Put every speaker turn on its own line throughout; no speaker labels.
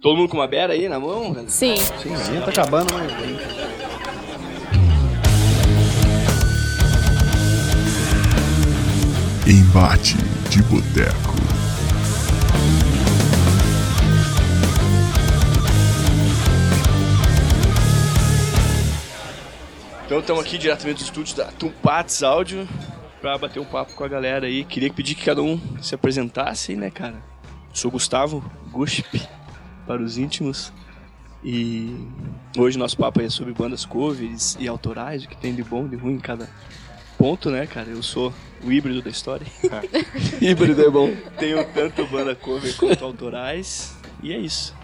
Todo mundo com uma beira aí na mão? cara?
Sim.
Sim, sim, tá acabando, mas.
Embate de Boteco.
Então estamos aqui diretamente dos estúdios da Tumpats Áudio pra bater um papo com a galera aí. Queria pedir que cada um se apresentasse, né, cara? Sou Gustavo Guspe, para os íntimos. E hoje nosso papo aí é sobre bandas covers e autorais, o que tem de bom e de ruim em cada ponto, né, cara? Eu sou o híbrido da história.
Híbrido é bom.
Tenho tanto banda cover quanto autorais. E é isso.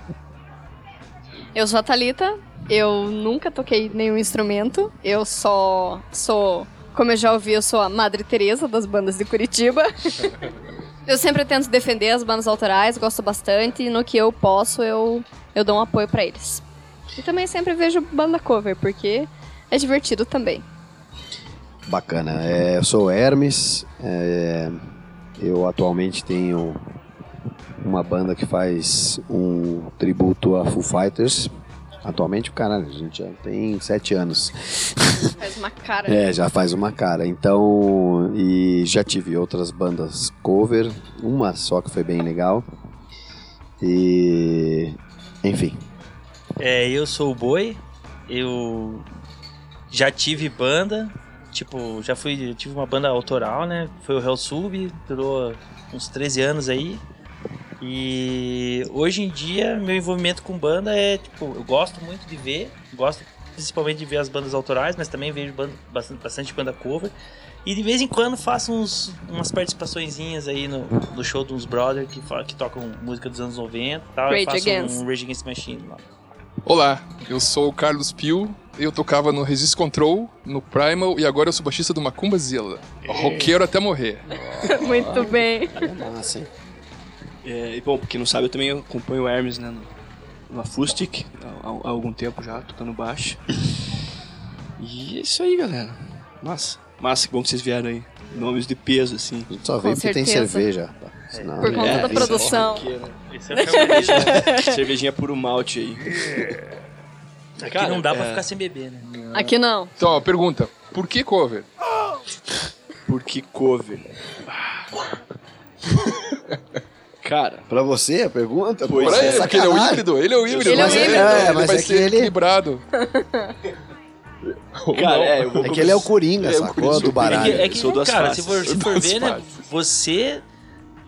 Eu sou a Thalita, eu nunca toquei nenhum instrumento, eu só sou, como eu já ouvi, eu sou a Madre Teresa das bandas de Curitiba. eu sempre tento defender as bandas autorais, gosto bastante e no que eu posso eu, eu dou um apoio pra eles. E também sempre vejo banda cover, porque é divertido também.
Bacana. É, eu sou o Hermes. é, eu atualmente tenho uma banda que faz um tributo a Foo Fighters. Atualmente, caralho, a gente já tem sete anos.
Faz uma cara.
É, já faz uma cara. Então, e já tive outras bandas cover, uma só que foi bem legal. E enfim,
É, eu sou o Boi, eu já tive banda, tipo, já fui, eu tive uma banda autoral, né? Foi o Hell Sub, durou uns 13 anos aí. E hoje em dia, meu envolvimento com banda é, tipo, eu gosto muito de ver, gosto principalmente de ver as bandas autorais, mas também vejo banda- bastante, bastante banda cover. E de vez em quando faço uns, umas participaçõezinhas aí no, no show dos brothers que, fa- que tocam música dos anos 90 e tal.
Rage
eu faço
Against.
um Rage Against the Machine lá.
Olá, eu sou o Carlos Pio, eu tocava no Resist Control, no Primal e agora eu sou baixista do Macumba Zilla. Roqueiro até morrer.
Muito bem.
é massa, hein?
É, e bom, pra quem não sabe, eu também acompanho o Hermes, né? no- No Acoustic, há, há algum tempo já, tocando baixo. E é isso aí, galera. Massa. Massa, que bom que vocês vieram aí. Nomes de peso, assim.
A gente só vê
Com
porque tem
certeza.
cerveja. pá. Senão-
Por conta
É,
da
isso.
produção.
Esse é o favorito.
Cervejinha puro malte aí.
Aqui
Cara,
não dá
é.
pra ficar sem beber, né?
Aqui não.
Então, ó, pergunta, por que cover?
Porque cover. Cara,
Pra você a pergunta?
Pois
Pô,
Pra
é,
ele, porque ele é o
sacanagem.
híbrido, ele é o híbrido.
Ele é o
mas
híbrido.
É,
ele
mas
vai
é que
ser
ele-
equilibrado.
cara, é, eu vou
É que ele é o
começar-
Coringa,
É o
sacou? Do
É que,
baralho.
é que,
sou duas
cara,
faces.
se for, se
Sou
for
duas
ver, né,
faces.
você,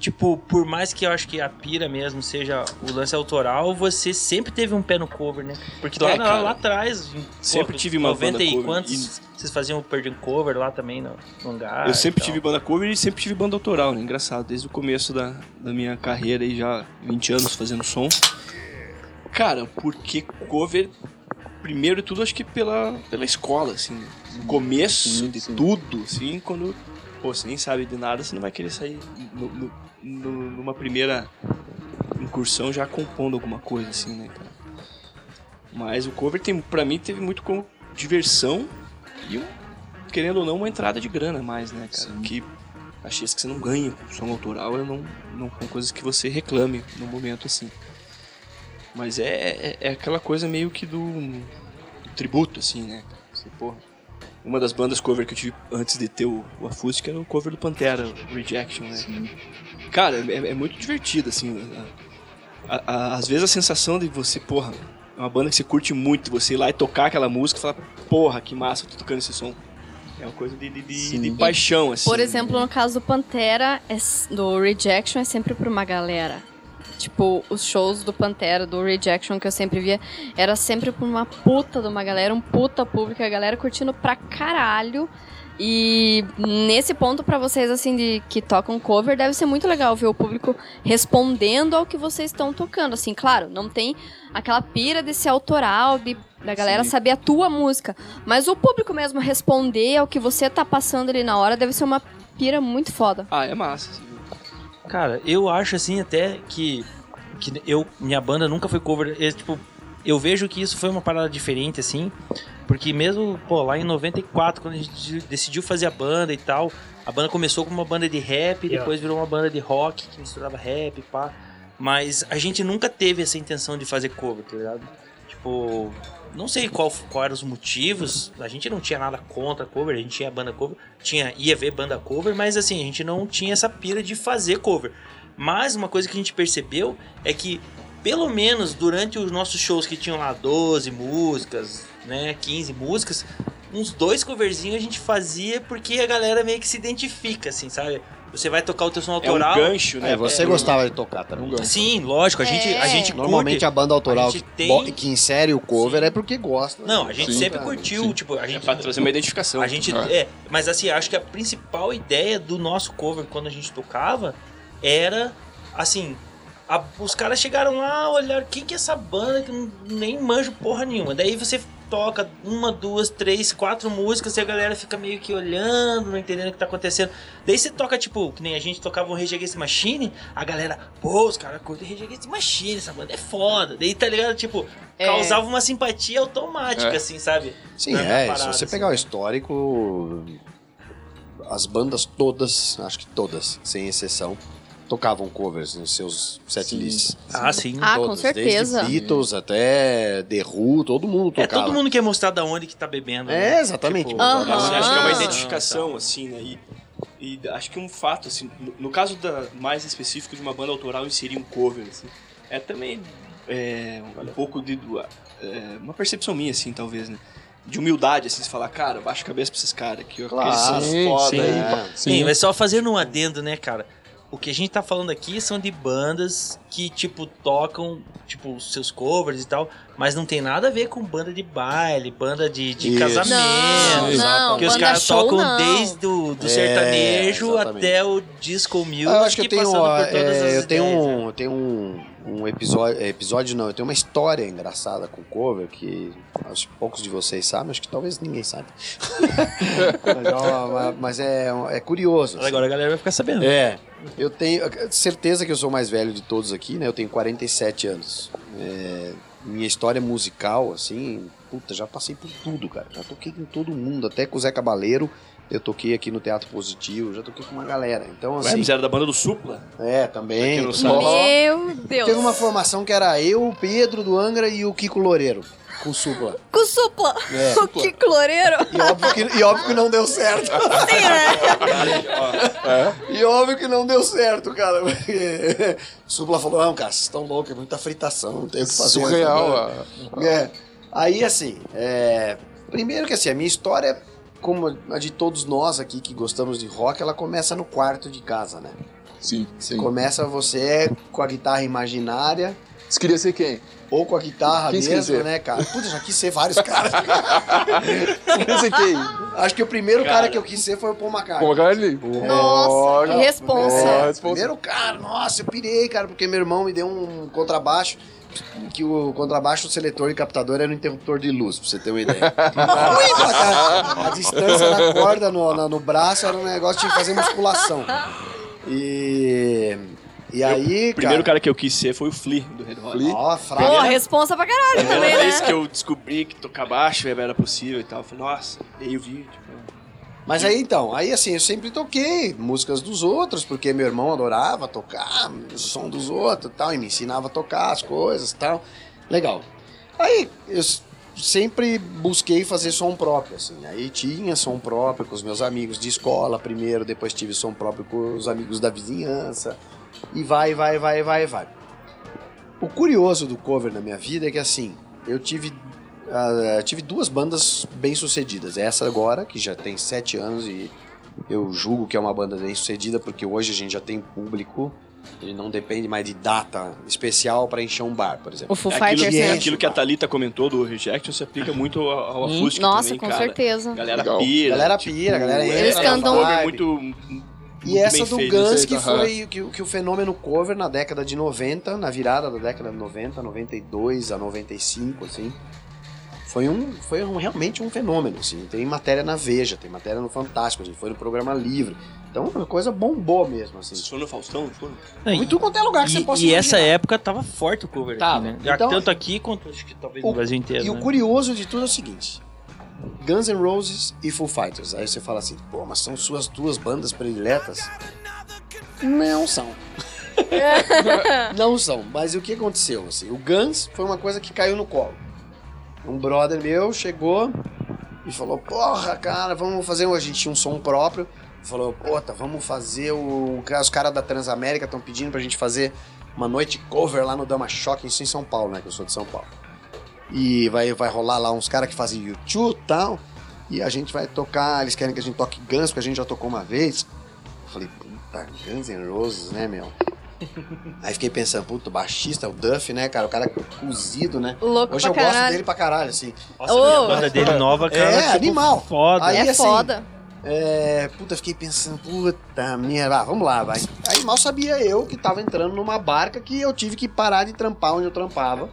tipo, por mais que eu acho que a pira mesmo seja o lance autoral, você sempre teve um pé no cover, né? Porque lá,
É,
na-
cara.
lá atrás, em-
Sempre
pô,
tive uma banda
e
cover.
quantos vocês faziam o Perdian Cover lá também no, no hangar?
Ah,
Eu sempre
e
então.
tive
tal.
banda cover e sempre tive banda autoral, né? Engraçado, desde o começo da, da minha carreira aí, já 20 anos fazendo som. Cara, porque cover, primeiro de tudo, acho que pela, pela escola, assim, né? No começo
Sim,
de
sim.
tudo, assim, quando pô, você nem sabe de nada, você não vai querer sair no- no- no- numa primeira incursão já compondo alguma coisa, assim, né, cara? Mas o cover, tem, pra mim, teve muito como diversão e um querendo ou não, uma entrada de grana a mais, né, cara? Que as chance que você não ganha com som autoral eu não, não são coisas que você reclame no momento assim. Mas é, é, é aquela coisa meio que do, do tributo, assim, né? cara? Você, porra. Uma das bandas cover que eu tive antes de ter o, o Afusca era o cover do Pantera, o Rejection, né? Cara, é, é muito divertido, assim. a- a- a- às vezes a sensação de você, porra, é uma banda que você curte muito, você ir lá e tocar aquela música e falar, porra, que massa, eu tô tocando esse som. É uma coisa de, de- de-
Sim.
de paixão, assim.
Por exemplo, no caso do Pantera, é s- do Rejection é sempre pra uma galera. Tipo, os shows do Pantera, do Rejection que eu sempre via, era sempre pra uma puta de uma galera, um puta público, a galera curtindo pra caralho. E nesse ponto, pra vocês, assim, de que tocam cover, deve ser muito legal ver o público respondendo ao que vocês estão tocando. Assim, claro, não tem aquela pira desse autoral, de, da galera saber a tua música. Mas o público mesmo responder ao que você tá passando ali na hora deve ser uma pira muito foda.
Ah, é massa. assim.
Cara, eu acho assim até que, que eu, minha banda nunca foi cover. Eu, tipo, eu vejo que isso foi uma parada diferente, assim. Porque mesmo, pô, lá em 94, quando a gente decidiu fazer a banda e tal, a banda começou como uma banda de rap, depois virou uma banda de rock que misturava rap, pá. Mas a gente nunca teve essa intenção de fazer cover, tá ligado? Tipo, não sei qual, qual eram os motivos. A gente não tinha nada contra cover, a gente tinha banda cover, tinha ia ver banda cover, mas assim, a gente não tinha essa pira de fazer cover. Mas uma coisa que a gente percebeu é que pelo menos durante os nossos shows que tinham lá 12 músicas, né, 15 músicas, uns dois coverzinhos a gente fazia porque a galera meio que se identifica assim, sabe? Você vai tocar o teu som
É um
autoral.
gancho, né?
É, você
É,
gostava de tocar também.
Sim, lógico, a gente a
É.
gente
né? Normalmente um
curte.
a banda autoral
a gente
que,
tem-
bo- que insere o cover
Sim.
é porque gosta.
Não, a gente
Sim,
sempre
cara.
curtiu,
Sim.
tipo, a
É
gente
pra trazer uma identificação.
A gente
É.
é, mas assim, acho que a principal ideia do nosso cover quando a gente tocava era assim, a- os caras chegaram lá, olharam, quem que é essa banda que não- nem manjo porra nenhuma. Daí você toca uma, duas, três, quatro músicas e a galera fica meio que olhando, não entendendo o que tá acontecendo. Daí você toca, tipo, que nem a gente tocava um Rage Against the Machine, a galera, pô, os caras curtem Rage Against the Machine, essa banda é foda. Daí, tá ligado? Tipo,
É.
causava uma simpatia automática,
É.
assim, sabe?
Sim,
Né,
é.
parada,
se você
assim.
pegar o histórico, as bandas todas, acho que todas, sem exceção, tocavam covers nos seus setlists.
Ah, sim.
Ah, com
Todas,
certeza.
Desde Beatles até The Who, todo mundo
É,
tocava.
todo mundo quer mostrar da onde que tá bebendo. né?
É, exatamente.
Tipo,
Aham.
Assim, acho que é uma
Ah.
identificação, assim, né? E, e acho que um fato, assim, no, no caso da, mais específico de uma banda autoral inserir um cover, assim, é também é, um pouco de. do- é, uma percepção minha, assim, talvez, né? De humildade, assim, de falar, cara, baixa a cabeça pra esses caras aqui, ó,
Claro,
porque eles são
sim,
foda né?"
sim.
aí.
É.
Sim, mas só fazendo um adendo, né, cara? O que a gente tá falando aqui são de bandas que, tipo, tocam, tipo, seus covers e tal, mas não tem nada a ver com banda de baile, banda de, de
Isso.
casamento.
Não, não,
Que os
banda
caras
show,
tocam
não.
desde o do
É,
sertanejo
exatamente. Ah,
até o disco music,
Eu acho que eu tenho,
passando
ó,
por todas
é,
as
eu tenho,
ideias, né?
um, eu tenho um, um episódio, é, episódio não, eu tenho uma história engraçada com cover que acho que poucos de vocês sabem, acho que talvez ninguém saiba. mas, é uma- mas é, é curioso. assim.
Agora a galera vai ficar sabendo.
É, eu tenho certeza que eu sou o mais velho de todos aqui, né? Eu tenho 47 anos. É, minha história musical, assim, puta, já passei por tudo, cara. Já toquei com todo mundo, até com o Zé Cabaleiro. Eu toquei aqui no Teatro Positivo, já toquei com uma galera. Então,
Ué,
assim.
mas É, era da banda do Supla? Pra
É,
quem
também.
não sabe.
Ó,
Meu Deus.
Teve uma formação que era eu, o Pedro do Angra e o Kiko Loureiro, com o Supla.
Com supla.
É.
O que cloreiro?
E óbvio, que, e óbvio que não deu certo.
Sim, né?
É?
E óbvio que não deu certo, cara. porque O Supla falou, não, cara, vocês estão loucos, é muita fritação, não tem o que fazer.
Surreal.
Né?
a-
É. Aí, assim, é, primeiro que assim, a minha história, como a de todos nós aqui que gostamos de rock, ela começa no quarto de casa, né?
Sim, sim.
Começa você com a guitarra imaginária,
Você queria ser quem?
Ou com a guitarra
Quem
mesmo,
esquecer?
né, cara? Puta, já quis ser vários caras.
Queria ser quem?
Acho que o primeiro cara,
Cara.
que eu quis ser foi o Paul McCartney.
Como Carly?
Nossa, que responsa.
Ó,
É,
responsa.
primeiro cara, nossa, eu pirei, cara, porque meu irmão me deu um contrabaixo, que o contrabaixo, o seletor e captador era um interruptor de luz, pra você ter uma ideia. Ruim pra caralho. A distância da corda no, na- no braço era um negócio de fazer musculação. E, e aí,
O primeiro cara que eu quis ser foi o Flea, do Red Hot.
Flea?
Ó,
Pô,
fraco.
responsa pra
É,
caralho
A
também,
primeira vez que
né?
eu descobri que tocar baixo era possível e tal, eu tipo, falei, nossa, dei o vídeo.
Mas aí então, aí assim, eu sempre toquei músicas dos outros, porque meu irmão adorava tocar o som dos outros e tal, e me ensinava a tocar as coisas e tal. Legal. Aí eu s- sempre busquei fazer som próprio, assim. Aí tinha som próprio com os meus amigos de escola primeiro, depois tive som próprio com os amigos da vizinhança. E vai, vai, vai, vai, vai. O curioso do cover na minha vida é que assim, eu tive ah, tive duas bandas bem sucedidas. Essa agora, que já tem sete anos e eu julgo que é uma banda bem sucedida, porque hoje a gente já tem público e não depende mais de data especial para encher um bar, por exemplo.
O Foo
É aquilo,
Fighters,
que,
né?
é aquilo que a Thalita comentou do rejection se aplica muito ao, ao
Hum.
acústico
Nossa,
também,
com
cara.
certeza.
Galera
Legal.
pira. tipo, é,
Galera pira, galera entra
Eles
na
cantam-
cover
vibe.
muito, muito
E essa
bem
do
feito,
Guns,
sei,
que
aham.
foi que, o- que o fenômeno cover na década de 90, na virada da década de 90, 92 a 95, assim. Foi, um, foi um- realmente um fenômeno, assim. Tem matéria na Veja, tem matéria no Fantástico, a gente foi no programa Livre. Então, uma coisa bombou mesmo, assim.
Vocês foram no Faustão, não foram?
Não, e-
Muito quanto é lugar que você
E,
possa
e essa
imaginar.
época tava forte o cover
Tava.
aqui, né? Já
Então-
Tanto aqui quanto acho que talvez
O-
no Brasil inteiro.
E o
né?
curioso de tudo é o seguinte: Guns N' Roses e Foo Fighters. Aí você fala assim, pô, mas são suas duas bandas prediletas? Não são. Não são, mas o que aconteceu? Assim, o Guns foi uma coisa que caiu no colo. Um brother meu chegou e falou: Porra, cara, vamos fazer. um-" A gente tinha um som próprio. Falou: Puta, vamos fazer. O... Os caras da Transamérica estão pedindo pra gente fazer uma noite cover lá no Dama Choque, isso em São Paulo, né? Que eu sou de São Paulo. E vai, vai rolar lá uns caras que fazem YouTube e tal. E a gente vai tocar. Eles querem que a gente toque Guns, porque a gente já tocou uma vez. Eu falei: Puta, Guns N' Roses, né, meu? Aí fiquei pensando, puta, o baixista, o Duff, né, cara? O cara cozido, né?
Louco pra
Hoje eu gosto
caralho.
dele pra caralho, assim.
Nossa,
Ô,
a banda dele nova, cara.
É,
tipo,
animal.
Foda.
Aí,
é
assim,
foda.
É, puta, fiquei pensando, puta minha, ah, vamos lá, vai. Aí mal sabia eu que tava entrando numa barca que eu tive que parar de trampar onde eu trampava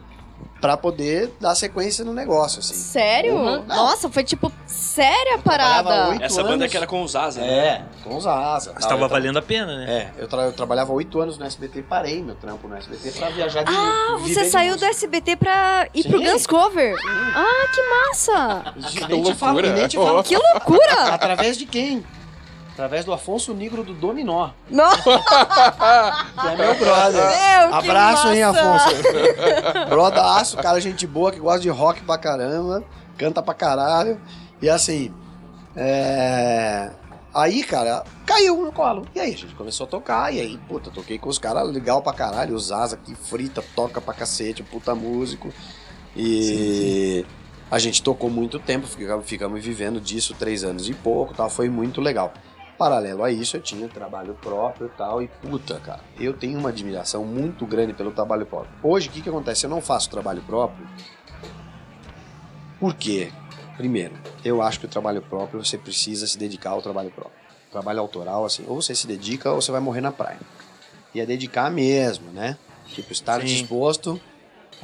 pra poder dar sequência no negócio, assim.
Sério?
Uhum. Não.
Nossa, foi tipo, séria a
trabalhava
parada.
oito
Essa banda
anos.
que era com os Asa, né?
É, com os asas.
Mas
tal,
tava
eu tra-
valendo a pena, né?
tá. É, eu, tra- eu trabalhava oito anos no SBT, parei meu trampo no SBT pra viajar de
Ah,
viver
você
de
saiu do
música.
SBT pra ir pro
Sim.
Guns Cover. Ah, que massa!
E
Que
nem te falo- e nem te
loucura.
Oh.
falo
Que loucura!
Através de quem? Através do Afonso Negro do Dominó,
Nossa,
que
Ah.
é meu brother.
meu, que
Abraço, hein,
massa.
Afonso. Brodaço, cara, gente boa, que gosta de rock pra caramba, canta pra caralho. E assim, é... aí, cara, caiu no colo. E aí, a gente começou a tocar, e aí, puta, toquei com os caras legal pra caralho. Os Asa que frita, toca pra cacete, puta músico. E... A gente tocou muito tempo, fica- ficamos vivendo disso três anos e pouco, tal, foi muito legal. Paralelo a isso, eu tinha trabalho próprio e tal, e puta, cara, eu tenho uma admiração muito grande pelo trabalho próprio. Hoje, o que, que acontece? Eu não faço trabalho próprio. Por quê? Primeiro, eu acho que o trabalho próprio, você precisa se dedicar ao trabalho próprio. Trabalho autoral, assim, ou você se dedica ou você vai morrer na praia. E é dedicar mesmo, né? Tipo, estar
Sim.
disposto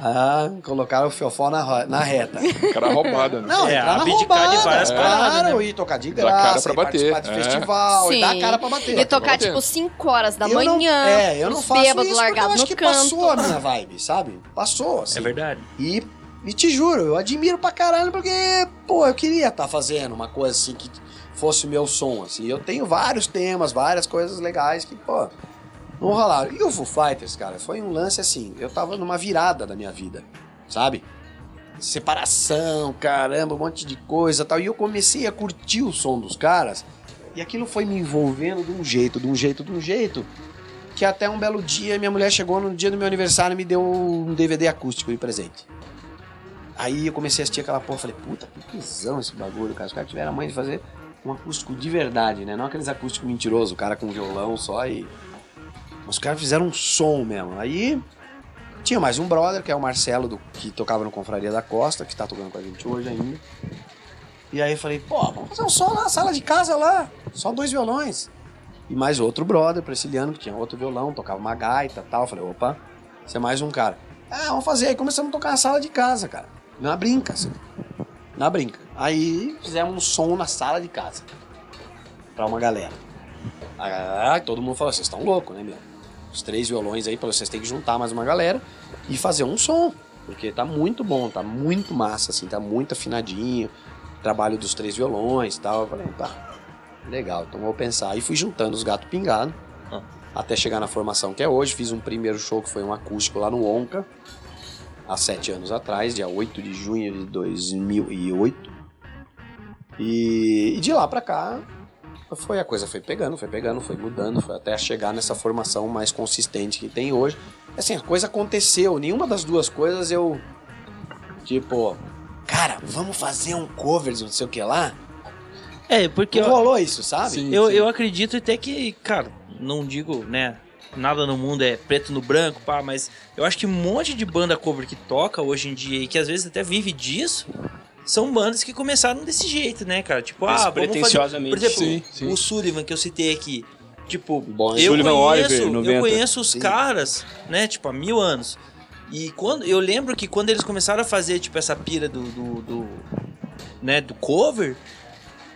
a colocar o fiofó na, ro- na reta.
Cara roubada, né?
Não,
É,
entrar na
abdicar
roubada,
de várias paradas, né?
Claro, e tocar de
Dar
graça,
cara pra
e participar
bater,
de
é.
festival, e
Sim.
dar a cara pra bater.
E tocar,
Agora
tipo, 5 horas da
Eu
manhã.
não- é, eu não
os
faço
bêbados
isso porque eu
largados
acho
no
que
canto.
passou né? a minha vibe, sabe? Passou, assim.
É verdade.
E, e te juro, eu admiro pra caralho, porque, pô, eu queria estar fazendo uma coisa assim que fosse o meu som, assim. Eu tenho vários temas, várias coisas legais que, pô, não rolaram. E o Foo Fighters, cara, foi um lance assim, eu tava numa virada da minha vida, sabe? Separação, caramba, um monte de coisa e tal. E eu comecei a curtir o som dos caras, e aquilo foi me envolvendo de um jeito, de um jeito, de um jeito que até um belo dia minha mulher chegou no dia do meu aniversário e me deu um DVD acústico de presente. Aí eu comecei a assistir aquela porra, falei, puta, que tesão esse bagulho, cara. Os caras tiveram a mãe de fazer um acústico de verdade, né? Não aqueles acústicos mentirosos, o cara com um violão só e. Os caras fizeram um som mesmo. Aí tinha mais um brother, que é o Marcelo, do- que tocava no Confraria da Costa, que tá tocando com a gente hoje ainda. E aí eu falei, pô, vamos fazer um som lá, sala de casa lá, só dois violões. E mais outro brother brasiliano que tinha outro violão, tocava uma gaita e tal. Eu Falei, opa, você é mais um cara. Ah, vamos fazer. Aí começamos a tocar na sala de casa, cara. Na brinca, assim. Na brinca. Aí fizemos um som na sala de casa. Pra uma galera. Ah, todo mundo falou, vocês estão loucos, né, meu? Os três violões aí, falou, vocês têm que juntar mais uma galera e fazer um som. Porque tá muito bom, tá muito massa, assim, tá muito afinadinho. Trabalho dos três violões e tal. Eu falei, tá, Legal, então vou pensar. E fui juntando os gatos pingados
Ah.
até chegar na formação que é hoje. Fiz um primeiro show que foi um acústico lá no Onca, há sete anos atrás, dia 8 de junho de 2008. E, e de lá pra cá, foi a coisa foi pegando, foi pegando, foi mudando, foi até chegar nessa formação mais consistente que tem hoje. Assim, a coisa aconteceu, nenhuma das duas coisas eu. Tipo, cara, vamos fazer um cover de não sei o que lá?
É, porque
Que
eu,
rolou isso, sabe?
Sim,
eu,
sim.
eu acredito até que, cara, não digo, né? Nada no mundo é preto no branco, pá, mas eu acho que um monte de banda cover que toca hoje em dia e que às vezes até vive disso, são bandas que começaram desse jeito, né, cara? Tipo, ah, vamos fazer
Despretensiosamente.
Por exemplo,
Sim, sim.
o Sullivan que eu citei aqui. Tipo,
Bom,
eu
Sullivan
conheço,
Oliver,
eu
90.
conheço os
Sim.
caras, né, tipo, há mil anos. E quando eu lembro que quando eles começaram a fazer, tipo, essa pira do, do, do, né, do cover,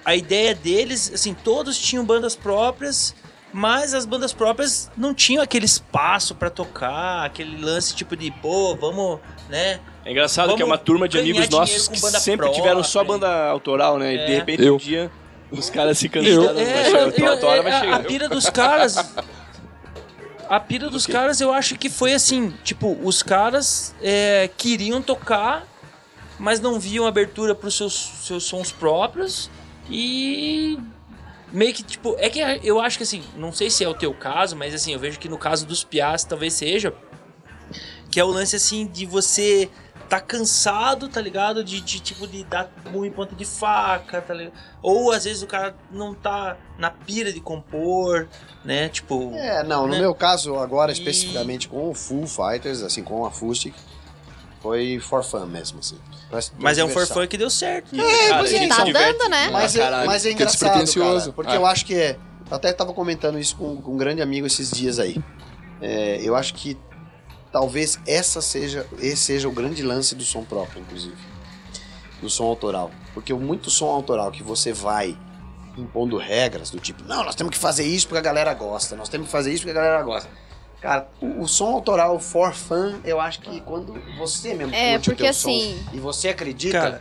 a ideia deles, assim, todos tinham bandas próprias, mas as bandas próprias não tinham aquele espaço pra tocar, aquele lance tipo de, pô, vamos, né?
É engraçado que é uma
Vamos
turma de
ganhar
amigos
dinheiro
nossos
com
que
banda
sempre
própria.
tiveram só banda autoral, né? E de
É.
repente
Eu.
um dia os caras se cansaram.
É,
vai chegar a tua- a tua hora vai
a, a
chegar.
pira dos caras A pira dos caras, eu acho que foi assim, tipo, os caras é, queriam tocar, mas não viam abertura para os seus, seus sons próprios e meio que tipo, é que eu acho que assim, não sei se é o teu caso, mas assim, eu vejo que no caso dos Piás talvez seja que é o lance assim de você tá cansado, tá ligado? De, de, tipo de dar murro em ponta de faca, tá ligado? Ou às vezes o cara não tá na pira de compor, né? Tipo,
É, não, no
Né?
meu caso agora,
E-
especificamente com o Full Fighters, assim, com a Fustic, foi for fun mesmo, assim. Pra- pra
mas é um
diversão.
forfã que deu certo. né?
É,
pois é,
ele se
tá
diverte
dando, né?
pra
Mas, é,
caralho.
mas é
Fica
engraçado,
despretensioso.
cara, porque
Ah.
eu acho que é... eu Até tava comentando isso com, com um grande amigo esses dias aí. É, eu acho que talvez essa seja, esse seja o grande lance do som próprio, inclusive. Do som autoral. Porque o muito som autoral que você vai impondo regras do tipo, não, nós temos que fazer isso porque a galera gosta, nós temos que fazer isso porque a galera gosta. Cara, o, o som autoral for fun, eu acho que quando você mesmo
É,
curte
porque
o teu som
assim-
e você acredita,
Cara,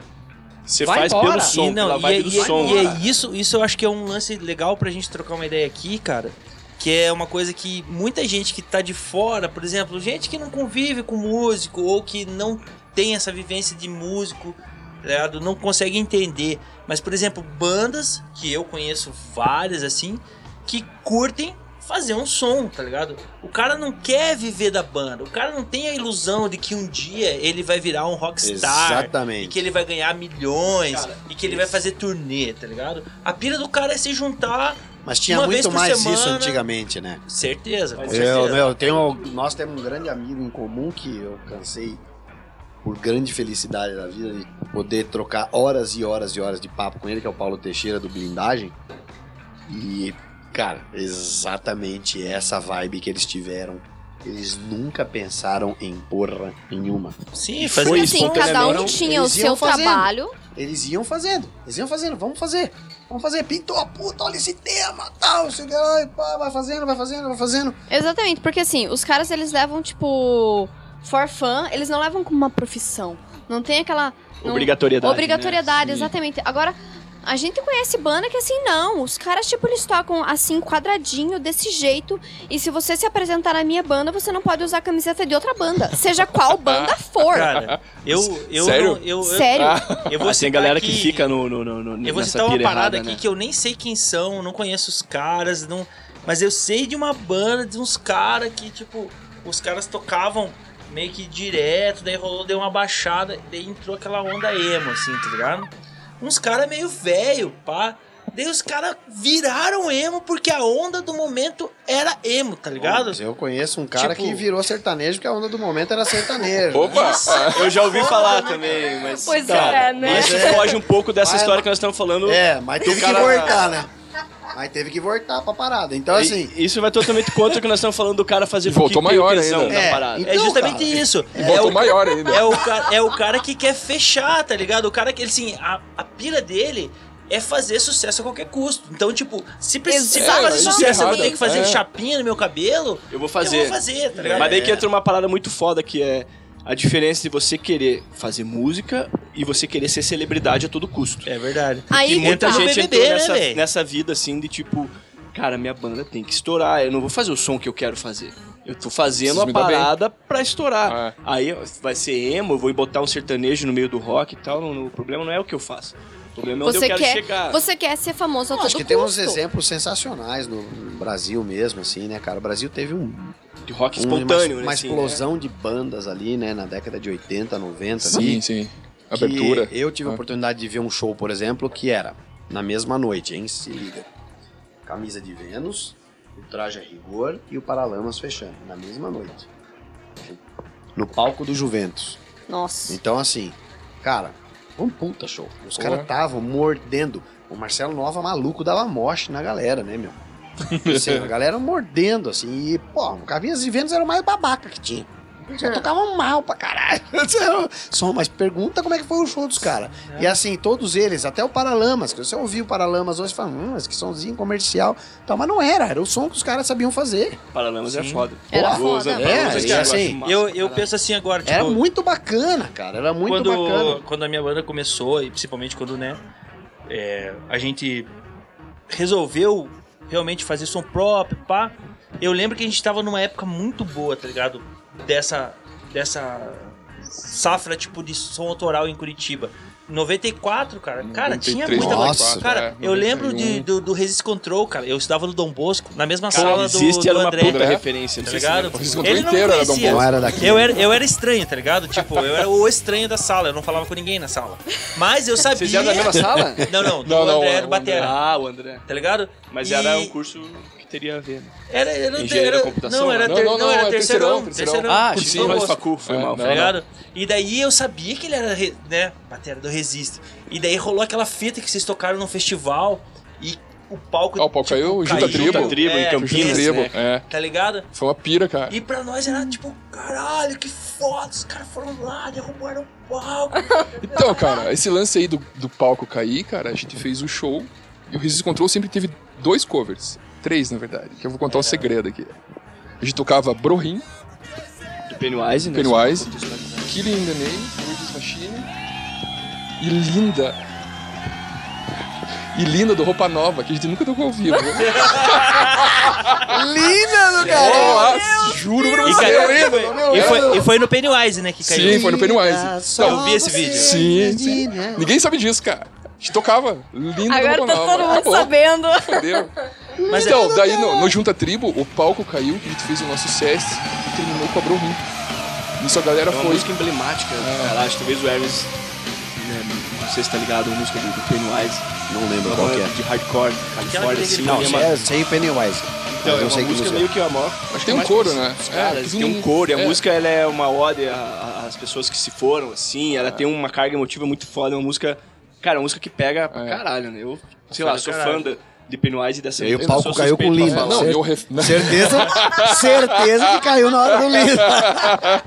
Você
Vai
faz
embora.
pelo som,
e não,
pela
e
vibe
é-
do
e é-
som.
e é
cara.
isso, isso eu acho que é um lance legal pra gente trocar uma ideia aqui, cara. Que é uma coisa que muita gente que tá de fora, por exemplo, gente que não convive com músico ou que não tem essa vivência de músico, tá ligado? não consegue entender. Mas, por exemplo, bandas, que eu conheço várias assim, que curtem fazer um som, tá ligado? O cara não quer viver da banda, o cara não tem a ilusão de que um dia ele vai virar um rockstar, e
exatamente.
que ele vai ganhar milhões
Cara,
e que ele vai fazer turnê, tá ligado? A pira do cara é se juntar,
Mas tinha
Uma vez
muito
por
mais
semana-
isso antigamente, né?
certeza. com
É,
Eu,
certeza.
né?
meu, eu tenho, nós temos um grande amigo em comum que eu cansei por grande felicidade da vida de poder trocar horas e horas e horas de papo com ele, que é o Paulo Teixeira do Blindagem. E, cara, exatamente essa vibe que eles tiveram. Eles nunca pensaram em porra nenhuma.
Foi
Sim, fazer
Porque
Foi
assim, cada um
espontaneamente.
tinha o
Eles iam
seu
fazendo.
trabalho.
Eles iam fazendo, eles iam fazendo, vamos fazer, vamos fazer, pintou a puta, olha esse tema, tal, sei lá, e pá, vai fazendo, vai fazendo, vai fazendo.
Exatamente, porque assim, os caras eles levam, tipo, for fun, eles não levam como uma profissão. Não tem aquela.
um
não-
Obrigatoriedade.
Obrigatoriedade,
né? Sim.
exatamente. Agora, a gente conhece banda que assim, não. Os caras, tipo, eles tocam assim, quadradinho, desse jeito. E se você se apresentar na minha banda, você não pode usar a camiseta de outra banda. Seja qual banda for.
Cara, eu eu
Sério?
não- eu, eu,
Sério.
Ah,
eu vou
Mas tem
citar
Assim, galera
tá aqui-
que fica no, no, no, no-
Eu vou
nessa
citar uma
pira errada,
parada aqui
né?
que eu nem sei quem são, não conheço os caras, não, mas eu sei de uma banda de uns caras que tipo os caras tocavam meio que direto, daí rolou deu uma baixada, daí entrou aquela onda emo assim, tá ligado? Uns caras meio velho, pá. Daí os caras viraram emo porque a onda do momento era emo, tá ligado?
Então,
Mas Eu conheço um cara
Tipo-
que virou sertanejo, porque a onda do momento era sertanejo.
Opa!
Eu já ouvi falar também, mas.
Pois é, né?
Isso foge um pouco dessa
Vai,
história
mas-
que nós estamos falando.
É, mas teve
cara-
que voltar, né? Mas teve que voltar pra parada. Então, assim.
E- Isso vai totalmente contra o que nós estamos falando do cara fazer
E voltou
porque tem o
maior
tesão
ainda.
na
É,
parada.
e-
é
Então,
justamente
cara,
isso.
E
é
voltou
o
maior ainda.
É o, cara, é o cara que quer fechar, tá ligado? O cara que, ele, assim, a, a pira dele é fazer sucesso a qualquer custo. Então, tipo, se precisar
Exato.
fazer
É, isso é
sucesso, eu vou ter
errado.
que fazer
É.
chapinha no meu cabelo,
Eu vou
eu
fazer.
vou fazer, tá
Mas
ligado?
daí que entra uma parada muito foda que é a diferença de você querer fazer música e você querer ser celebridade a todo custo.
É verdade.
E
Aí que
muita
tá.
gente
BBB,
entrou
né,
nessa,
véi?
nessa vida assim de tipo, cara, minha banda tem que estourar, eu não vou fazer o som que eu quero fazer. Eu tô fazendo
Preciso
a
me dar bem.
parada pra estourar.
Ah,
Aí vai ser emo, eu vou botar um sertanejo no meio do rock e tal. não- não- o problema não é o que eu faço. O problema é onde
Você
eu quero
quer-
chegar.
Você quer ser famoso a
eu
todo
acho que
custo.
tem uns exemplos sensacionais no no Brasil mesmo, assim, né, cara? O Brasil teve um,
De rock
um-
espontâneo,
uma,
né?
uma
assim,
explosão de bandas ali, né? Na década de 80, 90
sim,
ali.
sim.
que
Abertura.
Eu tive a
Ah.
oportunidade de ver um show, por exemplo, que era na mesma noite, hein? Se liga. Camisa de Vênus, o traje a rigor e o Paralamas fechando, na mesma noite. No palco do Juventus.
Nossa.
Então, assim, cara, um puta show. Os
Porra.
caras estavam mordendo. O Marcelo Nova maluco dava moche na galera, né, meu? Assim, a galera mordendo, assim. E, pô, o Cavinhas e Vênus era o mais babaca que tinha. Os
É.
caras tocavam mal pra caralho. Só, mas pergunta como é que foi o show dos caras.
É.
E assim, todos eles, até o Paralamas, que você ouviu o Paralamas hoje e fala, hum, mas que somzinho comercial. Tal, mas não era, era o som que os caras sabiam fazer.
né? Paralamas é
Sim.
foda.
Era
Pô,
foda,
os
mano.
Paralamas,
É,
cara,
assim,
eu acho massa
Eu,
pra
eu
caralho.
penso assim agora, tipo...
Era muito bacana, cara. Era muito
quando,
bacana.
quando a minha banda começou, e principalmente quando, né, é, a gente resolveu realmente fazer som próprio, pá, Eu lembro que a gente tava numa época muito boa, tá ligado? Dessa. dessa safra, tipo, de som autoral em Curitiba. 94, cara. Cara, tinha
93,
muita
94,
coisa. Cara,
é,
eu lembro
91.
de- do, do Resist Control, cara. Eu estudava no Dom Bosco, na mesma
Cara,
sala do,
existe
do
era uma
André.
puta
André,
referência. né?
tá
não sei se você lembra.
ligado?
Resist Control
Ele não
inteiro era Dom
conhecia.
Não era daqui.
Eu era, eu era estranho, tá ligado? Tipo, eu era o estranho da sala, eu não falava com ninguém na sala. Mas eu sabia.
Vocês eram da mesma sala?
Não, não, do
Não, é não,
André
o
era o Batera,
Ah, o André.
tá ligado?
Mas
E
era um curso que teria a ver, né?
Era, era,
Engenheiro
era-
da computação,
Não, era,
né?
ter,
Não, não, não,
era
é
terceirão,
terceirão,
terceirão.
terceirão.
Ah,
curso
achei
do
que era
rosto,
facu, foi
É,
mal.
não,
Tá ligado? E daí eu sabia que ele era, re- né, batera do Resist. E daí rolou aquela fita que vocês tocaram num festival e o palco.
Ah, o palco caiu, o Junta Tribo.
Junta Tribo, em Campinas,
isso,
né?
Tribo, é.
Tá ligado?
Foi uma pira, cara.
E pra nós era tipo, caralho, que foda, os caras foram lá, derrubaram o palco.
Então, cara, esse lance aí do, do palco cair, cara, a gente fez o show e o Resist Control sempre teve dois covers. Três, na verdade, que eu vou contar um segredo aqui. A gente tocava Brohim,
Do Pennywise, né?
Pennywise, Killing in the Name, Rage Machine e Linda. E Linda do Roupa Nova, que a gente nunca tocou ao vivo. né?
Linda do
Nossa, juro pra
E,
você.
cara,
Linda,
E foi, e foi no Pennywise, né, que caiu.
Sim, foi no Pennywise.
só
Não,
vi esse vídeo.
Sim, sim. Ninguém sabe disso, cara. A gente tocava Linda do
Agora
Roupa
tá
Nova.
todo
né?
mundo
Acabou.
sabendo.
Fodeu.
Mas
então, daí no, no Junta Tribo, o palco caiu, que a gente fez o nosso SESC e terminou com a Brohim. Isso a galera
É uma
foi.
música emblemática,
É.
eu acho. Talvez o Hermes, né, não sei se tá ligado, a música do, do Pennywise.
Não
Uma
lembro qual que
banda
é.
de hardcore,
Aquela que
Califórnia,
ele
assim,
gritava,
né,
Não,
uma-
é sem Pennywise. Mas
Então, é
eu
uma
sei que
música
música
meio que a maior.
Tem um coro, né? É,
Caras,
tudo
tem um coro, e a
é.
música ela é uma ode a- a- às pessoas que se foram, assim,
É.
ela tem uma carga emotiva muito foda, é uma música. Cara, é uma música que pega pra
É.
caralho, né? Eu, sei
Pra
lá, sou
caralho.
fã da- de Pennywise e dessa assim,
E aí o
eu
palco
sou
caiu
suspeito
com né?
pra
Linda.
falar.
Não,
Cer-
eu ref... não,
Certeza, certeza que caiu na hora do Linda.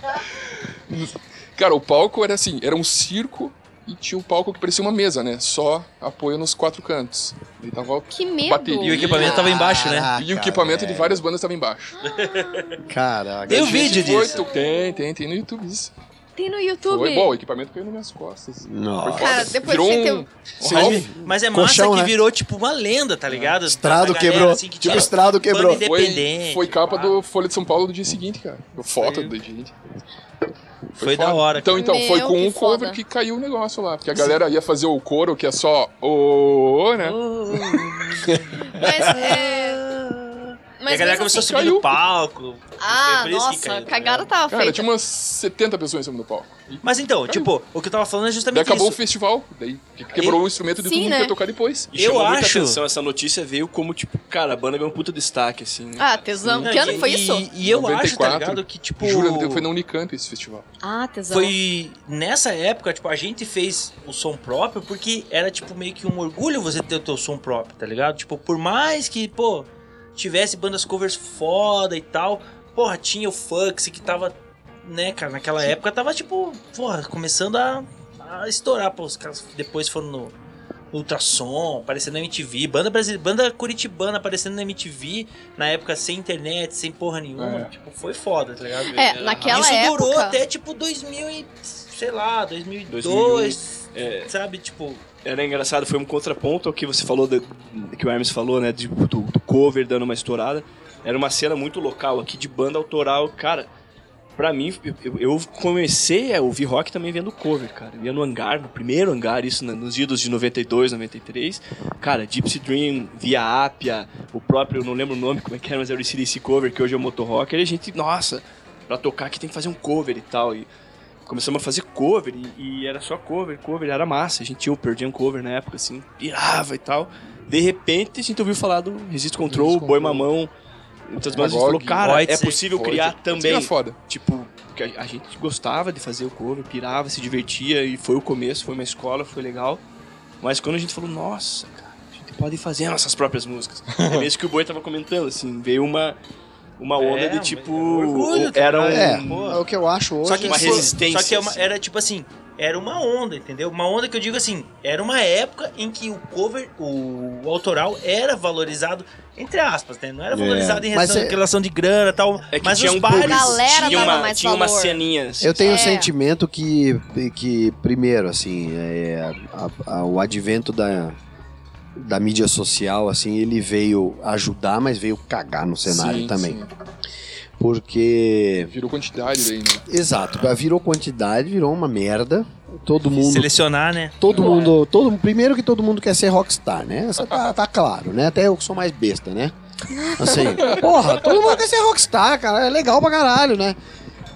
Cara, o palco era assim, era um circo e tinha um palco que parecia uma mesa, né? Só apoio nos quatro cantos. Ele tava...
Que medo.
Bateria.
E o equipamento tava embaixo, né?
Ah,
E o equipamento
é.
de várias bandas tava embaixo.
Caraca.
Tem o vídeo
Foi,
disso.
tu- Tem, tem, tem no YouTube isso.
Tem no
Foi
YouTube.
bom, o equipamento caiu nas minhas costas.
Nossa.
Foi foda.
Cara, depois
Virou
você tem
um-
o-
um Ralph.
Mas é massa
Colchão,
que
né?
virou, tipo, uma lenda, tá ligado?
Estrado
Da galera,
quebrou.
assim, que
Tipo,
tinha
estrado
banda
quebrou.
independente,
Foi, foi capa
pá.
do Folha de São Paulo do dia seguinte, cara. Foto do dia seguinte.
Foi da hora,
Então, então foi
Meu,
com
que
um cover
foda.
que caiu o negócio lá. Porque a galera ia fazer o coro, que é só o, né?
Mas é.
E a
Mas mesmo
galera começou
assim-
a subir no
caiu.
palco.
Ah,
Foi por isso que
nossa,
caiu, tá
cagada tava
Cara,
feita.
tinha umas 70 pessoas em cima do palco. E
Mas então, tipo, o que eu tava falando é
daí
justamente
acabou o
isso.
festival, daí que- quebrou o instrumento de
Sim,
todo mundo
né?
que ia tocar depois.
E chamou
Eu
muita
acho-
atenção, essa notícia veio como, tipo, cara, a banda ganhou um puta destaque, assim,
tipo,
né?
Ah, tesão.
Não,
Que ano
e-
foi
e-
isso?
E, eu acho, tá
94.
ligado, que tipo...
Jura, foi na Unicamp esse festival.
Ah, tesão.
Foi nessa época, tipo, a gente fez o som próprio porque era, tipo, meio que um orgulho você ter o teu som próprio, tá ligado? Tipo, por mais que, pô, tivesse bandas covers foda e tal, porra, tinha o Fux que tava, né, cara, naquela época tava, tipo, porra, começando a, a estourar, pô, os caras depois foram no Ultrassom, aparecendo na MTV, banda, brasile- banda curitibana aparecendo na MTV, na época sem internet, sem porra nenhuma,
É.
tipo, foi foda, tá ligado?
É, naquela
Isso
época.
durou até tipo 2000 e, sei lá, 2002,
2001,
sabe, tipo,
Era engraçado, foi um contraponto ao que você falou, da- que o Hermes falou, né? de- do, do cover dando uma estourada. Era uma cena muito local aqui de banda autoral. Cara, pra mim, eu, eu comecei a ouvir rock também vendo cover, cara. Eu ia no hangar, no primeiro hangar, isso na- nos idos de 92, 93. Cara, Gypsy Dream, Via Apia, o próprio, eu não lembro o nome, como é que era, mas era o CDC cover, que hoje é o Motor Rocker. E a gente, nossa, pra tocar aqui tem que fazer um cover e tal. E começamos a fazer cover e, e era só cover, cover, era massa. A gente tinha o Pearl Jam cover na época, assim, pirava e tal. De repente a gente ouviu falar do Resist Control,
Resist
Boi
Control.
Mamão. Muitas bandas a gente
Agog,
falou, cara, é
Voidsec,
possível criar
Isso
também.
era foda.
Tipo, que a, a gente gostava de fazer o cover, pirava, se divertia e foi o começo, foi uma escola, foi legal. Mas quando a gente falou, nossa, cara, a gente pode fazer nossas próprias músicas. é mesmo que o Boi tava comentando, assim, veio uma, uma onda
É,
de
um-
tipo.
um orgulho, tá
era um.
É,
Pô.
é o que eu acho hoje.
só que
uma
foi-
resistência,
Só que é uma-
assim.
era tipo assim, era uma onda, entendeu? Uma onda que eu digo assim, era uma época em que o cover, o, o autoral era valorizado entre aspas, né? Não era valorizado em
Mas
relação,
é-
em relação de grana e tal,
É que
mas
tinha
os
um
bares,
público,
Galera
tinha
dava
uma,
mais
tinha uma
valor.
ceninha. assim,
Eu tenho
É.
o sentimento que, que primeiro, assim, é, a- a- o advento da, da mídia social, assim, ele veio ajudar, mas veio cagar no cenário
Sim,
também.
sim.
Porque.
Virou quantidade daí, né?
Exato, virou quantidade, virou uma merda. Todo mundo.
Selecionar, né?
Todo mundo, todo primeiro que todo mundo quer ser rockstar, né? Essa tá, tá claro, né? Até eu que sou mais besta, né? Assim, porra, todo mundo quer ser rockstar, cara, é legal pra caralho, né?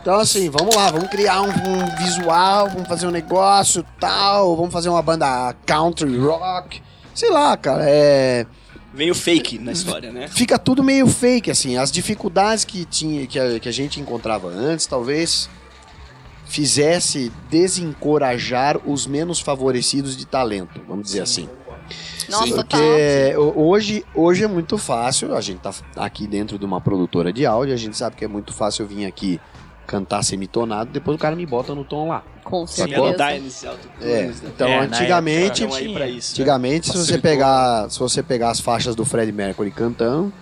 Então assim, vamos lá, vamos criar um, um visual, vamos fazer um negócio, tal, vamos fazer uma banda country rock, sei lá, cara, é
Vem o fake na história, né?
fica tudo meio fake, assim. As dificuldades que tinha, que a, que a gente encontrava antes, talvez fizesse desencorajar os menos favorecidos de talento, vamos dizer assim.
Nossa, tá.
Sim.
total.
Porque ho- hoje, hoje é muito fácil, a gente tá f- aqui dentro de uma produtora de áudio, a gente sabe que é muito fácil eu vir aqui cantar semitonado, depois o cara me bota no tom lá.
Com certeza.
Melodies,
É,
autotunes, né?
então
É, na
antigamente,
um Então aí pra isso. né?
Antigamente, se você,
Facilitou.
pegar, se você pegar as faixas do Fred Mercury cantando,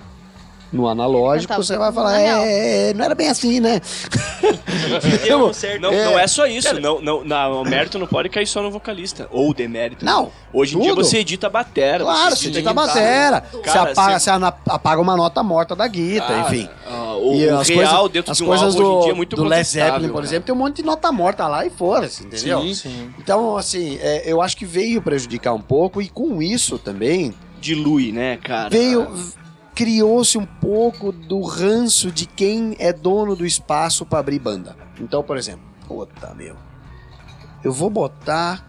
no analógico,
Cantava
você
todo
vai
mundo
falar,
na real.
é, é, não era bem assim, né?
Deu um certo.
Não, não é só isso. Não, não, não, o mérito não pode cair só no vocalista. Ou demérito.
Não,
Hoje em dia
tudo.
você edita a batera.
claro, você tem que
edita
dar batera, você,
Cara,
apaga,
você-
você ana- apaga uma nota morta da guitarra,
guitarra.
enfim.
Ah, o
E
o
as
real
coisas-
dentro
as
de um álbum
coisas
hoje em
do,
dia é muito
do Led Zeppelin,
contestável,
por
né?
exemplo, tem um monte de nota morta lá e foda-se, entendeu?
Sim.
Sim.
Então, assim, é, eu acho que veio prejudicar um pouco e com isso também
Dilui, né, cara?
veio criou-se um pouco do ranço de quem é dono do espaço pra abrir banda. Então, por exemplo, puta meu, eu vou botar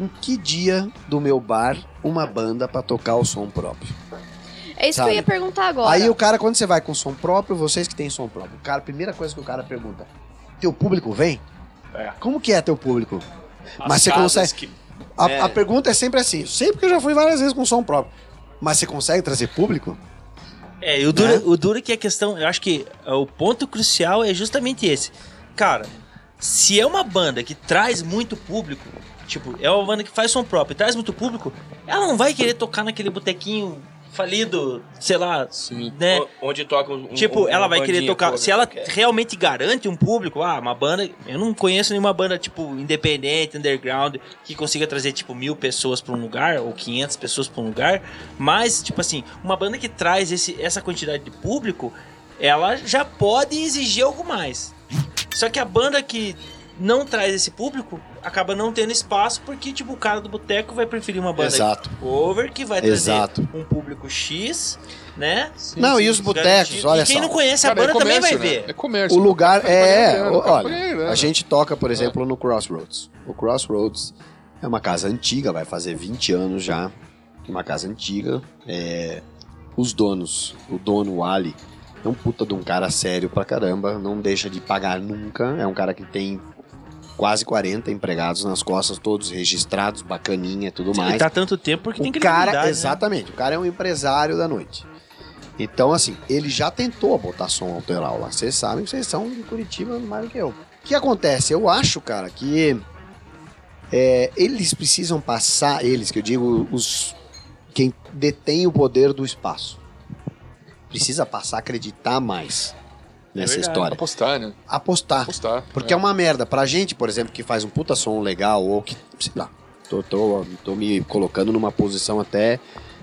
em que dia do meu bar uma banda pra tocar o som próprio.
É isso que eu ia
sabe?
perguntar agora.
Aí o cara, quando você vai com som próprio, vocês que têm som próprio, o cara, a primeira coisa que o cara pergunta: teu público vem?
É.
Como que é teu público?
As
mas você
casas
consegue-
que-
A,
É.
a pergunta é sempre assim, sempre que eu já fui várias vezes com som próprio. Mas você consegue trazer público?
É, e o duro, o duro que a questão, eu acho que é, o ponto crucial é justamente esse. Cara, se é uma banda que traz muito público, tipo, é uma banda que faz som próprio e traz muito público, ela não vai querer tocar naquele botequinho falido, sei lá,
Sim.
É.
né?
O- Onde toca um. um-
Tipo,
um-
ela
uma
vai querer
bandinha é.
tocar.
cover
Se ela
qualquer.
realmente garante um público, ah, uma banda. Eu não conheço nenhuma banda, tipo, independente, underground, que consiga trazer, tipo, mil pessoas pra um lugar, ou 500 pessoas pra um lugar. Mas, tipo assim, uma banda que traz esse, essa quantidade de público, ela já pode exigir algo mais. Só que a banda que não traz esse público acaba não tendo espaço, porque, tipo, o cara do boteco vai preferir uma banda cover que vai trazer
Exato.
um público X, né?
Não, e os botecos,
Garantido.
olha
e quem
só.
não conhece a
Cara,
banda
é comércio,
também vai
né?
ver.
É comércio.
O lugar
Tá valendo a
é,
pena,
o-
tá
olha,
valendo a
a
pena.
gente toca, por exemplo, no Crossroads. O Crossroads é uma casa antiga, vai fazer 20 anos já. Uma casa antiga. É, os donos, o dono o Ali, é um puta de um cara sério pra caramba, não deixa de pagar nunca. É um cara que tem quase 40 empregados nas costas, todos registrados, bacaninha e tudo mais.
Ele tá há tanto tempo porque tem
O
que
cara,
lidar, né?
exatamente, o cara é um empresário da noite. Então, assim, ele já tentou botar som autoral lá. Vocês sabem que vocês são de Curitiba mais do que eu. O que acontece? Eu acho, cara, que é, eles precisam passar, eles, que eu digo, os quem detém o poder do espaço. Precisa passar a acreditar mais nessa
É verdade.
história.
Apostar, né?
Apostar.
Apostar.
Porque é. uma merda. Pra gente, por exemplo, que faz um puta som legal, ou que, sei lá, tô, tô, tô me colocando numa posição até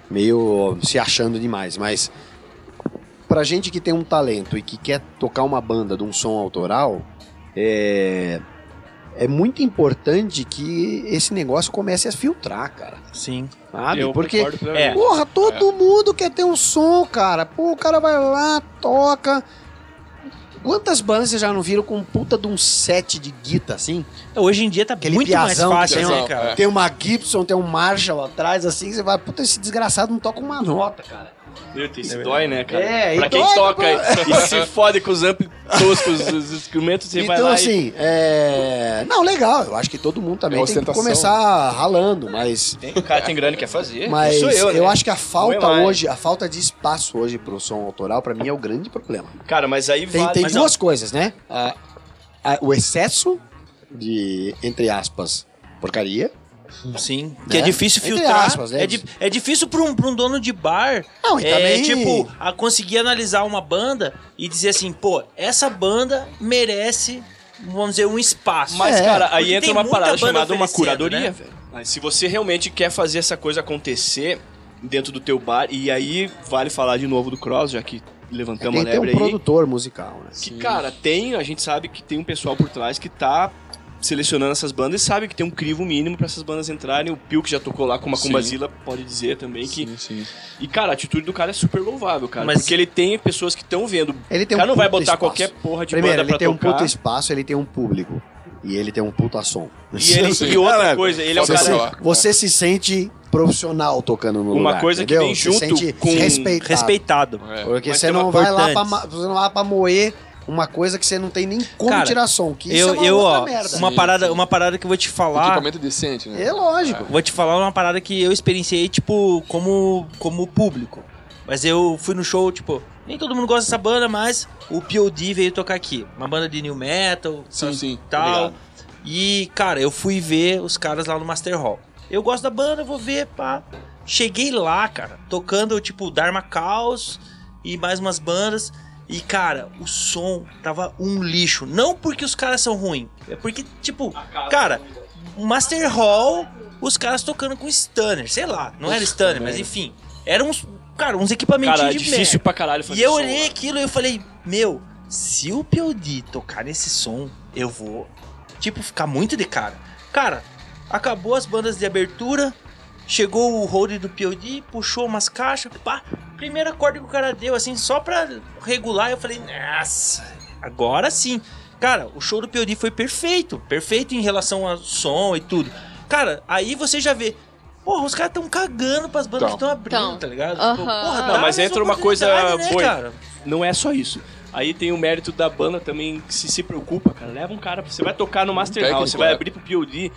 meio se achando demais, mas pra gente que tem um talento e que quer tocar uma banda de um som autoral, é, é muito importante que esse negócio comece a filtrar, cara.
Sim.
Sabe?
Eu
Porque
concordo plenamente.
É.
Porra, todo mundo quer ter um som, cara. Pô, o cara vai lá, toca. Quantas bandas vocês já não viram com um puta de um set de guita assim?
Hoje em dia tá
Aquele
muito
piazão que
mais fácil,
tem
né,
uma-
cara?
É.
Tem uma Gibson, tem um Marshall atrás assim, que você vai, puta, esse desgraçado não toca uma nota, cara.
Meu Deus, isso dói, né, cara?
É, e
pra quem
dói,
toca
pô.
e se fode com os amplos toscos, os instrumentos, você vai
então,
lá e...
assim, é. Não, legal. Eu acho que todo mundo também tem
É
que
ostentação.
começar ralando, mas.
O cara tem grana e quer fazer.
Mas
sou eu,
eu,
né?
acho que a falta
mais.
hoje, a falta de espaço hoje pro som autoral, pra mim é o grande problema.
Cara, mas aí
Tem,
vale...
tem
mas
duas coisas, né? A- a- o excesso de, entre aspas, porcaria.
Sim. Que é
Né?
difícil
Entre
filtrar.
aspas, né?
é, di- é difícil pra um, pra um dono de bar
Não, e
é,
também-
tipo, a conseguir analisar uma banda e dizer assim, pô, essa banda merece, vamos dizer, um espaço.
Mas,
É,
cara, aí
porque
entra
tem
uma
muita
parada
banda né?
chamada uma
oferecendo,
curadoria,
né?
velho. Mas Se você realmente quer fazer essa coisa acontecer, dentro do teu bar. E aí, vale falar de novo do Cross, já que
Tem
levantamos
que
a
ter um
lebre aí.
produtor musical, né?
Que, cara, tem, a gente sabe que tem um pessoal por trás que tá selecionando essas bandas e sabe que tem um crivo mínimo pra essas bandas entrarem. O Pio, que já tocou lá com uma
Sim.
Combazila, pode dizer também que.
Sim, sim.
E, cara, a atitude do cara é super louvável, cara.
Mas-
Porque ele tem pessoas que estão vendo.
Ele tem
O cara não vai
puta
botar
espaço.
qualquer porra de
Primeiro,
banda
ele
pra
tem um
tocar.
puta espaço, ele tem um público. E ele tem um puta som.
E, ele-
Sim.
e outra
Cara,
coisa, ele é o
você
cara.
Você,
Sei lá.
você se sente profissional tocando no
Uma
lugar.
coisa que
entendeu?
vem junto
se sente
com
respeitado.
Respeitado.
É.
Porque
Mas
você
tem uma
não, vai lá pra,
importante.
ma- você não vai lá pra moer uma coisa que você não tem nem como
Cara,
tirar som. Que isso
eu,
é uma
eu,
outra
ó,
merda.
uma
Sim,
parada,
sim.
uma parada que eu vou te falar.
Equipamento decente, né?
É lógico.
Tipo, Vou te falar uma parada que eu experienciei, tipo, como, como público. Mas eu fui no show, tipo, nem todo mundo gosta dessa banda, mas o POD veio tocar aqui. Uma banda de new metal,
Sim, sim.
tal.
Obrigado.
E, cara, eu fui ver os caras lá no Master Hall. Eu gosto da banda, vou ver, pá. Cheguei lá, cara, tocando, tipo, Dharma Caos e mais umas bandas. E, cara, o som tava um lixo. Não porque os caras são ruins, é porque, tipo, cara, Master Hall, os caras tocando com Stunner, sei lá, não era Stunner, mas enfim. Eram uns, cara, uns equipamentos
Cara, é
de
difícil
merda.
pra caralho fazer
E eu
som,
olhei
né?
aquilo e eu falei, meu, se o POD tocar nesse som, eu vou, tipo, ficar muito de cara. Cara, acabou as bandas de abertura, chegou o holder do POD, puxou umas caixas, pá, primeiro acorde que o cara deu, assim, só pra regular, eu falei, nossa, agora sim. Cara, o show do POD foi perfeito, perfeito em relação ao som e tudo. Cara, aí você já vê, porra, os caras tão cagando pras bandas que
Tão.
estão abrindo,
Tão.
tá ligado?
Aham. Não,
dá
mas
mais
entra uma coisa
oportunidade, né,
boa.
cara?
Não é só isso. Aí tem o mérito da banda também que se, se preocupa, cara. Leva um cara. Você vai tocar no Master Hall,
um
técnico,
você vai
é.
abrir pro POD.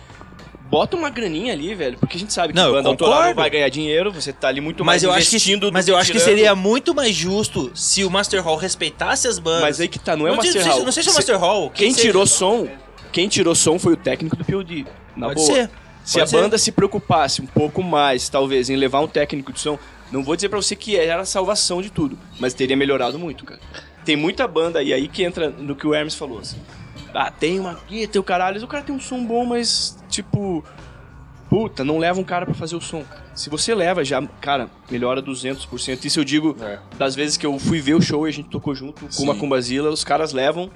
Bota uma graninha ali, velho. Porque a gente sabe que
Não, eu
banda autoral não
concordo.
vai ganhar dinheiro, você tá ali muito mais
mas eu acho que
investindo do
mas eu acho que
tirando.
seria muito mais justo se o Master Hall respeitasse as bandas.
Mas aí que tá, não é o
sei-
Master
sei-
Hall.
Não sei se é o
Cê-
Master Hall.
Quem
seja.
tirou som, quem tirou som foi o técnico do POD. Na
Pode
boa.
ser.
Se
Pode
a
ser.
banda se preocupasse um pouco mais, talvez, em levar um técnico de som, não vou dizer pra você que era a salvação de tudo, mas teria melhorado muito, cara. Tem muita banda e aí que entra no que o Hermes falou. Assim. Ah, tem uma guita e o caralho, mas o cara tem um som bom, mas tipo. Puta, não leva um cara pra fazer o som. cara. Se você leva já, cara, melhora 200%. Isso eu digo
É.
das vezes que eu fui ver o show e a gente tocou junto com
Sim.
uma Cumbazila, os caras levam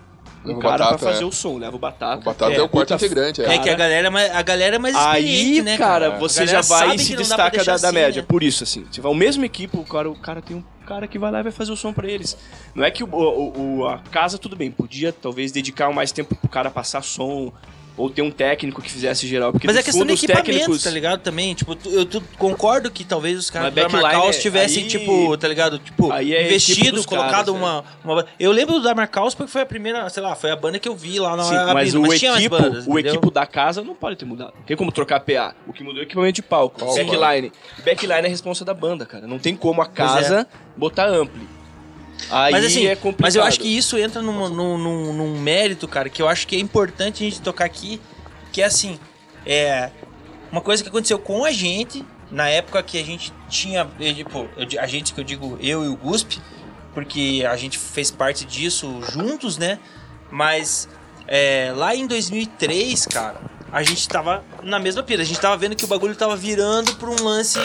um
Leva o
cara
Batata,
pra fazer
é.
o som, leva o
O
batata.
Batata é,
É,
o quarto
puta
integrante, é.
É que a galera, é mais- a galera é mais
Aí,
experiente, né,
cara, você
A
já
galera
vai
sabe
e
que
se
não dá pra
destaca
deixar
da, da
assim,
média.
né?
Por isso, assim, tiver o mesmo equipe, o cara, o cara tem um cara que vai lá e vai fazer o som pra eles. Não é que o, o- o- a casa, tudo bem, podia talvez dedicar mais tempo pro cara passar som, ou ter um técnico que fizesse geral, porque
Mas
no
é questão
fundo,
de
os técnicos...
equipamento, tá ligado? Também, tipo, tu- eu tu- concordo que talvez os caras
Mas
da
backline
Marcaus
é-
tivessem,
aí-
tipo, tá ligado? Tipo,
aí é tipo
investido,
dos
colocado
caras, é.
uma, uma- Eu lembro do da Marcaus porque foi a primeira, sei lá, foi a banda que eu vi lá na
Sim,
hora
mas
abrindo,
o,
tinha mais
equipo,
bandas,
o
entendeu?
equipo da casa não pode ter mudado. Não tem como trocar PA. O que mudou é o equipamento de palco,
Palco,
backline. Backline é a responsa da banda, cara. Não tem como a
é.
casa botar ampli. Aí
mas assim,
é complicado.
mas eu acho que isso entra num, num, num- num mérito, cara, que eu acho que é importante a gente tocar aqui, que é assim, é uma coisa que aconteceu com a gente na época que a gente tinha, eh, tipo, eu di- a gente que eu digo eu e o Gusp, porque a gente fez parte disso juntos, né? Mas é, lá em 2003, cara, a gente tava na mesma pira. A gente tava vendo que o bagulho tava virando pra um lance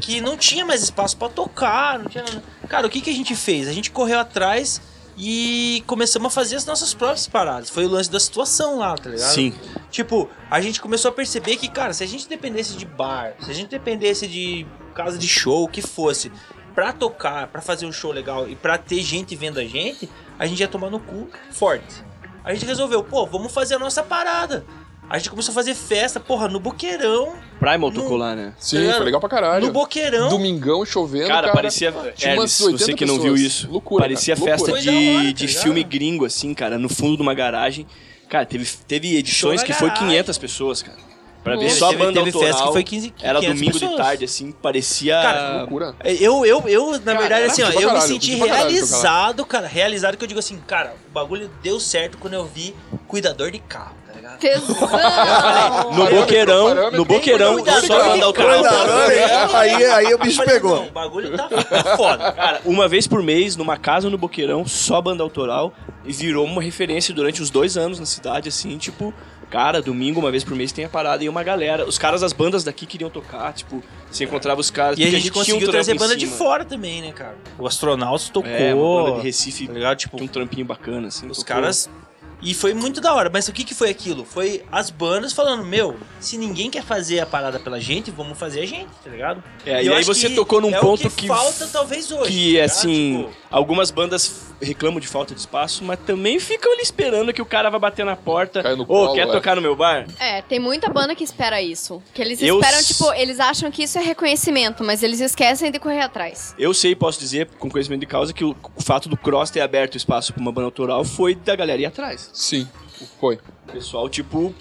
que não tinha mais espaço pra tocar, não tinha nada. Cara, o que, que a gente fez? A gente correu atrás e começamos a fazer as nossas próprias paradas. Foi o lance da situação lá, tá ligado?
Sim.
Tipo, a gente começou a perceber que, cara, se a gente dependesse de bar, se a gente dependesse de casa de show, o que fosse, pra tocar, pra fazer um show legal e pra ter gente vendo a gente, a gente ia tomar no cu forte. A gente resolveu, pô, vamos fazer a nossa parada. A gente começou a fazer festa, porra, no Boqueirão.
Primal
Não-
tocou lá, né?
Sim, foi legal pra caralho.
No Boqueirão.
Domingão chovendo,
Cara,
cara.
parecia.
tinha umas
Elvis,
80
você que não viu
pessoas.
isso.
Loucura,
parecia
cara,
festa
loucura.
Foi
de,
da hora, tá
de
ligado?
filme gringo, assim, cara, no fundo de uma garagem. Cara, teve, teve edições
na
que foi
garagem.
500 pessoas, cara. Pra ver
Teve-
só a
teve-
banda
teve
autoral.
festa que foi 15,
era
500
domingo de
pessoas.
tarde, assim, parecia.
Cara,
Loucura.
Eu, eu, eu na verdade, assim, ó,
curti pra
eu me
caralho,
senti
curti pra caralho,
realizado, cara. Realizado que eu digo assim, cara, o bagulho deu certo quando eu vi cuidador de carro, tá ligado?
no
Tesão!
Parâmetro,
boqueirão,
parâmetro.
no boqueirão,
Cuidado,
só a
cuidado,
banda autoral.
cuidado.
Aí, aí o bicho
Falei,
pegou.
não, o bagulho tá tá foda.
Cara, uma vez por mês, numa casa ou no boqueirão, só banda autoral. E virou uma referência durante os dois anos na cidade, assim, tipo. Cara, domingo, uma vez por mês, tem a parada e uma galera. Os caras das bandas daqui queriam tocar, tipo, se encontrava os caras.
É. E a
porque tinha
gente,
um
conseguiu
trampo
trazer
em
banda de
cima.
fora também, né, cara? O Astronautas tocou,
É, uma banda de Recife
tá ligado? Tipo,
tinha um trampinho bacana, assim.
Os
tocou.
caras. E foi muito da hora, mas o que, que foi aquilo? Foi as bandas falando: Meu, se ninguém quer fazer a parada pela gente, vamos fazer a gente, tá ligado?
É,
Eu
e aí
acho
você
que
tocou num
é o
ponto
que.
que.
falta talvez hoje. tá
que
ligado?
assim,
Tipo,
algumas bandas reclamam de falta de espaço, mas também ficam ali esperando que o cara vai bater na porta.
Cai no
Ô,
colo,
quer
é.
tocar no meu bar?
É, tem muita banda que espera isso. Que eles
Eu
esperam,
s-
tipo, eles acham que isso é reconhecimento, mas eles esquecem de correr atrás.
Eu sei, posso dizer, com conhecimento de causa, que o o fato do Cross ter aberto espaço pra uma banda autoral foi da galera ir atrás.
Sim, foi.
O pessoal, tipo,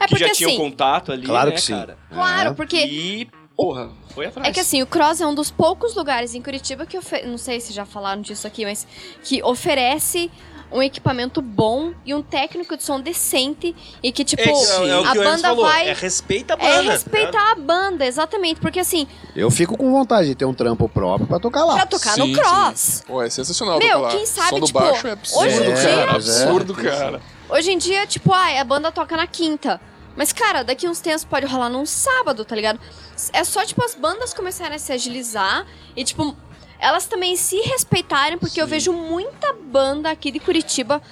É
que
porque
já tinha um
assim.
contato ali,
Claro
né,
que sim.
cara?
Claro, porque
E, porra, foi atrás.
É que assim, o Cross é um dos poucos lugares em Curitiba que ofe- não sei se já falaram disso aqui, mas que oferece um equipamento bom e um técnico de som decente e que tipo
é, que- é o que
a
o Anderson
banda
falou:
vai
É respeita a banda.
é
tá ligado?
respeitar a banda, exatamente, porque assim,
Eu fico com vontade de ter um trampo próprio pra tocar lá.
pra tocar
sim,
no Cross.
Pô, é sensacional.
Meu,
tocar lá.
quem sabe,
Som do
tipo,
baixo é absurdo,
hoje em dia-
cara.
É, pois é.
absurdo, cara.
Hoje em dia, tipo, ai, a banda toca na quinta. Mas, cara, daqui uns tempos pode rolar num sábado, tá ligado? É só, tipo, as bandas começarem a se agilizar e, tipo, elas também se respeitarem, porque eu vejo muita banda aqui de Curitiba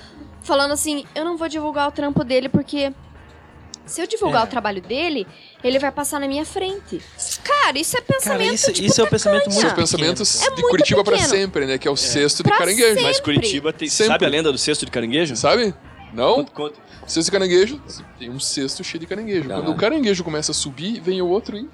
falando assim: eu não vou divulgar o trampo dele porque. Se eu divulgar
É.
o trabalho dele, ele vai passar na minha frente. Cara, isso é pensamento.
Cara, isso,
tipo,
isso é um pensamento
São
muito.
pensamentos
pequeno.
de Curitiba pra
é pequeno.
sempre, né? Que é o sexto de
Pra
caranguejo,
Mas
sempre.
Curitiba tem.
Sempre.
Sabe a lenda do cesto de caranguejo?
sabe?
Então,
Não?
Quanto- quanto-
Cesto de caranguejo, tem um cesto cheio de caranguejo.
Caralho.
Quando o caranguejo começa a subir, vem o outro e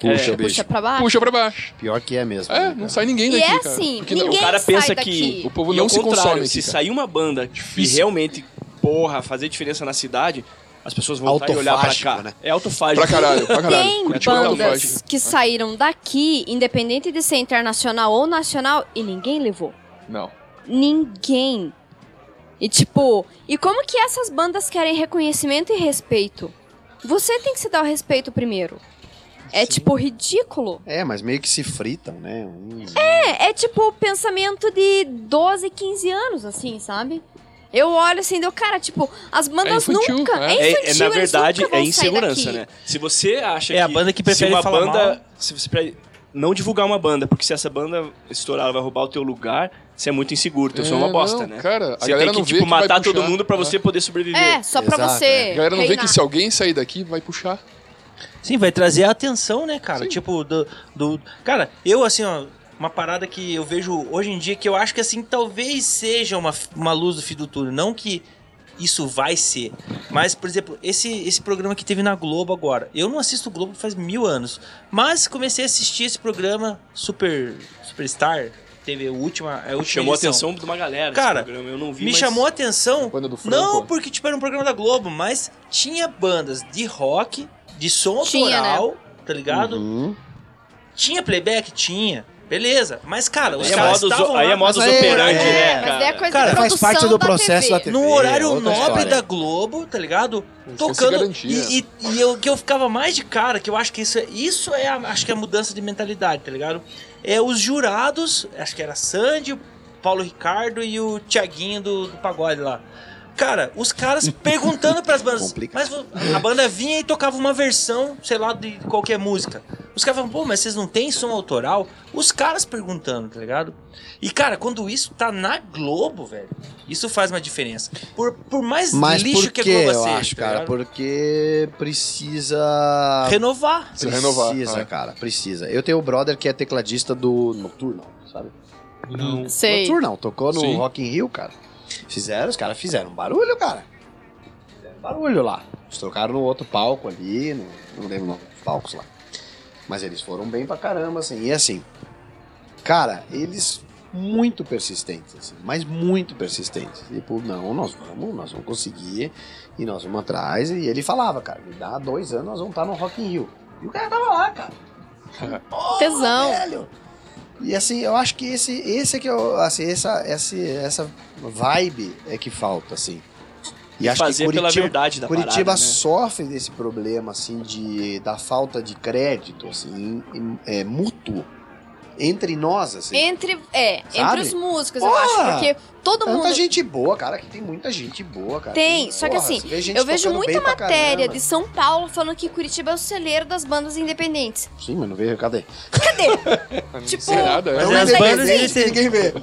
Puxa,
É,
bicho.
Puxa pra baixo.
puxa pra baixo.
Pior que é mesmo. né,
É,
cara?
não sai ninguém
Ah. E
daqui,
é
cara.
assim,
Porque
O
ninguém
cara
sai
pensa
daqui.
que.
O povo
e
não
ao
se
contrário,
consome aqui,
Se
cara.
sair uma banda que
Difícil.
realmente, porra, fazer diferença na cidade, as pessoas vão voltar e olhar pra
Autofágico,
cá.
né?
É autofágico.
Pra caralho, pra caralho.
Tem
Curitiba é
bandas
autofágico.
que saíram daqui, independente de ser internacional ou nacional, e ninguém levou.
Não.
Ninguém. E tipo, e como que essas bandas querem reconhecimento e respeito? Você tem que se dar o respeito primeiro. É tipo ridículo.
É, mas meio que se fritam, né? Hum.
É, é tipo o pensamento de 12, 15 anos, assim, sabe? Eu olho assim, deu cara, tipo, as bandas
infantil,
nunca.
é.
É
É-
infantil,
é, na
eles
verdade,
nunca vão
é
sair
insegurança,
daqui.
né? Se você acha
É,
que.
a banda que prefere
se uma
falar
banda.
mal.
Se você pre- não divulgar uma banda, porque se essa banda estourar, ela vai roubar o teu lugar, você é muito inseguro, teu som é uma
É,
bosta,
não,
né?
Cara, a
você
galera
tem que,
não vê
tipo,
que vai
matar todo
puxar.
mundo pra
É.
você poder sobreviver.
É, só pra
Exato,
você.
é.
né? A galera não vê
reinar.
que se alguém sair daqui, vai puxar.
Sim, vai trazer a atenção, né, cara?
Sim.
Tipo, do, do. Cara, eu assim, ó. Uma parada que eu vejo hoje em dia que eu acho que assim, talvez seja uma, uma luz do fim do túnel. Não que isso vai ser. Mas, por exemplo, esse, esse programa que teve na Globo agora. Eu não assisto Globo faz mil anos. Mas comecei a assistir esse programa Super Superstar. Teve a última. A última
Chamou a
edição.
atenção de uma galera. esse
Cara,
programa, eu não vi.
Me
mas-
chamou a atenção
Banda do Franco.
não porque tipo, era um programa da Globo, mas tinha bandas de rock, de som
Tinha,
né?
autoral, tá ligado?
Uhum.
Tinha playback? Tinha. Beleza. Mas, cara, os
Aí é
caras
modus,
estavam lá
aí é modus
mas aí-
operandi,
É,
né?
Mas daí é
cara?
coisa
Cara,
da
faz
produção
parte do
da
processo da
TV.
TV.
no horário
outra
nobre
história. é
da Globo, tá ligado?
tinha se
Tocando.
garantia.
E, e, e eu, que eu ficava mais de cara, que eu acho que isso é, isso é a, acho que é a mudança de mentalidade, tá ligado? É os jurados, acho que era Sandy, o Paulo Ricardo e o Tiaguinho do, do pagode lá. Cara, os caras perguntando pras bandas.
Complicado.
Mas vo- a banda vinha e tocava uma versão, sei lá, de qualquer música. Os caras falam, pô, mas vocês não têm som autoral? Os caras perguntando, tá ligado? E, cara, quando isso tá na Globo, velho, isso faz uma diferença. Por, por mais
Mas
lixo
por
é
que a
que
Globo
eu
seja,
acho,
tá
cara?
ligado?
Porque precisa...
Renovar.
Precisa
Precisa,
renovar. Ah.
cara, precisa. Eu tenho um brother que é tecladista do Nocturnal, sabe?
Não.
Sei.
Nocturnal, tocou no
Sim.
Rock in Rio, cara. Fizeram, os caras fizeram um barulho, cara. Fizeram um barulho lá. Eles tocaram no outro palco ali, no, não lembro o nome dos palcos lá. Mas eles foram bem pra caramba, assim. E assim, cara, eles muito persistentes, assim, mas muito persistentes. Tipo, não, nós vamos, nós vamos conseguir e nós vamos atrás. E ele falava, cara, me dá dois anos, nós vamos estar no Rock in Rio. E o cara tava lá, cara. Porra,
Tesão.
velho. E assim, eu acho que esse, esse é que eu, assim, essa, esse, essa vibe é que falta, assim. E acho
Fazer
que
pela
Curitiba,
verdade da
Curitiba
parada, né?
sofre desse problema, assim, de, da falta de crédito, assim, em- em- é, mútuo entre nós, assim.
Entre, é,
Sabe?
entre os músicos, eu
Porra!
acho, porque todo
Tanta
mundo
gente boa, cara, que tem muita gente boa, cara.
Tem, só que assim,
você vê gente
Eu vejo
tocando
muita
bem pra
matéria
caramba.
de São Paulo falando que Curitiba é o celeiro das bandas independentes.
Sim, mas não vejo, cadê?
Tipo,
Sem nada,
Mas
é.
Não
as
tem
assim,
bandas,
gente,
eles têm-
ninguém vê.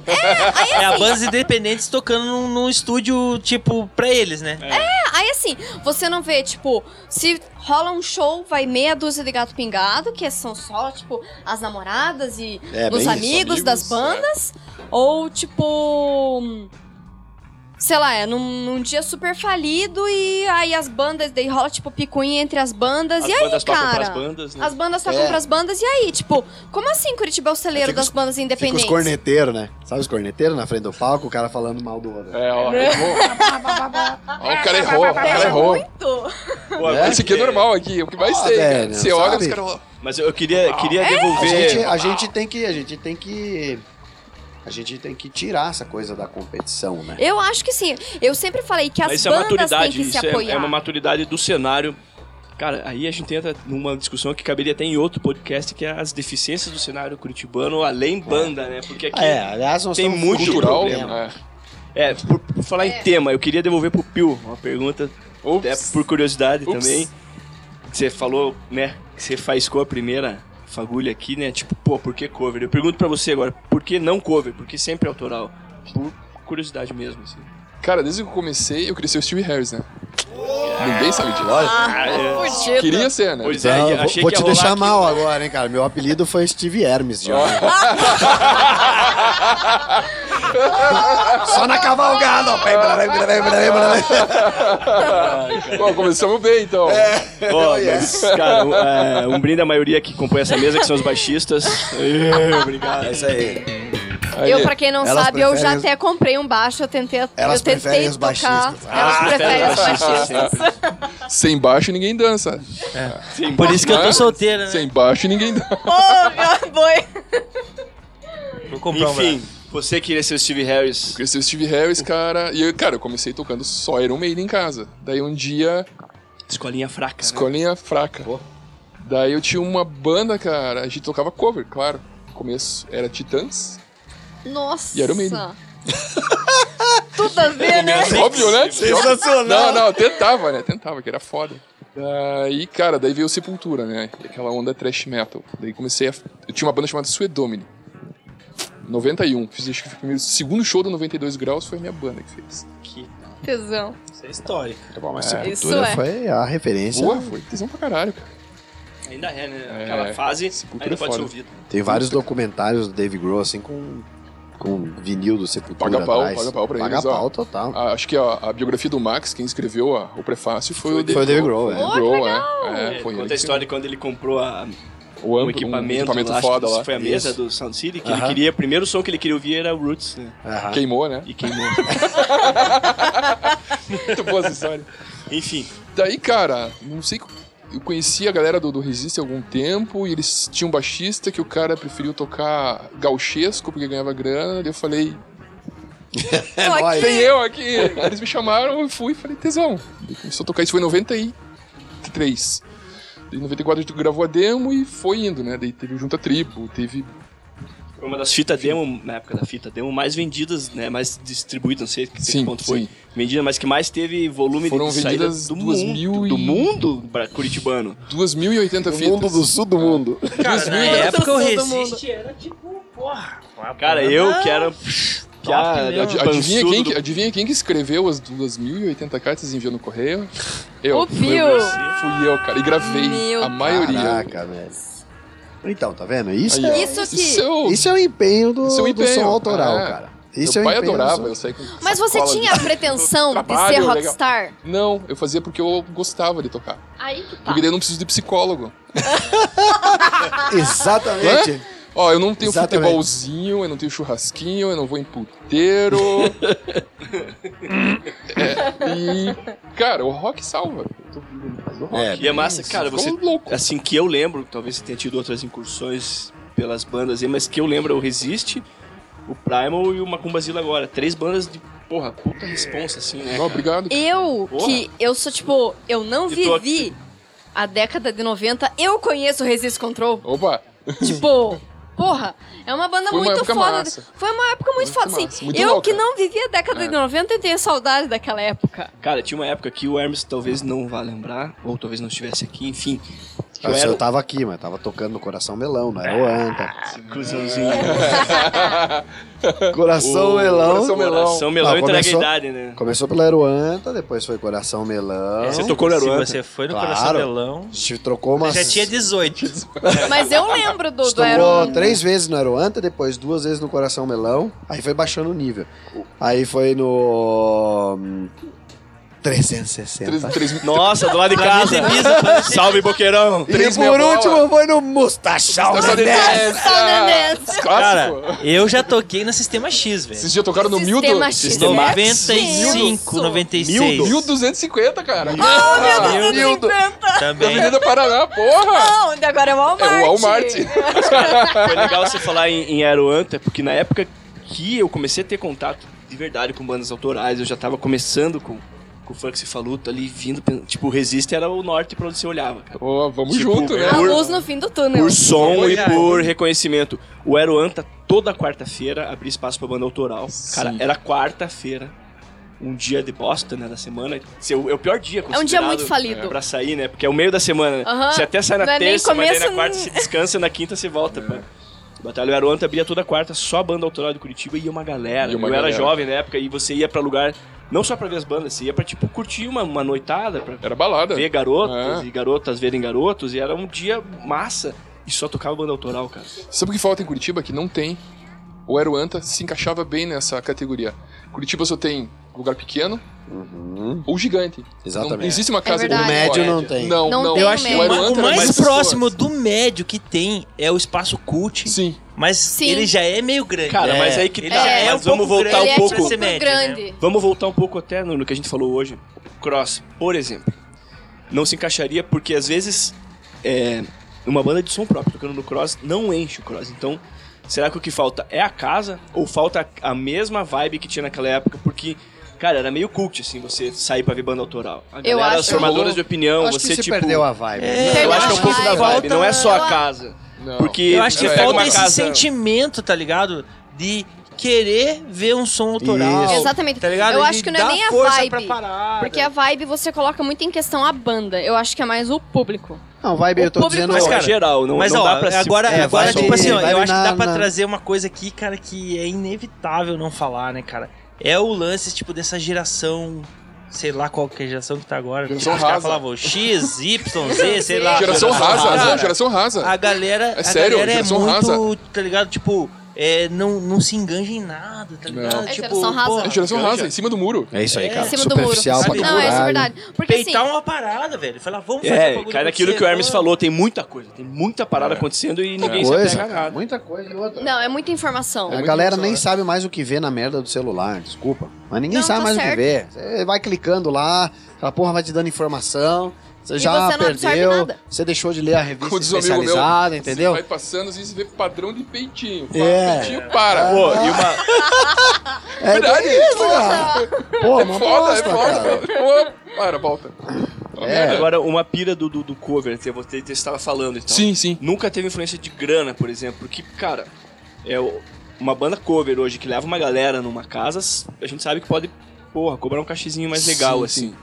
É a bandas independentes tocando num, num estúdio, tipo, pra eles, né?
Ah, Aí assim, você não vê, tipo, se rola um show, vai meia dúzia de gato pingado, que são só, tipo, as namoradas e
É, bem
os
isso,
amigos,
amigos,
das
é.
bandas. Ou, tipo. hum, Sei lá, é num, num dia super falido e aí as bandas, daí rola, tipo, picuinha entre as bandas.
As
e aí,
bandas tocam
cara?
pras bandas, né?
As bandas tocam
É.
pras bandas, e aí? Tipo, como assim Curitiba é o celeiro
Fica
das
os-
bandas
Fica os
independentes?
corneteiros, né? Sabe os corneteiros na frente do palco, o cara falando mal do outro.
É, ó, errou. ó, o cara errou, o cara
Pega
errou.
muito.
Pô,
É?
Esse aqui é normal aqui, é o que mais
Ah,
tem. cara.
velho,
Você olha,
sabe?
os caras falam,
Mas eu queria, queria
A
devolver.
gente, é a gente tem que, a gente tem que, a gente tem que tirar essa coisa da competição, né?
Eu acho que sim. Eu sempre falei que as
Mas isso é
bandas têm
maturidade,
que se
isso é-
apoiar.
é, uma maturidade do cenário. Cara, aí a gente entra numa discussão que caberia até em outro podcast, que é as deficiências do cenário curitibano além banda, né? Porque aqui.
É,
É,
aliás, nós
Tem
estamos
muito
cultural.
problema.
né?
por, por falar
É.
em tema, eu queria devolver pro Pio uma pergunta,
Ops.
até por curiosidade
Ups.
também. Você falou, né, que você faz com a primeira fagulha aqui, né? Tipo, pô, por que cover? Eu pergunto pra você agora, por que não cover? Porque sempre é autoral. Por curiosidade mesmo, assim.
Cara, desde que eu comecei, eu queria ser o Steve Harris, né? Ninguém sabe disso.
Ah, é.
Fudido.
Queria ser, né?
Pois é,
Então,
e
eu vou,
achei
vou
que
te
ia rolar
deixar
aqui.
mal agora, hein, cara. Meu apelido foi Steve Hermes, já. Só na cavalgada, ó. Peraí, peraí, peraí, peraí, peraí, peraí.
é.
Bom, começamos bem, então.
Ó, mas, cara, um, é, um brinde à maioria que compõe essa mesa, que são os baixistas. Ê, Obrigado.
É isso aí.
Aí,
Eu, pra quem não
Elas
sabe, eu já
preferem os-
até comprei um baixo, eu tentei,
Elas
eu tentei
preferem os
tocar.
baixistas.
Elas preferem os baixistas.
sempre.
Sem baixo ninguém dança.
Sim,
Por isso que eu tô
Né?
solteiro, né?
Sem baixo ninguém dança.
Ô, meu boi.
Vou comprar um
Enfim, você queria ser o Steve Harris.
Conheci o Steve Harris, cara. E, eu, cara, eu comecei tocando só Iron Maiden em casa. Daí um dia,
Escolinha fraca. né?
escolinha fraca. Daí eu tinha uma banda, cara. A gente tocava cover, claro. No começo era Titãs.
Nossa.
E era o mínimo.
Tudo a ver, né?
Óbvio, né?
Sensacional.
Não, não, tentava, né? Tentava, que era foda. Daí, cara, daí veio Sepultura, né? Aquela onda trash metal. Daí comecei a. Eu tinha uma banda chamada Suedomini. 91. Fiz acho que o primeiro, segundo show do 92 Graus foi a minha banda que fez.
Tesão.
Isso é histórico.
Tá bom, mas
É.
Isso
Sepultura
é.
foi a referência.
Boa, foi tesão pra caralho, cara.
Ainda é, né?
É.
Aquela fase
Sepultura
ainda
é
pode ser
foda.
ouvido.
Tem vários documentários do Dave Grohl, assim, com, com vinil do Sepultura
Paga pau,
atrás.
paga pau pra
Paga
eles, ó.
pau total.
Ah, acho que a, a biografia do Max, quem escreveu a- o prefácio, foi, o
Foi o Dave Grohl,
Foi o
é.
Oh, que
Grohl, é. É,
É,
foi ele
Conta
que
a história de quando ele comprou a-
escreveu. o,
o
amplo,
equipamento,
um equipamento
lá, acho que
foda lá.
foi a mesa
Isso.
do Sound City, que ele
Aham.
queria, o primeiro som que ele queria ouvir era o Roots, né?
Aham.
Queimou, né?
E queimou.
Muito boa essa história.
Enfim,
Daí, cara, não sei. co- Eu conheci a galera do, do Resist há algum tempo e eles tinham um baixista que o cara preferiu tocar gauchesco porque ganhava grana. Daí eu falei,
É
nóis.
tem eu aqui. Aí eles me chamaram, eu fui e falei, tesão. Daí começou a tocar, isso foi em 93. Daí Em 94 a gente gravou a demo e foi indo, né? Daí teve Junta Tribo, teve.
foi uma das fitas demo, na época da fita demo, mais vendidas, né? Mais distribuídas, não sei que
Sim,
quanto foi.
sim.
Vendida, mas que mais teve volume
Foram
de saída
vendidas
do
duas
mundo,
mil e-
do mundo pra curitibano.
2.080
O
fitas.
mundo do sul do mundo.
Cara, na
mil-
época o
Todo
Resist era tipo, porra. uma
Cara,
banda-
eu que era que a,
mesmo.
ad-
Ah, Adivinha
pançudo
quem,
do-
que, adivinha quem que escreveu as 2.080 cartas e enviou no correio? Eu.
O
Fui
Pio.
Fui eu, cara. E gravei
Meu
a maioria.
Caraca, velho. Então, tá vendo? Isso,
Aí, ó.
é,
Isso aqui.
Isso é o-
isso é o empenho do,
Isso é o
do som
empenho,
autoral,
é.
cara.
Meu
Isso é o
pai
empenho do
adorava,
som.
eu saí com
Mas você
sacola de-
tinha a pretensão de ser
Trabalho, legal.
rockstar?
Não, eu fazia porque eu gostava de tocar.
Aí que tá.
Porque daí eu não preciso de psicólogo.
Exatamente.
Ó, eu não tenho
Exatamente.
futebolzinho, eu não tenho churrasquinho, eu não vou em puteiro. É, e, cara, o rock salva. Eu tô brincando, mas o rock
É,
E é massa, cara,
ficou um
você
louco.
assim que eu lembro, talvez você tenha tido outras incursões pelas bandas aí, mas que eu lembro é o Resist, o Primal e o Macumbazila agora, três bandas de porra, puta responsa assim, né?
Não,
cara?
obrigado.
Eu,
Porra.
que eu sou tipo, eu não
E tô
vivi a década de 90, eu conheço o Resist Control.
Opa,
tipo, Porra, é uma banda
Foi uma
muito
época
foda.
massa.
Foi uma época muito,
Muito
foda,
massa,
assim.
muito
eu
louca.
que não vivia a década
É.
de 90 eu tenho saudade daquela época.
Cara, tinha uma época que o Hermes talvez não vá lembrar, ou talvez não estivesse aqui, enfim. Que eu
Eu,
era
eu tava aqui, mas tava tocando no Coração Melão, não era o Anta.
o cuzãozinho.
Coração
O-
Melão.
É. Coração Melão.
Coração melão
Ah,
entrega a
começou-
idade, né?
Começou pela Aeroanta, depois foi Coração Melão.
Você tocou no
Se
Aruanta?
você foi no
Claro.
Coração Melão,
A gente trocou umas.
já tinha 18.
É.
Mas eu lembro do, do
Estourou
Aeron.
três vezes no Aeroanta, depois duas vezes no Coração Melão. Aí foi baixando o nível. Aí foi no. hum, 360.
Nossa, do lado de casa. Salve, Boqueirão.
E
Três
por
meia bola.
último foi no Mustachão.
Mustachão
Né?
Cara,
Tá Clássico.
eu já toquei na Sistema X,
Esses
velho.
dias tocaram no Mildo.
Sistema X.
Mildo.
95,
Isso.
96.
1250, cara.
Oh, meu Deus,
Mildo.
150.
Da
Também.
Avenida Paraná, porra.
Onde agora é o
É
Walmart.
o Walmart.
Foi legal você falar em, em Aeroanta, porque na época que eu comecei a ter contato de verdade com bandas autorais, eu já tava começando com, com o funk se faluto ali, vindo. pen- Tipo, o Resist era o norte pra onde você olhava, cara.
Pô, vamos
Tipo,
junto, né?
A luz no fim do túnel.
Por
É,
som e
Olha.
por reconhecimento. O Aeroanta, toda quarta-feira, abria espaço pra banda autoral. Cara,
Sim.
era quarta-feira. Um dia de bosta, né, da semana. Esse É o é o pior dia
É um dia
considerado
muito falido.
Pra sair, né? Porque é o meio da semana, né?
Aham.
Você até sai na
Não é nem
terça, mas daí
começo, né?
na quarta
nem-
você descansa, na quinta você volta,
É.
pô. Batalha Aeroanta abria toda quarta, só a banda autoral de Curitiba e ia uma galera. né?
E uma
Eu era
galera.
jovem na época e você ia pra lugar, não só pra ver as bandas, você ia pra, tipo, curtir uma, uma noitada, pra
Era balada.
ver garotas
É.
e garotas verem garotos, e era um dia massa. E só tocava banda autoral, cara.
Sabe o que falta em Curitiba? Que não tem. O Aeroanta se encaixava bem nessa categoria. Curitiba só tem lugar pequeno
Uhum,
ou gigigante. Não
exatamente.
existe uma casa
É verdade.
O
grande
médio
fora.
não tem.
Não,
Não
não.
tem
Eu
o
acho que
médio.
o ma-
é
Aeroanta
o
era
mais
pessoas.
próximo do médio que tem é o espaço cult,
Sim.
mas
Sim.
ele já é meio grande.
Cara,
É.
mas aí que
Ele
tá.
já
Mas
é um
vamos
pouco
voltar
grande
um
Ele é
pouco.
pra
tipo
ser médio, né?
grande.
Vamos voltar um pouco até no, no que a gente falou hoje. Cross, por exemplo, não se encaixaria porque às vezes é, uma banda de som próprio tocando no cross não enche o cross. Então, será que o que falta é a casa ou falta a a mesma vibe que tinha naquela época? Porque, cara, era meio cult assim você sair pra ver banda autoral. A
Eu
galera,
acho-
as formadoras de opinião,
Acho
você
que se
tipo.
perdeu a vibe.
Eu acho que é um
Perdeu a
pouco da
vibe.
vibe, não é só
Falta-
a casa.
Não.
Porque
Eu acho que
pega
falta
É, uma
esse
casa-
sentimento, tá ligado? De querer ver um som autoral.
Isso.
Exatamente.
Tá ligado?
Eu
Ele
acho que não é
dá
nem a
força
vibe,
pra parada.
Porque a vibe você coloca muito em questão a banda. Eu acho que é mais o público.
Não, vibe, eu
O
tô
público-
dizendo.
Mas,
cara,
geral, não,
Mas
não
ó,
dá pra se-
agora,
É,
agora
vai
tipo
ali,
assim, ó,
vai
eu acho que
na-
dá pra
na-
trazer uma coisa aqui, cara, que é inevitável não falar, né, cara? É o lance, tipo, dessa geração. Sei lá qual que é a geração que tá agora.
Geração
Os caras
rasa.
falavam X, Y, Z, sei lá.
Geração rasa,
Cara,
não, geração rasa.
A galera,
É
a
sério,
galera é
geração
muito,
rasa.
tá ligado? Tipo, é, não, não se enganja em nada, tá ligado?
Não.
É
tipo,
geração rasa.
porra,
É geração rasa, em cima do muro.
É isso aí,
É.
cara.
em cima do muro.
Superficial
Sabe?
pra
Não,
caralho.
isso é verdade. Porque assim,
peitar uma parada, velho. Falar, vamos fazer um
É,
bagulho
cara, aquilo
acontecer,
que o Hermes
vamos.
falou, tem muita coisa, tem muita parada acontecendo e ninguém se
coisa,
apega a
cara,
nada.
muita coisa e outra.
não, é muita informação.
a
muito
galera
bizarro,
nem
né?
sabe mais o que vê na merda do celular, desculpa. Mas ninguém
Não,
sabe
tá
mais o
certo.
que vê. Você vai clicando lá, aquela porra vai te dando informação, você
E
já
você não absorve
perdeu,
nada.
você deixou de ler a
Como
revista
diz um amigo meu,
especializada, entendeu?
Você vai passando, às vezes você vê padrão de peitinho. Pá,
É.
Peitinho para.
Pô, e uma,
É
Verdade,
isso, cara. Pô,
é
uma
foda,
bosta,
é
cara.
foda. Pô, para, volta.
É.
Agora, então. uma pira do, do, do cover, que você você estava falando e tal.
Sim, sim.
Nunca teve influência de grana, por exemplo, porque, cara, é o- uma banda cover hoje que leva uma galera numa casa, s- a gente sabe que pode, porra, cobrar um cachezinho mais legal,
Sim,
assim.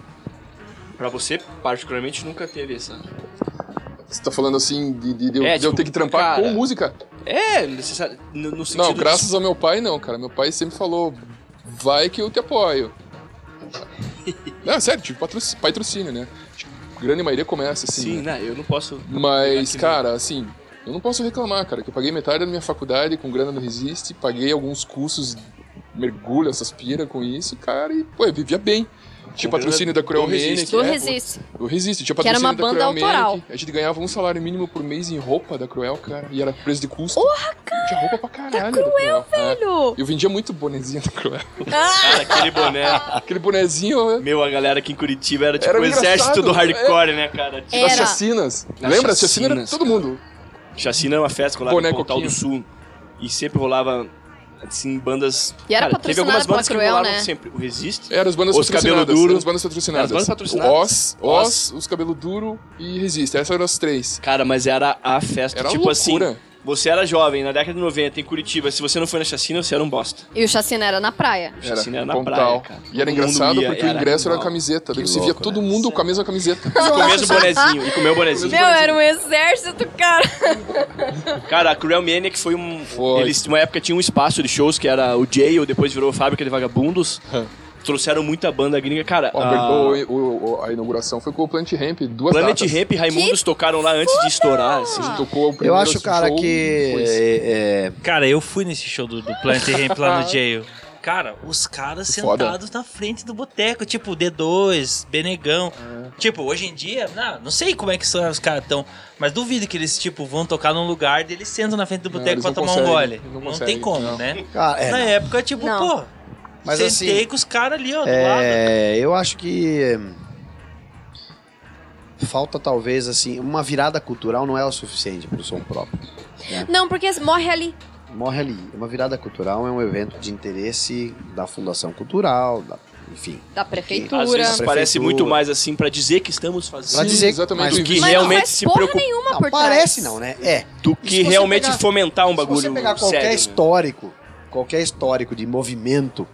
Pra você, particularmente, nunca teve essa.
Você tá falando assim de, de- de eu-
É,
de eu
tipo,
ter que trampar
cara,
com música?
É, necessário, no, no sentido
Não,
de-
graças ao meu pai, não, cara. Meu pai sempre falou, vai que eu te apoio. não, sério, tive patroci- patrocínio, né? Tipo, grande maioria começa assim,
Sim,
né?
né? Eu não posso.
Mas,
Aqui no-
cara, assim, eu não posso reclamar, cara, que eu paguei metade da minha faculdade com grana do Resiste, paguei alguns cursos, mergulho, essas pira com isso, cara, e, pô, eu vivia bem. Tinha
Com
patrocínio
grana
da Cruel
do
Mania,
Resiste.
que
do
é,
resiste.
o Resiste, tinha
Que era
patrocínio
uma
da
banda
Cruel Manic,
autoral.
a gente ganhava um salário mínimo por mês em roupa da Cruel, cara, e era preço de custo. Porra, cara! Tinha roupa
tá
pra caralho da Cruel, velho!
Filho,
Eu vendia muito bonezinho da Cruel.
Cara, aquele boné.
Aquele bonezinho né,
Meu, a galera aqui em Curitiba era tipo
Era
o exército
engraçado,
do hardcore, né, cara? Tipo,
Era.
das chacinas.
Das
Lembra? Chacina era
chacinas,
todo mundo.
Chacina é uma festa que rolava em
Boneco
Pontal do
Quinho.
Sul. E sempre rolava, assim, bandas...
E era
cara, teve
patrocinada
algumas
pela
bandas que
Cruel,
rolavam
né?
sempre. O Resiste...
Era as bandas
Os
patrocinadas.
Cabelo Duro.
Era as bandas patrocinadas.
Era as bandas patrocinadas.
Os, Os, Os Cabelo Duro e Resiste. Essas eram as três.
Cara, mas era a festa,
Era
tipo
uma
assim...
loucura.
Você era jovem, na década de 90, em Curitiba, se você não foi na chacina, você era um bosta.
E o chacina era na praia.
O chacina era,
um
na praia,
pontal.
cara.
E
Todo
era
mundo
engraçado
ia,
porque o ingresso era a
animal.
camiseta. Daí
Que
você via
louco,
todo
né?
mundo com a mesma camiseta.
E comer os bonezinho, e comer o bonezinho.
Meu, era um exército, cara.
Cara, a Cruel Maniac foi um.
Foi.
Eles, uma época tinha um espaço de shows que era o Jail, depois virou Fábrica de Vagabundos.
Hã.
Trouxeram muita banda gringa. Cara,
Ó,
a
o- o- o- a inauguração foi com o Planet Ramp, duas
Ah. Planet
datas.
Ramp e Raimundos tocaram lá antes de estourar. assim.
Tocou o
Eu
primeiro
acho, cara,
show
que.
depois.
é, é,
Cara, eu fui nesse show do, do Planet Ramp lá no Jail. Cara, os caras
Foda.
sentados na frente do boteco, tipo D2, Benegão.
É.
Tipo, hoje em dia, não, não sei como é que são os caras tão, mas duvido que eles tipo vão tocar num lugar deles sentam na frente do
Não,
boteco
eles
pra
não
tomar um
conseguem,
gole.
não
Não,
conseguem,
tem como,
não.
né?
cara, é,
na época, tipo,
Não.
pô,
Mas
sentei
assim,
com os caras ali, ó, do lado.
é, eu acho que eh, falta talvez assim uma virada cultural não é o suficiente para o som próprio.
Não, porque morre ali.
Morre ali. Uma virada cultural é um evento de interesse da Fundação Cultural, da- enfim,
Da
Às
prefeitura.
vezes parece
Prefeitura.
muito mais assim pra dizer que estamos
Pra
fazendo.
dizer-
exatamente
mas
o
do que
Invictus.
Mas
realmente
não faz
se
porra
preocupa.
nenhuma
não
por trás.
parece não, né? É.
Do
se
que
você
realmente
pegar-
fomentar um bagulho.
Se você pegar qualquer
sério, né?
histórico, qualquer histórico de movimento,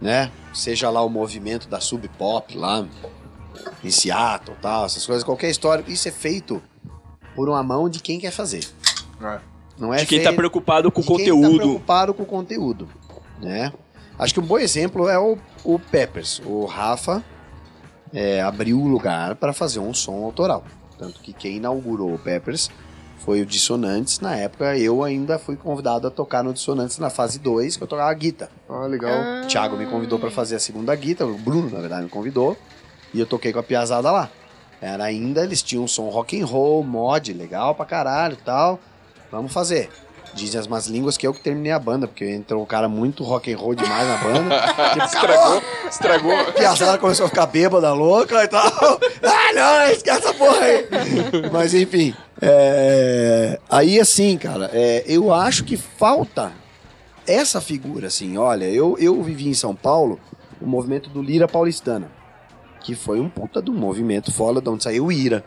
né? Seja lá o movimento da sub pop lá em Seattle, tal, essas coisas, qualquer histórico, isso é feito por uma mão de quem quer fazer.
É.
Não é
De quem tá
feito-
preocupado com o
de Quem tá
conteúdo.
preocupado com o conteúdo, né? Acho que um bom exemplo é o, o Peppers. O Rafa é, abriu o lugar para fazer um som autoral. Tanto que quem inaugurou o Peppers foi o Dissonantes. Na época, eu ainda fui convidado a tocar no Dissonantes na fase 2, que eu tocava a guita.
Ah, legal.
Então, O Thiago me convidou para fazer a segunda guita, o Bruno, na verdade, me convidou. E eu toquei com a piazada lá. Era ainda, eles tinham um som rock and roll, mod, legal pra caralho e tal. Vamos fazer. Dizem as más línguas que eu que terminei a banda, porque entrou um cara muito rock and roll demais na banda. Tipo,
estragou, estragou.
A piazada começou a ficar bêbada, louca e tal. Ah, não, esquece essa porra aí. Mas enfim. é, Aí assim, cara, é, eu acho que falta essa figura, assim, olha, eu, eu vivi em São Paulo o movimento do Lira Paulistana, que foi um puta do movimento foda de onde saiu o Ira,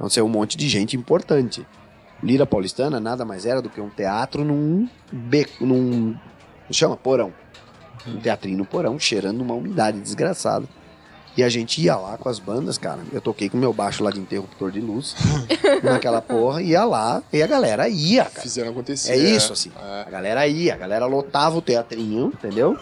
onde saiu um monte de gente importante. O Lira Paulistana nada mais era do que um teatro num beco, num. como chama? Porão. Um teatrinho no porão, cheirando uma umidade desgraçada. E a gente ia lá com as bandas, cara. Eu toquei com meu baixo lá de interruptor de luz, naquela porra, ia lá, e a galera ia, cara.
Fizeram acontecer.
É isso, assim.
É.
A galera ia, a galera lotava o teatrinho, entendeu?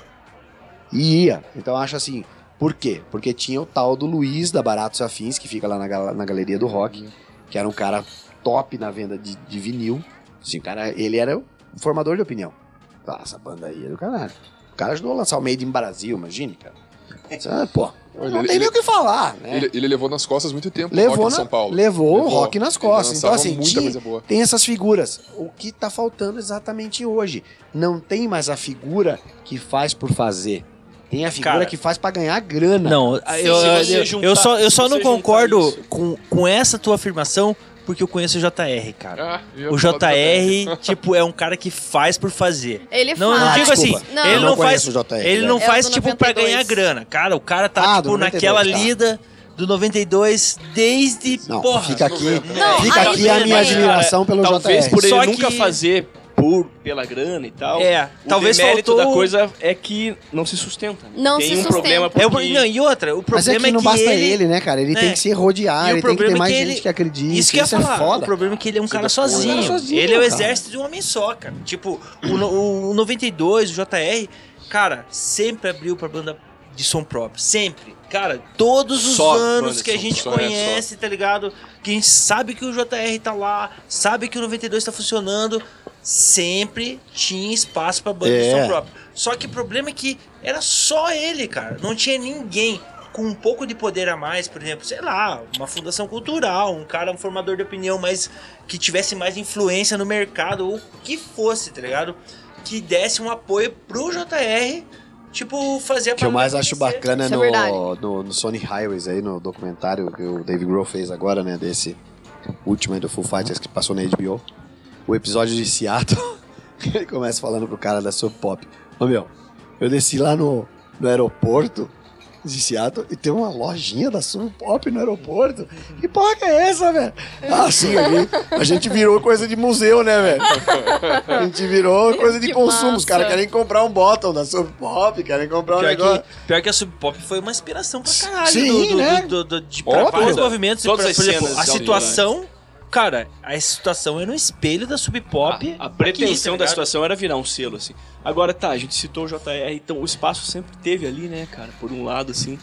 E ia. Então eu acho assim, por quê? Porque tinha o tal do Luiz da Baratos Afins, que fica lá na, gal- na Galeria do Rock, que era um cara top na venda de, de vinil. Assim, o cara, ele era o formador de opinião. Ah, essa banda aí é do caralho. O cara ajudou a lançar o Made in Brasil, imagine, cara. Isso é, Pô,
Olha,
não
ele-
tem nem
ele-
o que falar, né?
É.
Ele, ele levou nas costas muito tempo o rock
levou,
em
na-
São Paulo.
levou o rock nas costas.
Ele
Então,
lançava
assim,
muita
tinha-
coisa boa.
tem essas figuras. O que tá faltando exatamente hoje? Não tem mais a figura que faz por fazer. Tem a figura
Cara,
que faz pra ganhar grana.
Não, eu,
você
eu-
juntar-
eu só, eu só
se
não
você juntar
concordo
isso.
com, com essa tua afirmação porque eu conheço o JR, cara.
Ah, eu ia
O
falar do
JR, tipo, é um cara que faz por fazer.
Ele
Não,
faz.
não digo
desculpa.
assim,
Não.
ele
Eu
não,
não
faz,
conheço o JR,
ele
né?
não
É o
faz
do
tipo pra
92.
ganhar grana. Cara, o cara tá
Ah, do
tipo
92,
naquela
tá.
lida do 92 desde
Não,
porra.
fica aqui,
Não,
fica
aí
aqui a
tudo
minha
bem.
admiração pelo
Talvez
JR.
por ele
Só
nunca
que-
fazer por, pela grana e tal.
É,
O
talvez
demérito
faltou
da coisa é que não se sustenta. né?
Não
Tem
se
um
sustenta.
problema
É o-
porque...
não, e outra, o
Mas é
problema
que não basta ele,
ele
né, cara? Ele
né?
tem que se rodear,
E o
ele tem que
problema
ter
é
mais
que
gente
ele-
que acredita.
Isso que eu ia
é
falar.
foda.
O problema é que ele é um cara sozinho.
Ele é sozinho,
Ele é o
cara.
exército de um homem só, cara. Tipo, o, no- o 92, o JR, cara, sempre abriu pra banda de som próprio. Sempre. Cara, todos os
Só banda
anos
de
que a
som-
gente
só é
conhece, tá ligado? Que a gente sabe que o JR tá lá, sabe que o 92 tá funcionando. Sempre tinha espaço pra banda de
É.
som próprio. Só que o problema é que era só ele, cara. Não tinha ninguém com um pouco de poder a mais, por exemplo, sei lá, uma fundação cultural, um cara, um formador de opinião, mas que tivesse mais influência no mercado, ou o que fosse, tá ligado? Que desse um apoio pro JR, tipo, fazer a
O que eu
parada
mais acho
acontecer.
bacana
Isso é
no,
verdade.
no, no Sony Highways aí, no documentário que o Dave Grohl fez agora, né, desse último aí do Full Fighters que passou na HBO, o episódio de Seattle, ele começa falando pro cara da Sub Pop, ô meu, eu desci lá no, no aeroporto
em Seattle e tem uma lojinha da Sub Pop no aeroporto. Que porra que é essa, velho? Ah, sim, ali a gente virou coisa de museu, né, velho? A gente virou coisa de
Que
consumo. Os
massa.
caras querem comprar um bottle da Sub Pop, querem comprar um
Pior
negócio.
que, pior que a Sub Pop foi uma inspiração pra caralho.
Sim,
do, do,
né?
do- do- de, pra
Óbvio.
vários movimentos.
Todas
pra-
as
por exemplo,
cenas
a
de
situação... Cara, a situação era um espelho da Sub Pop.
A, a
aqui,
pretensão
tá
da
ligado?
situação era virar um selo, assim. Agora tá, a gente citou o JR, então o espaço sempre teve ali, né, cara? Por um lado, assim.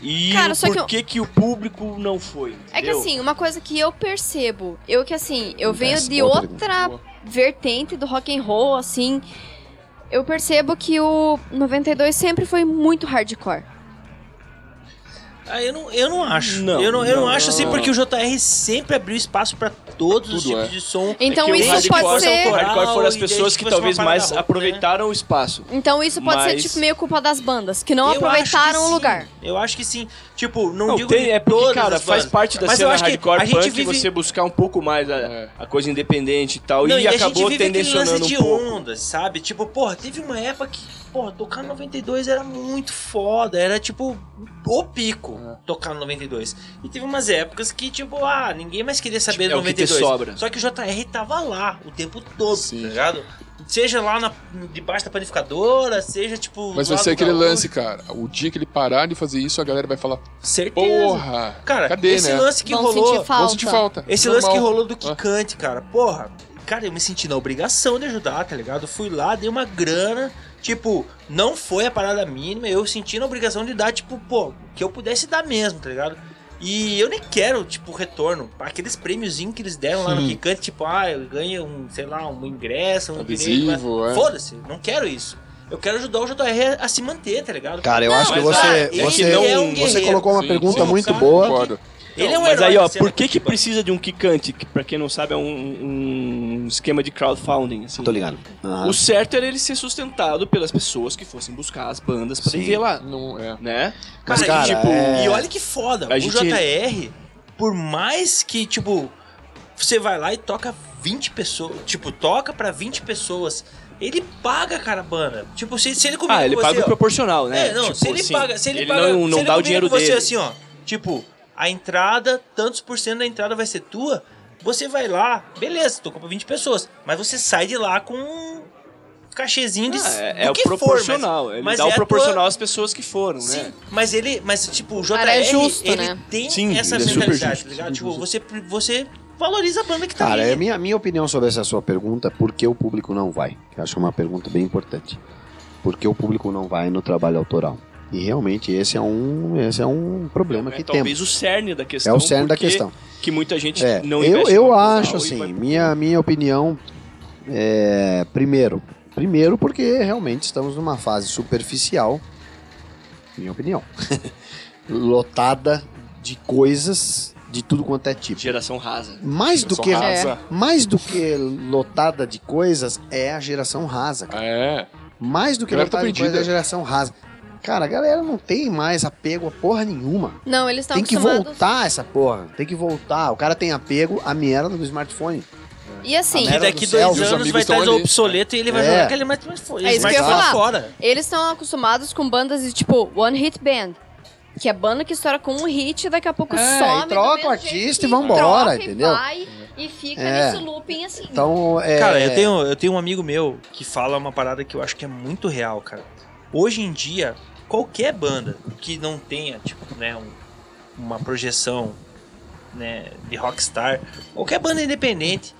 E
Cara, só
por
que eu-
que, que o público não foi?
É que
entendeu?
assim, uma coisa que eu percebo, eu que assim, eu venho
Essa
de
outra
outra
Boa.
vertente do rock and roll, assim, eu percebo que o 92 sempre foi muito hardcore.
É
Ah, eu não, eu não acho.
Não,
eu não, eu não,
não,
acho assim,
não.
porque o JR sempre abriu espaço pra todos os
Tudo,
tipos
é.
de som.
Então
É que o
isso pode
hardcore-
ser,
O hardcore foram as
E daí
pessoas que
que fosse uma
talvez
parada
mais
roupa, né?
aproveitaram o espaço.
então isso pode
Mas-
ser tipo meio culpa das bandas que não
Eu acho
aproveitaram
que
o
sim.
lugar.
Eu acho que sim. Tipo, não,
Não,
digo
tem,
de
é porque,
todas
cara,
as
faz
bandas,
parte da
mas eu
cena
acho que
hardcore
a gente
punk
vive-
você buscar um pouco mais a,
É.
a coisa independente e tal.
Não,
e,
e
acabou
a gente vive aquele
tendencionando
lance de
um pouco.
ondas, sabe? Tipo, porra, teve uma época que, porra, tocar no 92 era muito foda, era tipo o pico
É.
tocar no 92. E teve umas épocas que, tipo, ah, ninguém mais queria saber
Tipo,
do
é o que te
92.
sobra.
Só que o JR tava lá o tempo todo,
Sim.
tá ligado? Seja lá na- debaixo da panificadora, seja tipo.
Mas
do
vai
lado
ser aquele
da-
lance, cara. O dia que ele parar de fazer isso, a galera vai falar:
Certeza.
Porra!
Cara,
cadê,
esse
né?
lance que
Vão
rolou.
sentir falta.
Vamos sentir falta.
Esse
Normal.
lance que rolou do
Ah.
Kikante, cara, porra, cara, eu me senti na obrigação de ajudar, tá ligado? Fui lá, dei uma grana, tipo, não foi a parada mínima, eu senti na obrigação de dar, tipo, pô, que eu pudesse dar mesmo, tá ligado? E eu nem quero, tipo, retorno. Aqueles prêmiozinhos que eles deram lá no Kikante, tipo, ah, eu ganho um, sei lá, um ingresso, um
Adesivo,
direito, mas-
Tá é.
Foda-se, não quero isso. Eu quero ajudar o JR a se manter, tá ligado?
Cara, eu acho que
mas,
você-
ele
você-
é um
Você
guerreiro.
colocou uma
Sim,
pergunta
sim.
muito
Cara,
boa.
Concordo.
Ele é um
Mas
herói
aí, ó,
da cena
por que que
Kikante.
precisa de um quicante? Que pra quem não sabe é um, um esquema de crowdfunding, assim.
Tô ligado. Aham.
O certo era ele ser sustentado pelas pessoas que fossem buscar as bandas pra ir
Sim.
ver lá,
Não é.
né?
Mas,
Cara,
cara,
e, tipo,
é-
e olha que foda.
A
o
gente-
JR, por mais que, tipo, você vai lá e toca 20 pessoas. Tipo, toca pra 20 pessoas. Ele paga, cara, a banda. Tipo, se, se ele comigo
Ah, ele
você,
paga o
ó,
proporcional, né?
É, não,
Tipo,
se ele
assim,
paga. Se ele,
ele
paga,
não,
se
não
ele
dá o
combina
dinheiro
com você
dele.
assim, ó. Tipo, a entrada, tantos por cento da entrada vai ser tua. Você vai lá, beleza, tocou pra 20 pessoas. Mas você sai de lá com um cachezinho de.
Ah,
do
é, é o
que for, mas-
proporcional. ele
mas
dá
é
o
a tua-
proporcional às pessoas que foram,
Sim,
né?
mas ele, mas tipo, o JR,
Cara, é justo,
ele
né?
tem
Sim,
essa
ele é super
mentalidade,
justo,
tá ligado? Tipo, você, você valoriza a banda que tá
Cara,
ali.
é minha, minha opinião sobre essa sua pergunta, por que o público não vai? Eu acho que é uma pergunta bem importante. Por que o público não vai no trabalho autoral? E realmente esse é um, esse é um problema que
é
temos.
talvez o cerne da questão.
É o cerne da
porque
questão.
Que muita gente
É,
não
eu,
investe
eu
no canal
acho
e
assim,
vai-
minha, minha opinião é, primeiro, primeiro porque realmente estamos numa fase superficial, minha opinião, lotada de coisas de tudo quanto é tipo.
Geração rasa. né?
Mais do
Geração
que é,
rasa.
mais do que lotada de coisas é a geração rasa, cara.
É.
Mais do que
A galera tá
lotada de coisas é
perdida.
a geração rasa. Cara, a galera não tem mais apego a porra nenhuma.
Não, eles estão
Tem que
acostumados.
voltar essa porra. Tem que voltar. O cara tem apego à merda do smartphone.
E assim,
A
Que
merda
daqui
do
dois
céu,
os
anos
amigos
vai estar
tão ali.
obsoleto e ele vai
É.
jogar aquele mais mais fora.
É isso
Vai
que eu ia
jogar
falar.
fora.
eles estão acostumados com bandas de tipo One Hit Band. Que é banda que estoura com um hit e daqui a pouco
É,
some.
e
do
troca
mesmo
o
jeito
artista
que
e vambora,
troca e
entendeu?
vai e fica
É.
nesse looping assim.
Então, é.
Cara, eu tenho, eu tenho um amigo meu que fala uma parada que eu acho que é muito real, cara. Hoje em dia, qualquer banda que não tenha, tipo, né, um- uma projeção né, de rockstar, qualquer banda independente,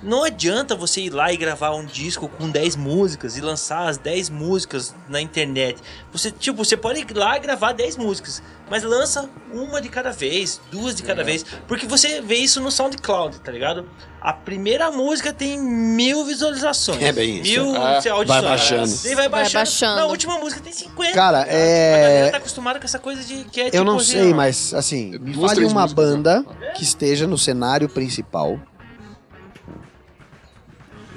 não adianta você ir lá e gravar um disco com 10 músicas e lançar as 10 músicas na internet. Você, tipo, você pode ir lá e gravar 10 músicas, mas lança uma de cada vez, duas de
É.
cada vez, porque você vê isso no SoundCloud, tá ligado? A primeira música tem mil visualizações.
É bem isso.
Mil
Ah,
sei,
vai
audições.
baixando.
Daí vai
Vai
baixando.
baixando.
Na última música tem 50.
Cara,
tá ligado?
é-
A galera tá acostumada com essa coisa de que é
Eu
tipo
não
assim,
sei,
ó,
mas assim, me
Duas,
fale
três
uma
músicas,
banda
né?
que esteja no cenário principal.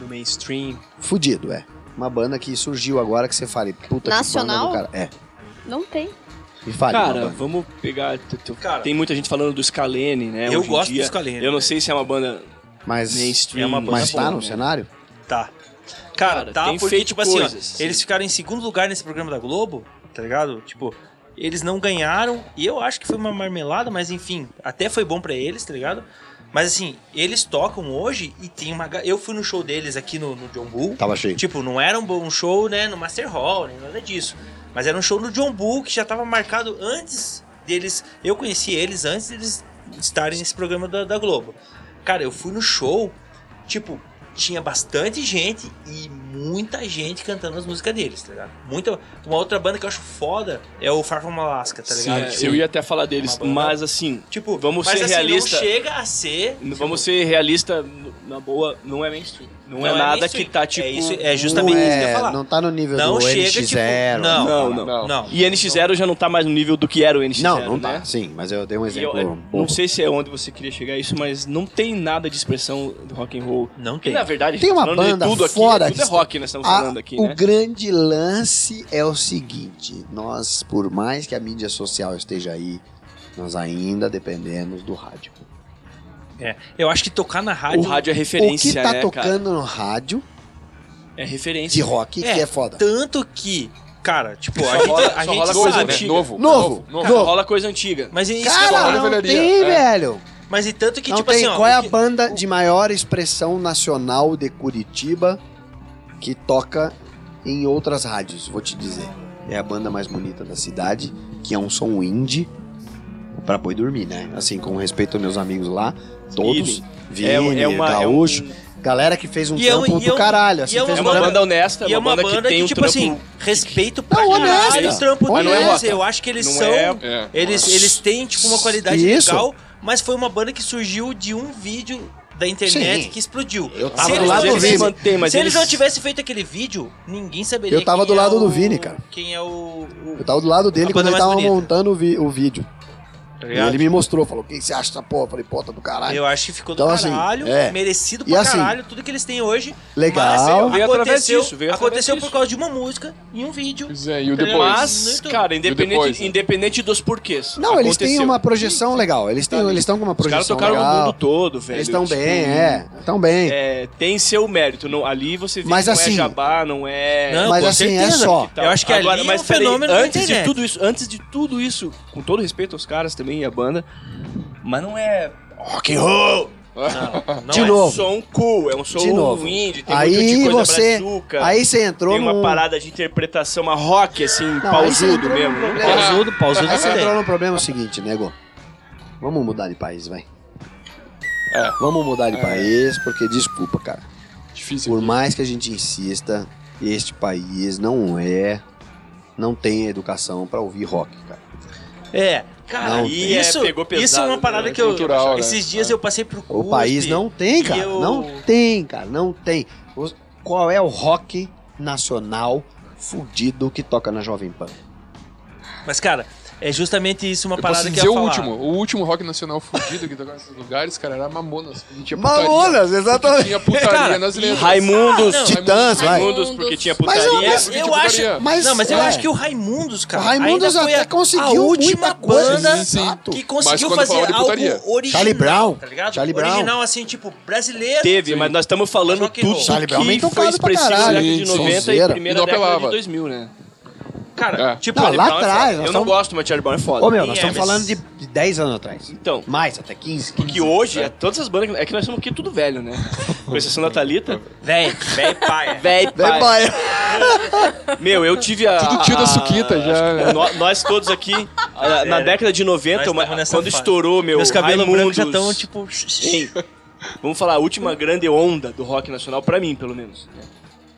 No mainstream.
Fudido, é. Uma banda que surgiu agora que você fale, puta
Nacional?
que banda do cara.
Não tem.
É, me fale. uma
Cara,
banda.
vamos pegar. t- t-
Cara,
tem muita gente falando do Scalene, né?
eu
hoje em
gosto
dia.
do Scalene. né?
Eu não sei se é uma banda
mas,
mainstream.
é uma banda
mas tá
boa,
no
né?
cenário?
Tá. Cara,
Cara,
tá
tem
porque,
feito
tipo
coisas,
assim, ó,
sim.
eles ficaram em segundo lugar nesse programa da Globo, tá ligado? Tipo, Eles não ganharam. E eu acho que foi uma marmelada, mas enfim, até foi bom pra eles, tá ligado? Mas assim, eles tocam hoje e tem uma. ga- Eu fui no show deles aqui no, no John Bull.
Tava cheio.
Tipo, não era um bom show, né, no Master Hall, nem nada disso. Mas era um show no John Bull que já tava marcado antes deles. Eu conheci eles antes deles estarem nesse programa da, da Globo. Cara, eu fui no show, tipo, tinha bastante gente e muita gente cantando as músicas deles, tá ligado? Muita, uma outra banda que eu acho foda é o Far From Alaska, tá ligado?
Sim,
Tipo,
sim.
Eu ia até falar deles.
Uma banda.
Mas assim,
Tipo,
Vamos
mas
ser
assim,
realista.
Não chega a ser.
vamos ser realista, na boa, não é mainstream. Não, é, nada
mainstream.
que tá tipo.
É, isso, é justamente
não
isso que eu ia falar.
Não tá no nível
Não
do
chega,
NX0.
tipo, não.
Não, não.
Não.
Não.
E NX0 já não tá mais no nível do que era o NX0.
Não, não
né?
tá. Sim, mas eu dei um
E eu-
exemplo.
eu
bom.
não sei se é onde você queria chegar isso, mas não tem nada de expressão do rock and roll.
Não
Porque
tem.
na verdade, tá
Tem uma
falando de
banda
tudo aqui,
fora
tudo é
que-
rock, nós estamos
A-
falando aqui,
o
né?
grande lance é o seguinte: nós, por mais que a mídia social esteja aí, nós ainda dependemos do rádio.
É. Eu acho que tocar na rádio.
O rádio é
O que
referência,
tá
né, cara?
tocando no rádio
É referência.
de rock
É.
que é foda.
Tanto que, cara, tipo, a
Só
gente,
rola-
a
só
gente
rola
sabe.
coisa
Novo, né?
antiga.
Novo.
Novo,
Novo.
Cara, rola coisa antiga.
Mas é isso que eu
Cara,
Escola,
falo.
não
revelia,
tem,
é.
velho.
Mas e tanto que,
não
tipo
tem.
assim, ó.
Qual é
o
a
que-
banda de maior expressão nacional de Curitiba que toca em outras rádios? Vou te dizer. É a banda mais bonita da cidade, que é um som indie pra boi dormir, né? Assim, com respeito aos meus amigos lá, todos. Vini,
É um-
Gaúcho.
é
Galera que fez um
E é um-
trampo
e é
do
um-
caralho. Assim,
e é
um-
fez
é
um
uma
trampo-
banda honesta,
E é uma banda
que tem
que,
um
tipo
trampo-
assim, respeito pra
Não,
caralho
honesta.
o trampo
Mas
não é
deles.
rock.
Eu acho que eles
Não
são.
é-
É.
Eles, eles têm, tipo, uma qualidade
Isso.
legal, mas foi uma banda que surgiu de um vídeo da internet
Sim.
que explodiu.
Eu
Se
tava
eles
do
não
lado do
tivessem-
Vini.
mantêm, mas
se eles não
eles-
tivessem feito aquele vídeo, ninguém saberia.
Eu tava
quem
do lado
é
do
o-
Vini, cara.
Quem é o. o-
Eu tava do lado dele
A
quando
banda
ele
mais
tava
bonita.
montando o, vi- o vídeo.
tá
E
ligado?
ele me mostrou, falou: Quem você acha dessa porra? Eu falei: Pô, tá do caralho.
Eu acho que ficou do
Então, assim,
caralho,
é.
merecido
E
pra
assim,
caralho, tudo que eles têm hoje.
Legal.
Mas assim,
Veio através
aconteceu,
disso, veio através
aconteceu por
disso.
causa de uma música e um vídeo.
Pois é, e o
Tá
depois?
ligado?
Mas,
Muito.
cara, independente,
Depois, né?
independente dos porquês.
Não, eles têm
aconteceu.
uma projeção legal. Eles têm, eles estão com uma
Os caras
projeção
tocaram no
legal.
mundo todo, velho.
eles estão
Tipo,
bem, é. Estão bem.
é, Tem seu mérito. Não, ali você vê
Mas
que não
assim-
é jabá, não é.
Não,
mas
com
assim, é
certeza.
só.
Eu acho que
Agora,
ali é
mas
um
peraí,
fenômeno da
antes de
internet.
tudo isso, antes de tudo isso, com todo respeito aos caras também e à banda, mas não é rock and roll.
Não, não
De
é.
novo.
É um som cool, é um som
De novo.
indie, tem
Aí
muito de coisa
você-
brazuca,
Aí você entrou
tem uma
num...
parada de interpretação, uma rock assim,
aí você
pausudo
entrou
mesmo. né?
num problema.
Pausudo, pausudo
Aí
você
você
tem.
é.
entrou no problema seguinte, nego. Vamos mudar de país, vai.
É.
Vamos mudar de país, porque desculpa, cara.
Difícil.
Por mais que a gente insista, este país não é. Não tem educação pra ouvir rock, cara.
É. Cara,
Não,
tem.
isso,
É, pegou pesado,
isso é uma parada
né?
que eu.
Cultural, né?
Esses dias eu passei pro
O
CUSP,
país não tem,
e
cara.
eu-
Não tem, cara. Não tem. Os- Qual é o rock nacional fudido que toca na Jovem Pan?
Mas, cara, é justamente isso uma
Eu
parada
posso
que
dizer
eu ia
o
falar.
último. O último rock nacional fudido que tocava nesses lugares, cara, era Mamonas. Não tinha putaria.
Mamonas,
Não
exatamente.
tinha putaria
Cara,
nas letras.
Raimundos,
Ah, não,
Titãs, vai.
Raimundos, Ah, porque tinha
Mas eu-
putaria.
Mas
Porque
eu
tinha
acho.
putaria.
Mas,
não, mas eu
é,
acho que o Raimundos,
o
cara,
Raimundos
ainda foi
até
a,
conseguiu
a última
muita coisa.
banda
Sim, sim.
Exato.
que conseguiu
Mas quando
fazer
fala de putaria.
algo original,
Charlie Brown.
tá ligado?
Charlie Brown.
Original, assim, tipo, brasileiro.
Teve, mas nós estamos falando
Rock and
tudo
roll.
Charlie Brown bem
que foi
tocado
expressivo
pra
na
caralho.
década de
Sim,
90 e
sonzeira.
primeira
E não
década de
apelava.
2000, né?
Cara,
É.
tipo,
Não,
Charlie
lá
Brown é foda.
atrás,
Eu
nós
não
estamos-
gosto, mas Charlie Brown é foda.
Ô meu, nós
É,
estamos
mas-
falando de de 10 anos atrás.
Então,
Mais, até 15.
porque hoje, é, todas as bandas... É que nós somos aqui tudo velho, né? Com exceção da Thalita.
velho, velho paia.
Véi,
Vem, pai.
Meu, eu tive a...
Tudo tio
a-
da Suquita já, né?
No- nós todos aqui, a- na
É.
década de 90,
Nós
uma-
tamo
quando
nessa fase.
estourou, meu,
Meus cabelos
Raimundos,
brancos já estão, tipo.
Sim. Vamos falar, a última grande onda do rock nacional, pra mim, pelo menos. né?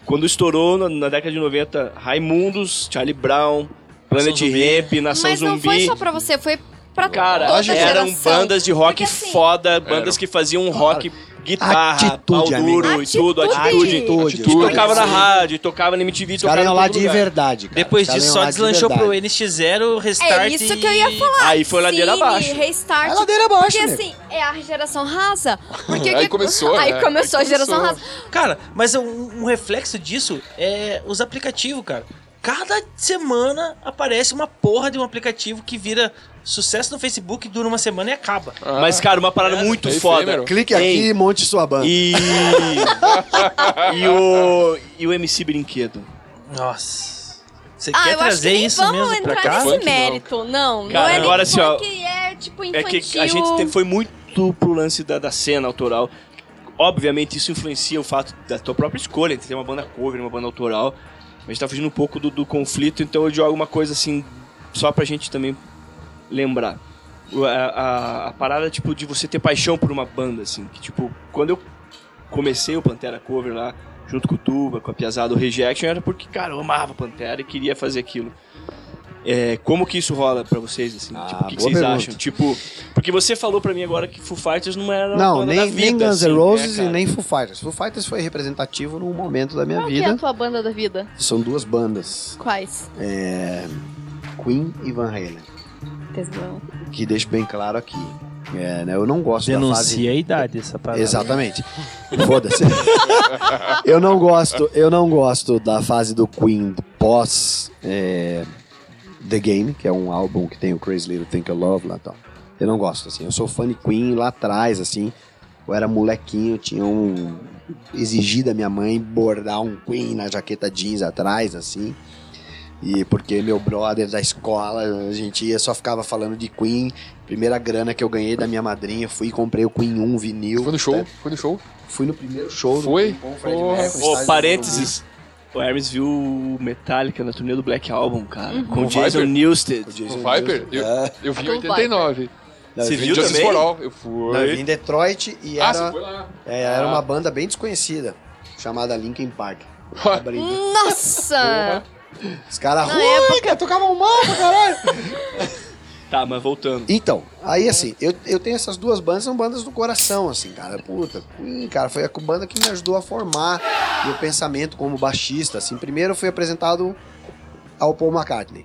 Quando estourou na, na década de 90, Raimundos, Charlie Brown, Planet
Nação Zumbi.
Ramp, Nação
Mas não
Zumbi.
foi só pra você, foi pra
Cara,
toda
eram
geração.
bandas de rock
Porque, assim,
foda, bandas que faziam rock guitarra,
Atitude,
pau duro
amigo.
e tudo,
Atitude.
atitude.
Atitude.
E
Tudo.
tocava na rádio, tocava na MTV,
Os caras
tocava
iam
em
lá
todo
de
lugar.
verdade. cara.
Depois
Os caras
disso,
iam
só
lá de
deslanchou pro
verdade.
NX0, Restart.
É isso que eu ia falar.
Aí foi ladeira
Cine,
abaixo.
Restart.
É ladeira abaixo,
Porque
nego.
assim, é a geração rasa. Porque
Aí
que-
começou,
Aí
né?
começou a
Aí
geração
começou.
rasa.
Cara, mas um, um reflexo disso é os aplicativos, cara. Cada semana aparece uma porra de um aplicativo que vira sucesso no Facebook, dura uma semana e acaba.
Ah,
Mas, cara, uma parada muito
é
foda.
efêmero.
Clique aqui e monte sua banda.
E. e, o, e o MC Brinquedo.
Nossa. Você
Ah, eu
quer
acho que
trazer
nem
isso
vamos
mesmo pra
entrar
cá?
nesse
Funk, não.
mérito. Não, não
Cara,
é nem
agora, assim, ó,
funk, é tipo
É
infantil.
que a gente tem- foi muito pro lance da, da cena autoral. Obviamente isso influencia o fato da tua própria escolha, entre ter uma banda cover, uma banda autoral. A gente tá fugindo um pouco do, do conflito, então eu jogo uma coisa assim, só pra gente também lembrar. O- A, a- a parada, tipo, de você ter paixão por uma banda, assim. Que, tipo, quando eu comecei o Pantera Cover lá, junto com o Tuba, com a Piazada, o Rejection, era porque, cara, eu amava Pantera e queria fazer aquilo. É, como que isso rola pra vocês, assim?
Ah,
tipo, o que, que
boa
vocês
pergunta.
acham? Tipo, porque você falou pra mim agora que Foo Fighters não era uma
Não,
banda da
nem,
vida,
nem Guns
assim,
N'
né,
Roses e
cara?
nem Foo Fighters. Foo Fighters foi representativo num momento da minha
Qual que é a
vida.
tua banda da vida?
São duas bandas,
Quais?
Queen e Van Halen,
Tesão.
que deixo bem claro aqui. É, né, eu não gosto da fase
Denuncia a idade essa parada.
Exatamente. Foda-se. eu não gosto, eu não gosto da fase do Queen pós é, The Game, que é um álbum que tem o Crazy Little Thing I Love lá e tal. Eu não gosto assim. Eu sou fã de Queen lá atrás assim. Eu era molequinho, tinha um exigi da minha mãe bordar um Queen na jaqueta jeans atrás assim. E porque meu brother da escola, a gente ia, só ficava falando de Queen. Primeira grana que eu ganhei da minha madrinha, fui e comprei o Queen 1 vinil.
Foi no show? Foi no show?
Fui no primeiro show do
Foi?
Pimpom, Fred
Porra.
Mercury,
Ô,
estágio
parênteses. O Hermes viu o Metallica na turnê do Black Album, cara.
Uhum.
Com
Com
o Jason
Viper?
Newsted.
do Jason
O Viper?
Newsted.
Eu,
É.
eu vi em
Com o
89.
Não, eu
Você
vim-
Vi
viu
Justice
também?
for All. Eu
não, eu vim
fui.
em Detroit e
Ah,
era,
você foi Ah. lá.
é, era uma banda bem desconhecida, chamada Linkin Park.
Hum.
Abrindo.
Nossa!
Os caras
Na
"Ui, cara, tocavam mal pra caralho.
Tá, mas voltando.
Então, aí assim, eu, eu tenho essas duas bandas, são bandas do coração, assim, cara. Puta, Queen, cara, foi a banda que me ajudou a formar meu pensamento como baixista, assim. Primeiro eu fui apresentado ao Paul McCartney.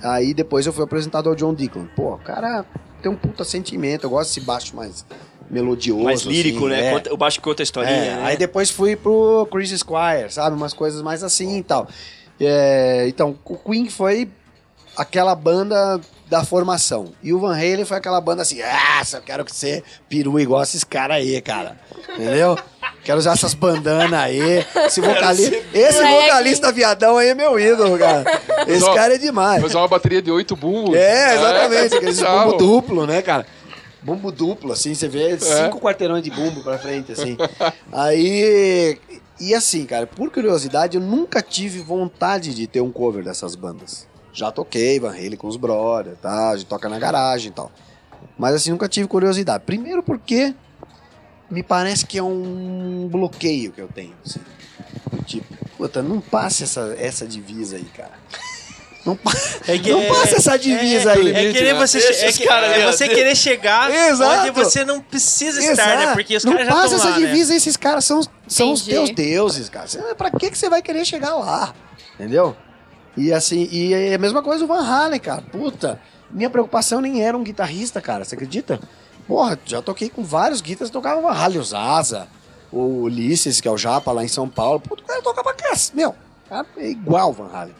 Aí depois eu fui apresentado ao John Deacon. Pô, o cara tem um puta sentimento, eu gosto desse baixo mais melodioso.
Mais lírico,
assim,
né?
é.
Conta- o baixo que conta a historinha,
É,
né?
Aí depois fui pro Chris Squire, sabe? Umas coisas mais assim e tal. É, então, o Queen foi aquela banda da formação. E o Van Halen foi aquela banda assim, ah, só quero que você perua igual esses caras aí, cara. Entendeu? Quero usar essas bandanas aí. Esse vocalista, esse
black.
vocalista viadão aí é meu ídolo, cara. Esse
Mas, ó,
cara é demais.
Fazer uma bateria de oito bumbos.
É, exatamente. Aqueles
Não.
bumbo duplo, né, cara? Bumbo duplo, assim, você
É.
vê cinco quarteirões de bumbo pra frente, assim. Aí. E assim, cara, por curiosidade, eu nunca tive vontade de ter um cover dessas bandas. Já toquei Van Halen com os brothers, tá? A gente toca na garagem e tal. Mas assim, nunca tive curiosidade. Primeiro porque me parece que é um bloqueio que eu tenho, assim. Tipo, puta, não passa essa, essa divisa aí, cara. Não, pa-
É que-
não passa essa divisa
é,
aí.
É, querer
né?
você,
Deixa
che- é
os
que-
cara ali,
é
ó.
você querer chegar
Exato.
onde você não precisa estar, né?
Exato.
Porque os
é, não
caras já
passa
estão
essa
lá, né?
divisa, esses caras são, são os teus
Entendi.
deuses, cara. Você- Pra que, que você vai querer chegar lá? Entendeu? E assim, e é a mesma coisa o Van Halen, cara. Puta, minha preocupação nem era um guitarrista, cara. Você acredita? Porra, já toquei com vários guitarras, tocava Van Halen, os Asa, o Ulisses, que é o Japa lá em São Paulo. Puta, o cara toca pra cacete. Meu, o cara é igual o Van Halen.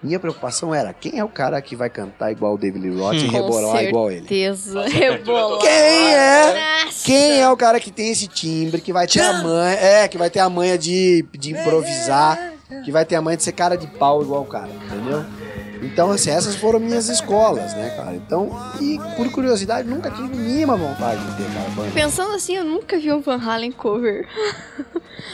Minha preocupação era quem é o cara que vai cantar igual o David Lee Roth e rebolar igual ele.
certeza. Rebolar.
Quem é?
Nossa.
Quem é o cara que tem esse timbre, que vai ter a manha, é, que vai ter a manha de, de improvisar, que vai ter a manha de ser cara de pau igual o cara, entendeu? Então, assim, essas foram minhas escolas, né, cara? Então, e por curiosidade, nunca tive mínima vontade de ter, cara, banda.
Pensando assim, eu nunca vi um Van Halen cover.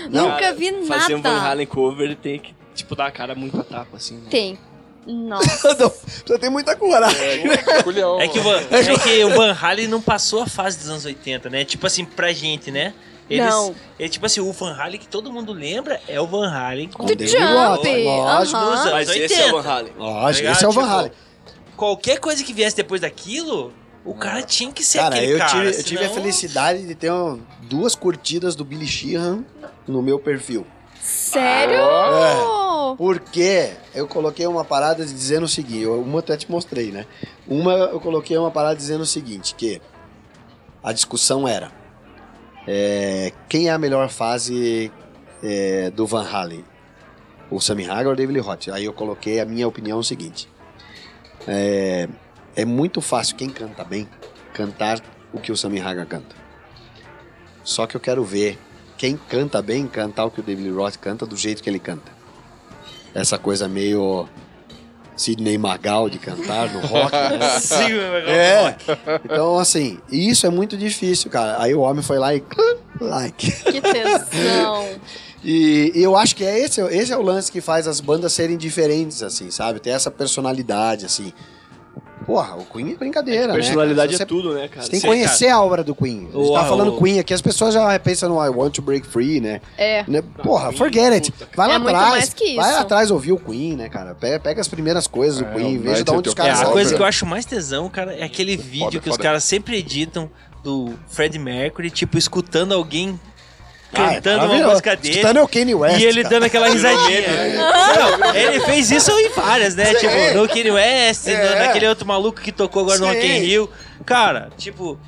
Não.
nunca
Cara,
vi nada.
Fazer um Van Halen cover tem que, tipo, dar a cara muito a tapa, assim. né?
Tem. Nossa.
Não, Precisa ter muita coragem.
Culhão.
É que, o Van- é que o Van Halen não passou a fase dos anos 80, né? Tipo assim, pra gente, né? Eles,
Não.
É tipo assim, o Van Halen que todo mundo lembra é o Van Halen
Com
com
Do
David
Jump.
Bowie, lógico,
aham.
dos anos
Mas
80.
esse é o Van Halen.
Lógico,
Tá
esse é o Van
ligado?
Halen.
Tipo, Qualquer coisa que viesse depois daquilo, o cara tinha que ser
Cara,
aquele
eu,
tipo, cara.
tive, eu tive a
senão-
felicidade de ter ó, duas curtidas do Billy Sheehan no meu perfil.
Sério?
É. Porque eu coloquei uma parada dizendo o seguinte, eu- uma eu até te mostrei, né? Uma eu coloquei uma parada dizendo o seguinte, que a discussão era é, quem é a melhor fase é, do Van Halen? O Sammy Hagar ou o David Lee Roth? Aí eu coloquei a minha opinião o seguinte. É, é muito fácil quem canta bem cantar o que o Sammy Hagar canta. Só que eu quero ver quem canta bem cantar o que o David Lee Roth canta do jeito que ele canta. essa coisa meio Sidney Magal de cantar no rock, né?
Sim,
É. Então, assim, isso é muito difícil, cara. Aí o homem foi lá e. clã, Like.
Que tesão.
E e eu acho que é esse, esse é o lance que faz as bandas serem diferentes, assim, sabe? Ter essa personalidade, assim. Porra, o Queen é brincadeira, né?
Personalidade
cara?
é tudo, né, cara?
Você tem que
Cê- cara,
conhecer a obra do Queen. A gente
Uau.
tá falando Queen aqui, as pessoas já pensam no I Want to Break Free, né?
É.
Né? Porra, forget it.
puta,
Vai lá
É muito
atrás.
mais que
Vai
isso.
atrás ouvir o Queen, né, cara? Pe- Pega as primeiras coisas do
É,
Queen,
o
veja de
Night
onde os
at the
É,
caras
a
Opera.
coisa que eu
saem.
acho mais tesão, cara, é aquele vídeo que os
foda.
caras sempre editam do Fred Mercury, tipo, escutando alguém
Ah, é
cantando uma
maravilhoso.
música dele.
Escutando é o Kanye West.
E ele
cara.
dando aquela risadinha.
né?
Não, ele fez isso em várias, né?
Sim.
Tipo, no Kanye West,
É.
no- naquele outro maluco que tocou agora no
Sim.
Rock in Rio. Cara, tipo,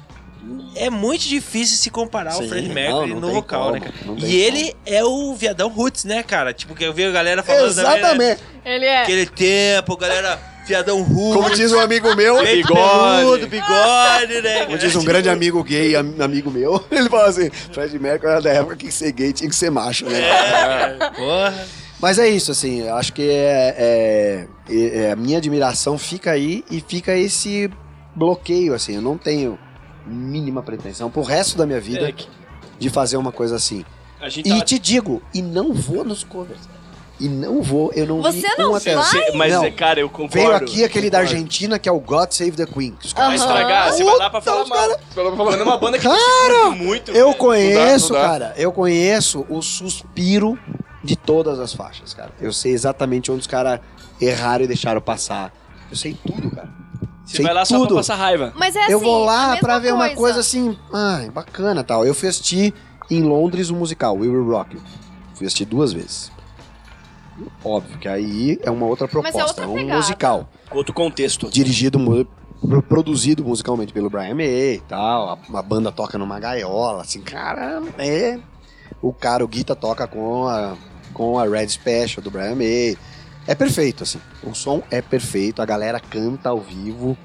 é muito difícil se comparar
Sim,
o Fred
não,
Mercury
não
no
tem
vocal,
como,
né, cara?
não tem
E ele é o viadão roots, né, cara? Tipo, que eu vi a galera falando também, né?
Exatamente.
Ele é.
Aquele tempo, galera, viadão roots.
Como diz um amigo meu,
Peito peludo, bigode, né?
Como diz um grande amigo gay, am- amigo meu, ele fala assim: Fred Mercury era da época que ser gay tinha que ser macho, né?
Porra.
Mas é isso, assim, eu acho que é, é- é- é- a minha admiração fica aí e fica esse bloqueio, assim, eu não tenho mínima pretensão pro resto da minha vida
É, que- Então-
de fazer uma coisa assim.
a gente
E
tava-
te digo, e não vou nos covers. E não vou, eu não
Você
vi
não
um até
vai?
hoje.
cê- mas,
Não.
é, cara, eu concordo.
Veio aqui aquele
concordo.
da
Ah,
Argentina que é o God Save the Queen. que os caras-
Vai estragar, você vai lá pra
Puta,
falar
Então, os
mal.
caras-
Quando é uma banda que
Cara,
se curte muito. né?
Eu
velho.
conheço,
não dá.
cara, eu conheço o suspiro de todas as faixas, cara. Eu sei exatamente onde os caras erraram e deixaram passar. Eu sei tudo, cara.
Você
sei
vai lá só
tudo.
pra passar raiva.
Mas é assim,
eu vou
a
lá
mesma
pra ver uma coisa assim, ai, bacana tal. Eu fui assistir em Londres o musical, We Will Rock You. Fui assistir duas vezes. Óbvio que aí é uma outra
é
proposta,
outra
é um
pegada.
musical
Outro contexto.
dirigido, mu- pro- produzido musicalmente pelo Brian May e tal. A, a banda toca numa gaiola, assim, caramba, é. O cara, o Guita toca com a, com a Red Special do Brian May. É perfeito, assim. O som é perfeito, a galera canta ao vivo.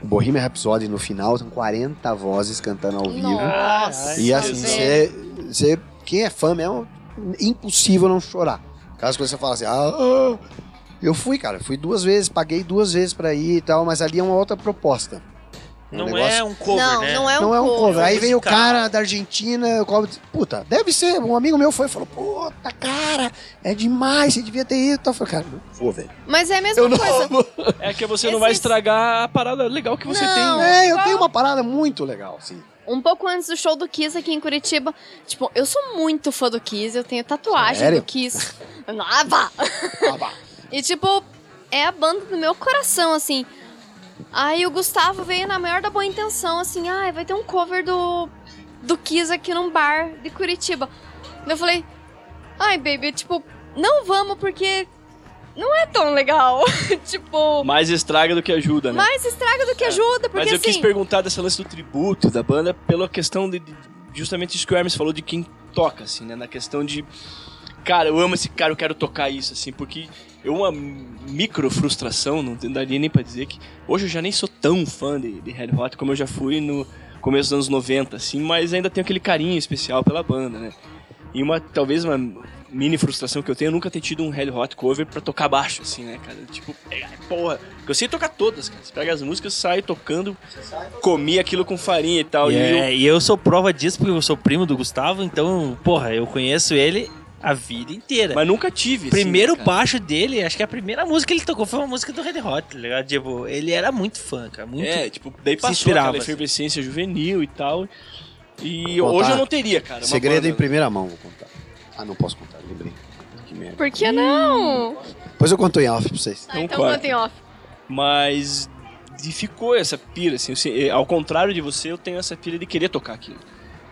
O Bohemian Rhapsody no final, são 40 vozes cantando ao vivo.
Nossa.
E assim,
É um
você, você. Quem é fã mesmo, impossível não chorar. Aquelas coisas que você fala assim, ah, ah. eu fui, cara, fui duas vezes, paguei duas vezes pra ir e tal, mas ali é uma outra proposta. É um
Não é
negócio-
um cover,
não,
né?
não é um
Não é um cover. Aí veio o
musical.
cara da Argentina, o cobre- puta, deve ser. Um amigo meu foi e falou, puta, cara, é demais, você devia ter ido. Então, eu falei, cara, não vou, velho.
Mas é a mesma coisa.
É que você
Esses-
não vai estragar a parada legal que você
Não,
tem. né?
É, eu
qual-
tenho uma parada muito legal, assim.
Um pouco antes do show do Kiss aqui em Curitiba. Tipo, eu sou muito fã do Kiss, eu tenho tatuagem
Sério?
do Kiss. Nada! E tipo, é a banda do meu coração, assim. Aí o Gustavo veio na maior da boa intenção, assim, ai, vai ter um cover do, do Kiss aqui num bar de Curitiba. Eu falei, ai, baby, tipo, não vamos porque não é tão legal. tipo,
Mais estraga do que ajuda, né?
mais estraga do que ajuda, porque
Mas eu
assim.
quis perguntar dessa lance do tributo da banda pela questão de, de- justamente isso que o Hermes falou de quem toca, assim, né? Na questão de. Cara, eu amo esse cara, eu quero tocar isso, assim, porque eu uma micro frustração, não daria nem pra dizer que. Hoje eu já nem sou tão fã de, de Red Hot como eu já fui no começo dos anos 90, assim, mas ainda tenho aquele carinho especial pela banda, né? E uma, talvez uma mini frustração que eu tenho é nunca ter tido um Red Hot cover pra tocar baixo, assim, né, cara? Tipo, é, porra, eu sei tocar todas, cara. Você pega as músicas, sai tocando, comi aquilo com farinha e tal.
E,
E eu,
é, e eu sou prova disso porque eu sou primo do Gustavo, então, porra, eu conheço ele a vida inteira.
mas nunca tive.
O primeiro
assim, cara.
baixo dele, acho que a primeira música que ele tocou foi uma música do Red Hot, tá ligado? Tipo, ele era muito fã, cara, muito.
É, tipo, daí
Se
passou
inspirava,
aquela
assim.
efervescência juvenil e tal. E
Vou
hoje
contar.
eu não teria, cara. uma
Segredo
banda.
em primeira mão, vou contar. Ah, não posso contar, lembrei. Que merda.
Por que não?
Depois eu conto em off pra vocês.
Ah, então
corta.
conta em off.
Mas e ficou essa pira, assim. eu sei- Ao contrário de você, eu tenho essa pira de querer tocar aquilo.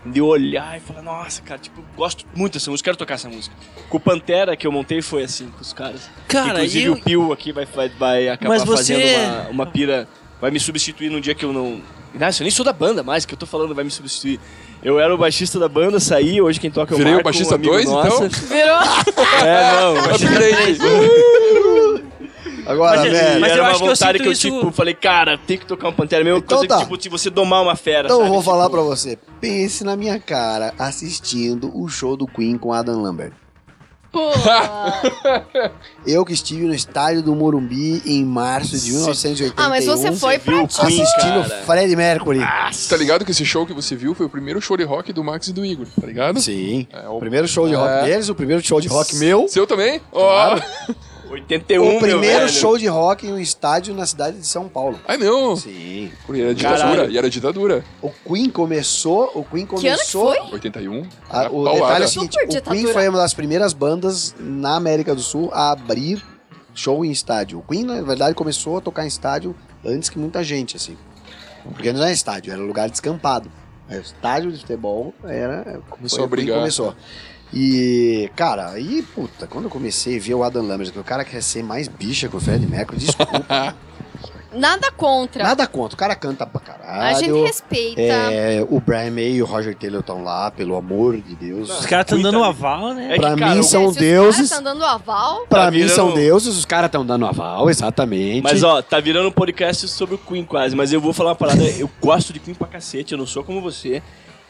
De olhar e falar, nossa, cara, tipo, gosto muito dessa música, quero tocar essa música. Com o Pantera que eu montei foi assim, com os caras.
Cara,
Inclusive
e eu-
o Pio aqui vai, vai, vai acabar
Mas você-
fazendo uma, uma pira. Vai me substituir num dia que eu não. Nossa, eu nem sou da banda mais, que eu tô falando vai me substituir. Eu era o baixista da banda, saí, hoje quem toca é o
Virei o
Marco, um
baixista
amigo
dois,
nosso.
então?
Virou.
É, não, o baixista
Upgrade.
Agora,
Mas é-
velho.
mas
eu
era uma
acho que eu
vontade
sinto
que eu,
isso-
tipo, falei, cara, tem que tocar um Pantera. Mesmo
Então
coisa
tá.
que, tipo, se você domar uma fera,
Então eu
sabe?
vou
Tipo,
falar pra você. Pense na minha cara assistindo o show do Queen com Adam Lambert.
Pô,
Eu que estive no estádio do Morumbi em março de 1981.
Ah, mas você foi pra
viu
ti.
um, assistindo
Cara. Ah,
Fred Mercury.
Tá ligado que esse show que você viu foi o primeiro show de rock do Max e do Igor, tá ligado?
Sim.
É,
o
o-
primeiro show de rock
É.
deles, o primeiro show de rock meu.
Seu também? Ó.
Claro.
81,
O
meu
primeiro
velho.
show de rock em um estádio na cidade de São Paulo.
Ai, não.
Sim.
E era ditadura.
Caralho.
E era ditadura.
O Queen começou, o Queen
que ano que
começou.
foi?
81.
a-
era
o
paulada.
detalhe é o seguinte,
Super
o Queen
ditadura.
foi uma das primeiras bandas na América do Sul a abrir show em estádio. O Queen, na verdade, começou a tocar em estádio antes que muita gente, assim. Porque não era estádio, era lugar descampado. Era estádio de futebol era.
Começou
foi
a
o Queen
brigar.
Começou. E, cara, aí, puta, quando eu comecei a ver o Adam Lambert, que é o cara quer ser mais bicha que o Fred Mercury, desculpa.
Nada contra.
nada contra, o cara canta pra
A
caralho.
gente respeita. Né,
É, o Brian May e o Roger Taylor estão lá, pelo amor de Deus.
Os caras estão dando um aval,
É
né?
que,
pra
cara,
mim
o-
são
Se os caras
deuses.
Tá dando aval.
Pra
Tá
mim são
virando-
deuses, os caras estão dando aval, exatamente.
Mas ó, tá virando um podcast sobre o Queen quase, mas eu vou falar uma parada, eu gosto de Queen pra cacete, eu não sou como você,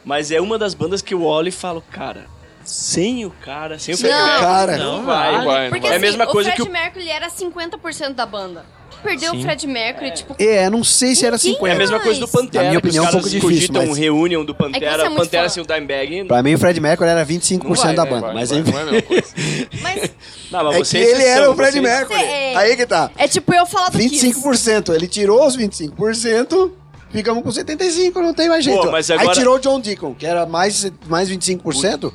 mas é uma das bandas que eu olho e falo, cara, sem o cara, sem o Fred
Não,
é.
Mercury,
cara.
não
Não
vai.
vai, não
Porque
vai.
É a
assim,
mesma
o
coisa
Fred
que o-
Mercury era 50% da banda. Perdeu
Sim.
o Fred Mercury, tipo,
É, não sei se era
Ninguém
50.
É a mesma coisa do Pantera,
Na minha
que os
opinião, é um
caras
pouco difícil,
cogitam
mas-
reunião do
É que
Pantera,
você é muito
Pantera
fã.
sem o Dimebag.
Pra mim, o Fred Mercury era
Não vai,
25% da
né?
banda.
Vai,
mas
vai,
enfim.
não é a mesma coisa.
mas
Não, mas
É que
você é
ele
exceção,
era o Fred
você-
Mercury.
É.
Aí que tá.
é tipo eu falar do Kiss.
25%. Ele tirou os 25%, ficamos com 75%, não tem mais
Pô,
jeito.
mas agora-
Aí tirou o John Deacon, que era mais, mais 25%.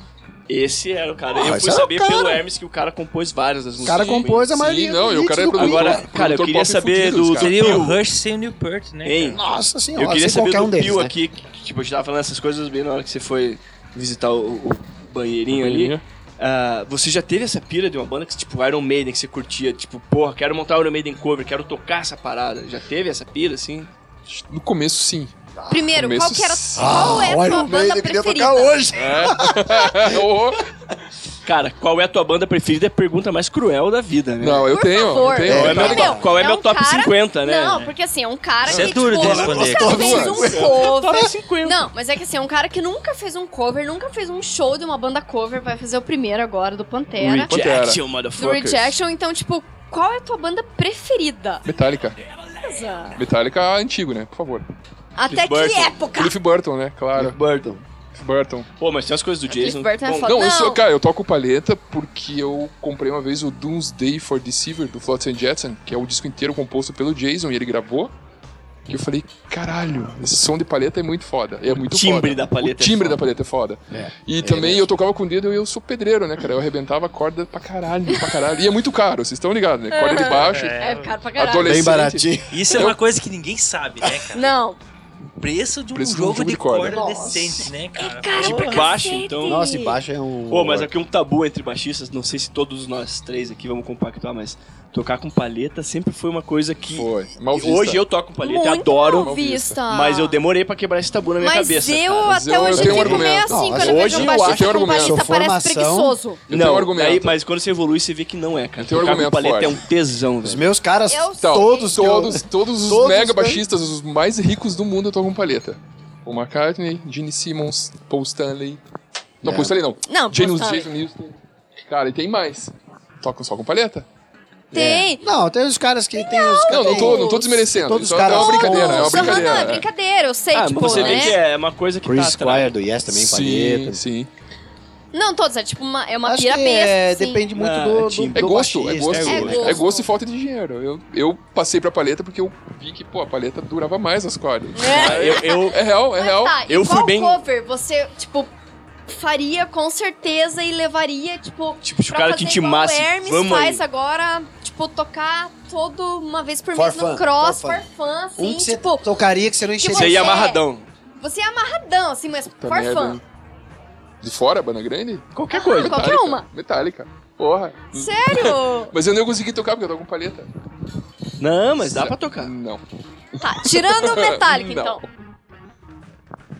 Esse era o cara.
Ah,
eu
esse
fui
era o
saber
cara.
pelo Hermes que o cara compôs várias das
O
músicas.
cara
do Queen.
compôs a maioria.
Sim, não, e
dos
o cara é
hits do
produtor.
Queen.
Agora, cara, eu
produtor
queria
pop é
saber
fudido,
do-
cara.
do-
Seria
Pio.
o Rush sem o New Peart, né?
Hein?
cara?
Nossa senhora,
Eu queria
sem
saber
qualquer
do
um deles.
Pio
né?
aqui, que, que tipo, a gente tava falando essas coisas bem na hora que você foi visitar o, o banheirinho ali.
Banheirinho.
Ah, você já teve essa pira de uma banda que, tipo, Iron Maiden, que você curtia? Tipo, porra, quero montar Iron Maiden cover, quero tocar essa parada. Já teve essa pira, assim?
No começo, sim.
Primeiro,
Começo
qual que era
Ah,
sim.
qual é a
o
tua
Iron Maiden
banda
eu queria
preferida?
tocar hoje.
É. Ô,
Cara, qual é a tua banda preferida? É a pergunta mais cruel da
É
vida, né?
Não, eu
Por
tenho.
favor.
Eu tenho.
Qual é,
É,
meu,
nada-
Entendeu?
qual é
É
meu
um
top
cara-
50, né?
Não, porque assim, é um cara
Isso é
que
duro de
tipo,
responder.
nunca fez um cover.
Top 50.
Não, mas é que assim, é um cara que nunca fez um cover, nunca fez um show de uma banda cover, vai fazer o primeiro agora do Pantera.
Rejection,
Do
motherfucker.
Rejection, então, tipo, qual é a tua banda preferida?
Metallica.
Beleza.
Metallica antigo, né? Por favor.
Até que
Burton.
época?
Cliff Burton, né? Claro.
Burton.
Cliff Burton.
Pô, mas tem as coisas do
Cliff
Jason.
Burton é
Bom,
foda.
Não, eu
Não.
sou, cara, eu toco palheta porque eu comprei uma vez o Doomsday for Deceiver do Flotsam and Jetsam, que é um disco inteiro composto pelo Jason e ele gravou. E eu falei, caralho, esse som de palheta é muito foda. É muito
timbre
foda.
da palheta
O
é
timbre
foda. é.
da palheta é foda. e também eu tocava com o dedo e eu sou pedreiro, né, cara? Eu arrebentava a corda pra caralho, pra caralho. E é muito caro, vocês estão ligados, né? Corda de baixo.
É caro pra caralho.
Bem
Adolescente.
baratinho.
Isso é uma coisa que ninguém sabe, né, cara?
Não,
O preço de um
Preço de um
jogo
jogo
de
de
corda
corda.
Nossa.
decente, né, cara?
cara,
Porra.
pra
baixo,
cacete.
então.
Nossa, e baixo é um.
Pô, mas aqui é um tabu entre baixistas, não sei se todos nós três aqui vamos compactuar, mas tocar com palheta sempre foi uma coisa que.
Foi. Mal
E
vista.
Hoje eu toco com palheta,
Muito
adoro,
mal vista.
mas eu demorei pra quebrar esse tabu na minha
Mas
cabeça.
eu
cara.
Mas
até
eu- eu
hoje
tenho um
fico meio
argumento.
assim,
Não,
quando eu
hoje
vejo um
eu
acho que
baixista com
eu tenho
palista,
é argumento.
parece
Formação-
preguiçoso.
Eu tenho um
não,
argumento.
aí, mas quando você evolui, você vê que não é, cara.
Eu tenho um
tocar
argumento
com palheta
forte.
é um tesão,
Os
velho.
meus caras,
Eu sei.
todos, que eu-
Então, todos, todos os
todos
mega
os-
baixistas, os mais ricos do mundo tocam palheta. Paul McCartney, Gene Simmons, Paul Stanley. Não, Paul Stanley não.
Não, Paul
James
Stanley.
Jason Newsted. Cara, e tem mais. Tocam só com palheta.
É.
Tem.
Não, tem os caras que tem os
Não, não tô,
tem-
não tô desmerecendo.
Todos
Só
os caras
É uma
são-
brincadeira, é uma
Não,
brincadeira.
Não, é
é.
brincadeira, eu sei,
Ah,
tipo,
mas você vê
né?
que é uma coisa que
Chris
tá atrás.
Squire do Yes também,
Sim,
palheta.
sim.
Não todos, é tipo uma, é uma
Acho
pira
que é,
besta, assim. sim.
depende muito
Ah,
do, do,
time.
do
É gosto, é
baixista, assim.
gosto,
É
é
gosto.
gosto. e falta de dinheiro. Eu, eu passei pra palheta porque eu vi que, pô, a palheta durava mais as cordas.
É.
Ah, Eu, eu-
É real, é
Mas
real.
tá, e
Então, eu
qual
fui bem-
cover você, tipo, faria com certeza e levaria, tipo...
Tipo, se o
pra
cara te
fazer igual
intimasse,
o Hermes
vamos
faz
aí.
agora, tipo, tocar todo uma vez por
For
mês
fun,
no cross,
for fun.
for fun, assim,
Um que você
tipo...
tocaria que você não encheria.
Você
você-
ia amarradão.
Você é amarradão, assim, mas
Puta
for
merda,
fun.
hein? De fora, banda grande?
Qualquer coisa.
Qualquer
Metallica.
uma.
Metallica. Porra.
Sério?
Mas eu não consegui tocar porque eu tô com palheta.
Não, mas dá pra tocar.
Não.
tá, tirando o Metallica,
Não.
então.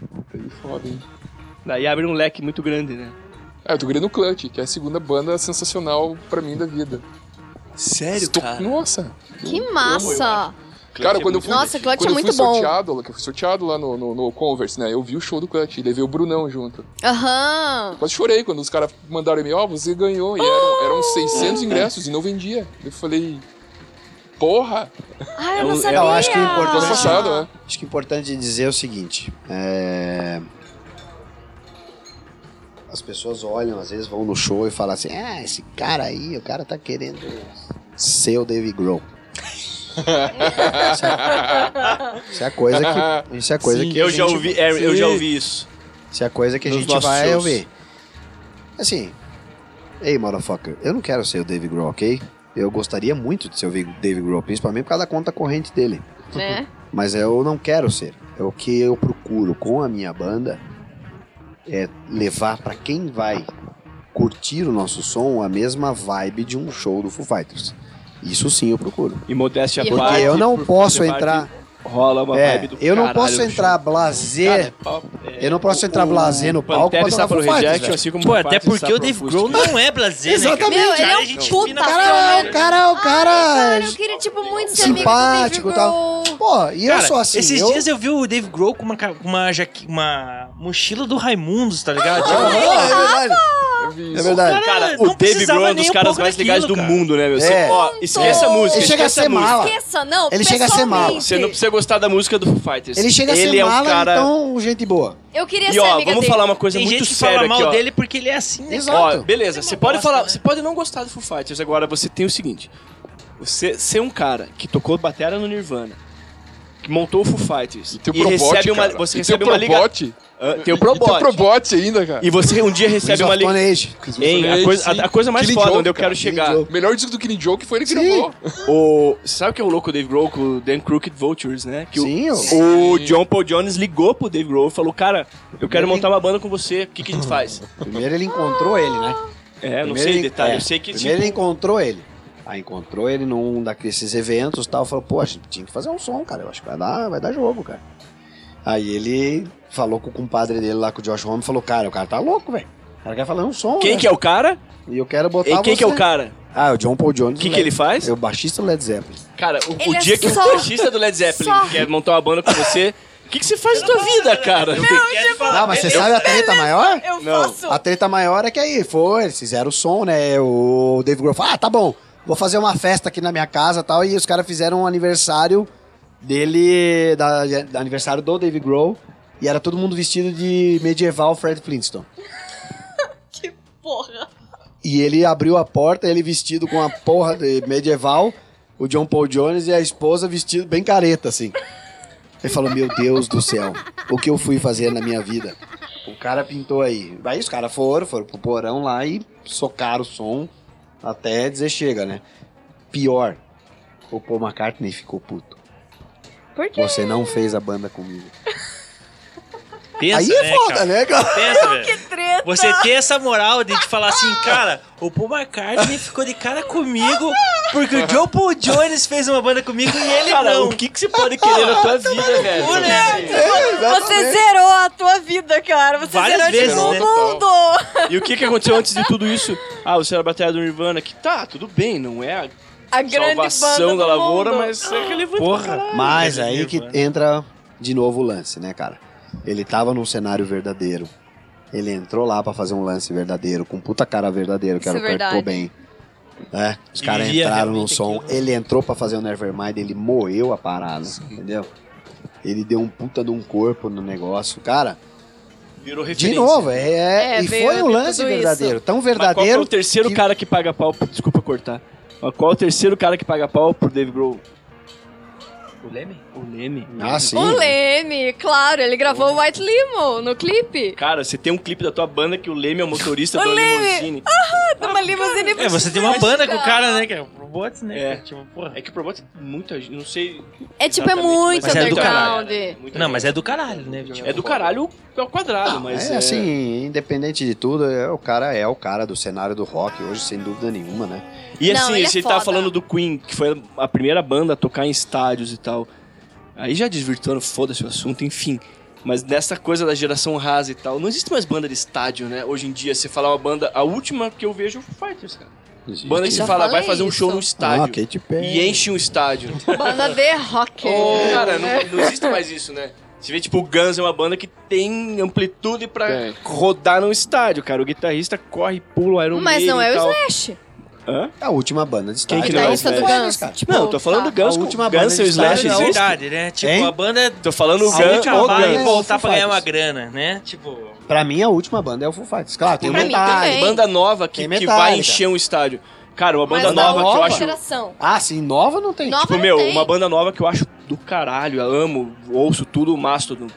Puta, que foda, hein?
Daí abre um leque muito grande, né?
Ah, eu tô querendo o Clutch, que é a segunda banda sensacional pra mim da vida.
Sério,
Estou- Nossa.
Que massa.
Cara, quando eu fui.
Nossa, o Clutch
quando
é
eu fui
muito bom.
sorteado, que eu fui sorteado lá no, no, no Converse, né? Eu vi o show do Clutch e levei o Brunão junto.
Aham.
Quase chorei quando os caras mandaram e-mail, ó, você ganhou. E
Ah!
eram, eram 600 ingressos e não vendia. Eu falei, porra,
Ah, eu não
Eu-
sabia.
eu acho que é importante-
Ah!
ano passado, né?
Acho que é importante dizer o seguinte: é, as pessoas olham, às vezes vão no show e falam assim: ah, esse cara aí, o cara tá querendo ser o David Grohl. Isso é a coisa que. Isso é a coisa que. a
Eu já
gente-
ouvi, é, eu já ouvi isso.
Isso é a coisa que a
Nos
gente
nossos
vai
shows.
ouvir. Assim, ei, motherfucker, eu não quero ser o David Grohl, ok? Eu gostaria muito de ser o David Grohl, principalmente por causa da conta corrente dele.
Né?
mas eu não quero ser. É o que eu procuro com a minha banda é levar para quem vai curtir o nosso som a mesma vibe de um show do Foo Fighters. Isso sim eu procuro.
E modéstia à
E
parte.
Porque eu não
por
posso
parte,
entrar,
Rola uma
é,
vibe do
eu não
caralho
posso
no
entrar
show.
blazer,
Cara, é pau- é,
eu não posso
o-
entrar
o
blazer no palco
Pantera
pra
e
tocar
Sapo
Foo Fighters.
Rejection,
velho.
assim como
Pô,
o
até
Fighters e
porque o
Sapo
Dave
Fusca.
Grohl não é blazer,
Exatamente.
Meu, ele é
Cara,
um
gente
puta
fina pra
Cara, o
caralho.
cara, o cara,
Cara, eu queria, tipo, muito ser
é
amigo
simpático
do
e
Dave
tal.
Grohl.
Pô, e eu
Cara,
sou assim,
esses
eu-
dias eu vi o Dave Grohl com uma, ca- com uma, jaque- uma mochila do Raimundos, tá ligado?
Ah,
Tipo,
é verdade,
eu vi
é
isso.
verdade.
Cara,
Cara,
o
não
Dave
precisava
Grohl é um
nem
dos
um
caras
pouco
mais legais do
daquilo, cara.
mundo, né, meu? Você-
É.
Ó, esqueça a música,
Ele chega a
esqueça
ser
música.
mala.
Esqueça, não,
Ele chega a ser mala.
pessoalmente.
Você não precisa gostar da música do Foo Fighters.
Ele chega a ser
Ele é um
mala,
cara...
então gente boa.
Eu queria
E
é
ser
ó,
amiga
vamos
dele.
falar uma coisa
Tem
muito
gente que
séria
fala
aqui,
mal
ó.
dele porque ele é assim, né?
Exato.
Ó, beleza,
Ele é
você
uma
pode
bosta,
falar,
né?
você pode não gostar do Foo Fighters, agora você tem o seguinte. Você ser um cara que tocou batera no Nirvana, que montou o Foo Fighters
E teu
recebe
probote,
uma,
cara.
você
E
recebe
teu
uma liga,
probote.
Ah, teu
E teu
probote.
probote ainda, cara.
E você um dia recebe
Sabe
uma
uma
liga,
Age.
Hein, a
Sim,
coisa, a- a coisa mais
Killing
foda
Joke,
onde eu
cara,
quero chegar.
Joke.
O melhor disco do Killing Joke foi ele que
Sim.
gravou.
O, sabe o que é o louco do Dave Grohl com o Dan Crooked Vultures, né? Que o-
Sim, eu-
o,
Sim.
John Paul Jones ligou pro Dave Grohl e falou: Cara, eu quero montar uma banda com você, o que, que a gente faz?
Primeiro ele encontrou ele, né?
É, não
Primeiro
sei
ele-
detalhe,
é,
eu sei que. tipo,
Primeiro ele encontrou ele. Aí encontrou ele num um daqueles eventos e tal. Falou, pô, a gente tinha que fazer um som, cara. Eu acho que vai dar, vai dar jogo, cara. Aí ele falou com o compadre dele lá, com o Josh Homme, falou, cara, o cara tá louco, velho. O cara quer fazer um som,
Quem que é o cara?
E eu quero botar
E quem que é o
você."
cara?
Ah, o John Paul Jones.
O que,
do
que ele
Led-
faz?
Eu, baixista do Led Zeppelin.
Cara, o, o
Ele é
dia que
só-
o baixista do Led Zeppelin
só-
quer montar uma banda com você, o que, que você faz na tua vida, cara?
Não, mas você sabe a treta maior?
Eu
Não.
faço.
A treta maior é que aí foi, eles fizeram o som, né? O Dave Grohl falou, ah, tá bom, vou fazer uma festa aqui na minha casa e tal. E os caras fizeram um aniversário dele, da, da- aniversário do Dave Grohl. E era todo mundo vestido de medieval Fred Flintstone.
Que porra.
E ele abriu a porta, ele vestido com a porra de medieval, o John Paul Jones e a esposa vestido bem careta, assim. Ele falou, meu Deus do céu, o que eu fui fazer na minha vida? O cara pintou aí. Aí os caras foram, foram pro porão lá e socaram o som até dizer chega, né? Pior, o Paul McCartney ficou puto.
Por quê?
Você não fez a banda comigo.
Pensa,
aí é
né,
foda,
cara?
né, cara?
Pensa, velho.
Treta.
Você ter essa moral de te falar assim, cara, o Paul McCartney ficou de cara comigo porque o Joe Paul Jones fez uma banda comigo e ele
Cara,
não.
o que, que você pode querer na tua vida, velho?
cu, né?
É,
Você
exatamente.
zerou a tua vida, cara. Você zerou
Várias vezes,
tipo,
né?
o mundo.
E o que, que aconteceu antes de tudo isso? Ah, você era a bateria do Nirvana, que tá, tudo bem, não é a
A grande banda
salvação
do
da lavoura,
mundo.
mas é relevante.
Porra.
Mas
Esse
aí
livro,
que
né?
entra de novo o lance, né, cara? Ele tava num cenário verdadeiro. Ele entrou lá pra fazer um lance verdadeiro, com puta cara verdadeiro, que
Isso é
era o Kurt
verdade.
Cobain. É, os
Ele
caras
via
entraram no
realmente
som.
né?
aquilo.
Ele entrou pra fazer o Nevermind, ele moeu a parada, entendeu? Ele deu um puta de um corpo no negócio. Cara,
Virou
de
referência.
novo, é, é-
É,
e
veio
foi um
de
lance
tudo isso.
verdadeiro. Tão
né? Mas qual que é
verdadeiro
o terceiro
que-
cara que paga pau? Desculpa cortar. Mas qual é o terceiro cara que paga pau pro Dave Grohl?
O Leme?
O Leme.
Ah, sim.
O Leme, claro, ele gravou o White Limo no clipe.
Cara, você tem um clipe da tua banda que o Leme é o motorista
O
da
Leme!
limousine.
Uma limusine
É, você tem uma banda com o cara, né? Que é o Robots, né?
É.
cara? Tipo, porra.
É que o problema é que muita gente, não sei...
É tipo, é
exatamente,
muito
mas
é do
underground.
caralho. né? Muita
Não,
gente.
mas é do caralho, né? Tipo,
É do caralho ao quadrado,
Não,
mas...
é, assim, independente de tudo, é, o cara é o cara do cenário do rock hoje, sem dúvida nenhuma, né?
E
Não,
assim,
ele é
a gente tava
foda.
falando do Queen, que foi a primeira banda a tocar em estádios e tal. Aí já desvirtuando, foda-se o assunto, enfim. Mas nessa coisa da geração rasa e tal, não existe mais banda de estádio, né? Hoje em dia, você falar uma banda, a última que eu vejo é o Foo Fighters, cara. Banda que
Já
você fala, vai
falei
fazer um show
isso.
no estádio.
Ah, Katy Perry.
E enche um estádio.
Banda de rock.
Ô, cara, não,
É.
não existe mais isso, né? Você vê, tipo, o Guns é uma banda que tem amplitude pra
Tem.
rodar num estádio, cara. O guitarrista corre, pula, Iron
Mas não é o
Oh, tal.
Slash.
Hã?
A última banda de
Quem que
estádio
não é o
Guns
Guitarrista do
N'
Guns.
Roses, cara.
Tipo,
Não, tô falando do
tá.
Guns.
A última
Guns
banda
é o
de
Slash.
estádio
é
é o Slash.
verdade, né? Tipo,
Hein?
a banda
Tô falando o
se alguém
Guns. O
trabalha e
Guns.
voltar pra ganhar uma
Fighters.
grana, né? Tipo,
Pra mim, a última banda é o Foo Fighters. Claro, tem Ah, o
Pra mim
Metallica.
também.
Banda nova que,
Tem
que
Metallica.
vai encher um estádio. Cara, uma
Mas
banda
da
nova que eu
outra
acho.
geração.
Ah, sim, nova não tem.
Nova
Tipo,
não
meu,
tem.
uma banda nova que eu acho do caralho, eu amo, ouço tudo, Mastodon.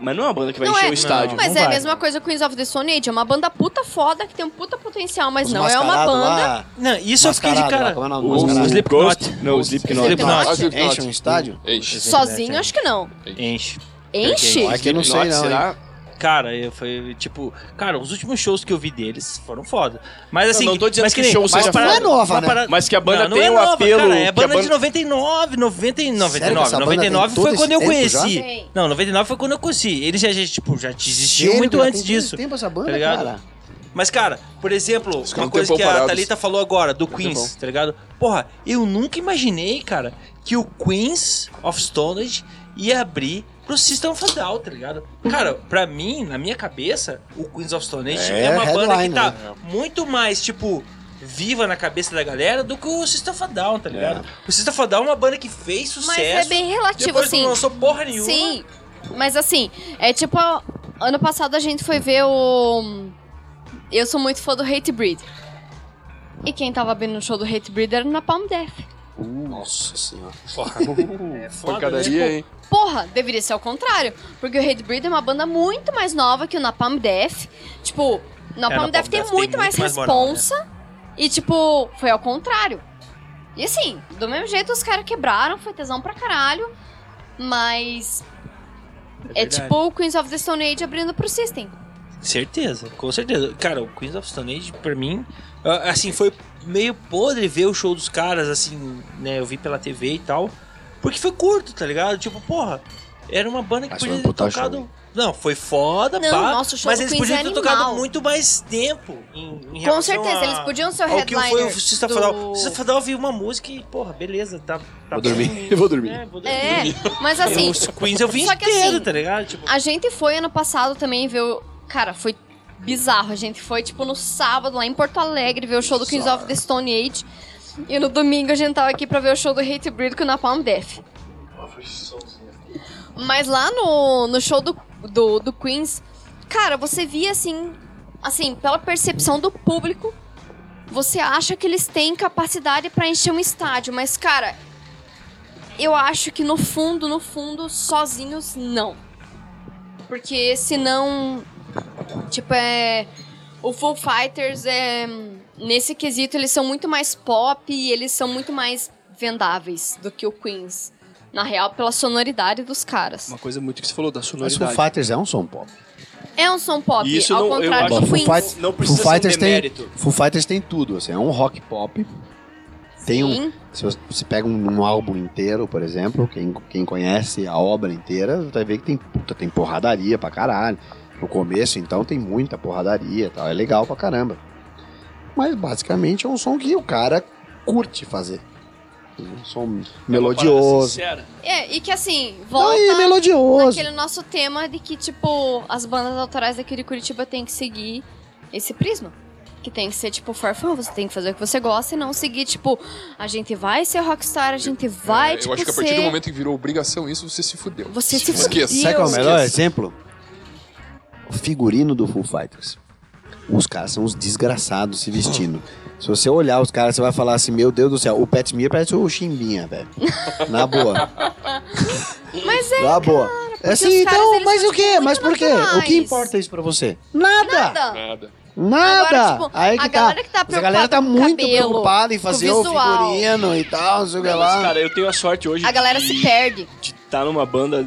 Mas não é uma banda que vai
Não
encher
é.
o estádio.
Mas
não
é a
vai.
mesma coisa com Queens of the Stone Age. É uma banda puta foda que tem um puta potencial, mas
Os
não é uma
mascarados
banda.
lá,
não, isso eu fiquei de
mascarado lá,
cara.
como é o nome?
O,
Mascarado.
o
Slipknot.
Slipknot. Não, o Slipknot.
Slipknot.
Ah,
Ah, Slipknot.
Enche um estádio?
Eish.
Sozinho, acho que não.
Enche.
Enche?
É que eu não sei não, hein?
será?
Cara, eu foi tipo, cara, os últimos shows que eu vi deles foram foda. Mas assim,
não tô dizendo
mas
que
nem-
show
mas
seja
parada-
foda. Não é nova,
uma
né?
parada-
Mas que a banda
não, não
tem
é
um
nova,
apelo
Cara, é
que a
banda de
banda-
99, 90, e
essa
99.
banda tem
99
todo
foi quando
esse
eu
tempo
conheci.
já? Tem.
Não, 99 foi quando eu conheci. Ele já, já, tipo, já existiu
Gênio,
muito
já
antes
tem tanto
disso.
tempo essa
tá
banda,
ligado?
cara.
Mas, cara, por exemplo,
Os caras
uma
não
coisa
têm
que
pão
a
parados.
Thalita falou agora, do
tem
Queens, tá ligado? Porra, eu nunca imaginei, cara, que o Queens of Stone Age ia abrir pro System of a Down, tá ligado? Cara, pra mim, na minha cabeça, o Queens of Stone Age é,
É,
uma banda que
headline,
tá
né?
muito mais, tipo, viva na cabeça da galera do que o System of a Down, tá ligado? O System of a Down é uma banda que fez sucesso.
Mas é bem relativo,
depois
assim.
não lançou porra nenhuma.
Sim, mas assim, é tipo, a- ano passado a gente foi ver o. Eu sou muito fã do Hate Breed. E quem tava abrindo o show do Hate Breed era na Palm Death.
Nossa senhora.
É foda, né?
Pancadaria, hein?
Porra, deveria ser ao contrário. Porque o Hate Breed é uma banda muito mais nova que o Napalm Death. Tipo, o Napalm
Napalm
Death tem
Death
muito,
tem muito
mais
mais moral,
responsa. E, tipo, foi ao contrário. E assim, do mesmo jeito os caras quebraram, foi tesão pra caralho. Mas. É,
verdade.
tipo o Queens of the Stone Age abrindo pro System.
Certeza, com certeza. Cara, o Queens of Stone Age, pra mim, ah, assim, foi meio podre ver o show dos caras, assim, né? Eu vi pela TV e tal. Porque foi curto, tá ligado? Tipo, porra, era uma banda que
Mas foi
podia
um
ter
puta
tocado.
show, hein?
Não, foi foda,
Não,
pá,
nossa, o show
mas
do
eles
Queens
podiam
é
ter
animal.
tocado muito mais tempo. Em, em
Com
relação
certeza,
a-
eles podiam ser o
ao que foi o
headliner.
Sista
do-
Fadal. O Sista Fadal ouviu uma música e, porra, beleza, tá. tá
Vou dormir.
bom.
Eu vou dormir.
É, vou dormir.
É, mas assim.
Os Queens eu vi
Só que
inteiro,
assim,
tá ligado? Tipo,
A gente foi ano passado também ver o. Cara, foi bizarro. A gente foi, tipo, no sábado lá em Porto Alegre ver o show do Kings of the Stone Age. E no domingo a gente tava aqui pra ver o show do Hate Breed com o Napalm Death. Mas lá no, no show do, do, do Queens, cara, você via assim, assim, pela percepção do público, você acha que eles têm capacidade pra encher um estádio, mas cara, eu acho que no fundo, no fundo, sozinhos não. Porque senão. Tipo, é. O Full Fighters é. Nesse quesito, eles são muito mais pop e eles são muito mais vendáveis do que o Queens. Na real, pela sonoridade dos caras.
Uma coisa muito que você falou da
Mas Foo
sonoridade.
Fighters é um som pop.
É um som pop,
E isso
ao
não- eu
contrário
acho
do
que
Queens.
Foo Fighters-
Não precisa
Foo
ser um
Fighters tem,
demérito.
Foo Fighters tem tudo, assim, é um rock pop. Tem um,
Sim.
se você- você pega um, um álbum inteiro, por exemplo, quem, quem conhece a obra inteira, vai ver que tem puta, tem porradaria pra caralho. No começo, então, tem muita porradaria, e tal, é legal pra caramba. Mas basicamente é um som que o cara curte fazer. Um som melodioso.
Sincera.
É, e que assim, volta
Aí, melodioso.
naquele nosso tema de que, tipo, as bandas autorais daqui de Curitiba têm que seguir esse prisma. Que tem que ser, tipo, for fun, você tem que fazer o que você gosta e não seguir, tipo, a gente vai ser rockstar, a gente vai,
É,
tipo,
eu acho que a partir
ser...
do momento que virou obrigação isso, você se fudeu.
Você se
Esqueça.
fudeu.
Sabe qual é o
Deus,
melhor
esqueça.
exemplo? O figurino do Foo Fighters. Os caras são uns desgraçados se vestindo. Se você olhar os caras, você vai falar assim: Meu Deus do céu, o Pat Mir parece o Chimbinha, velho. Na boa.
Mas é,
Na boa.
os
É assim,
caras,
então,
eles
mas
são,
o quê?
tipo,
Mas por
muito
quê? O que
naturais.
importa isso pra você? Nada!
nada.
Nada.
Nada!
Agora, tipo,
Aí que
a
tá.
galera que tá
Mas a galera
preocupada
tá
com o
muito
cabelo,
preocupada em fazer
com o
o
visual.
figurino e tal, não sei o que
Mas,
lá.
cara, eu tenho a sorte hoje
A galera
de,
se perde.
de estar numa banda,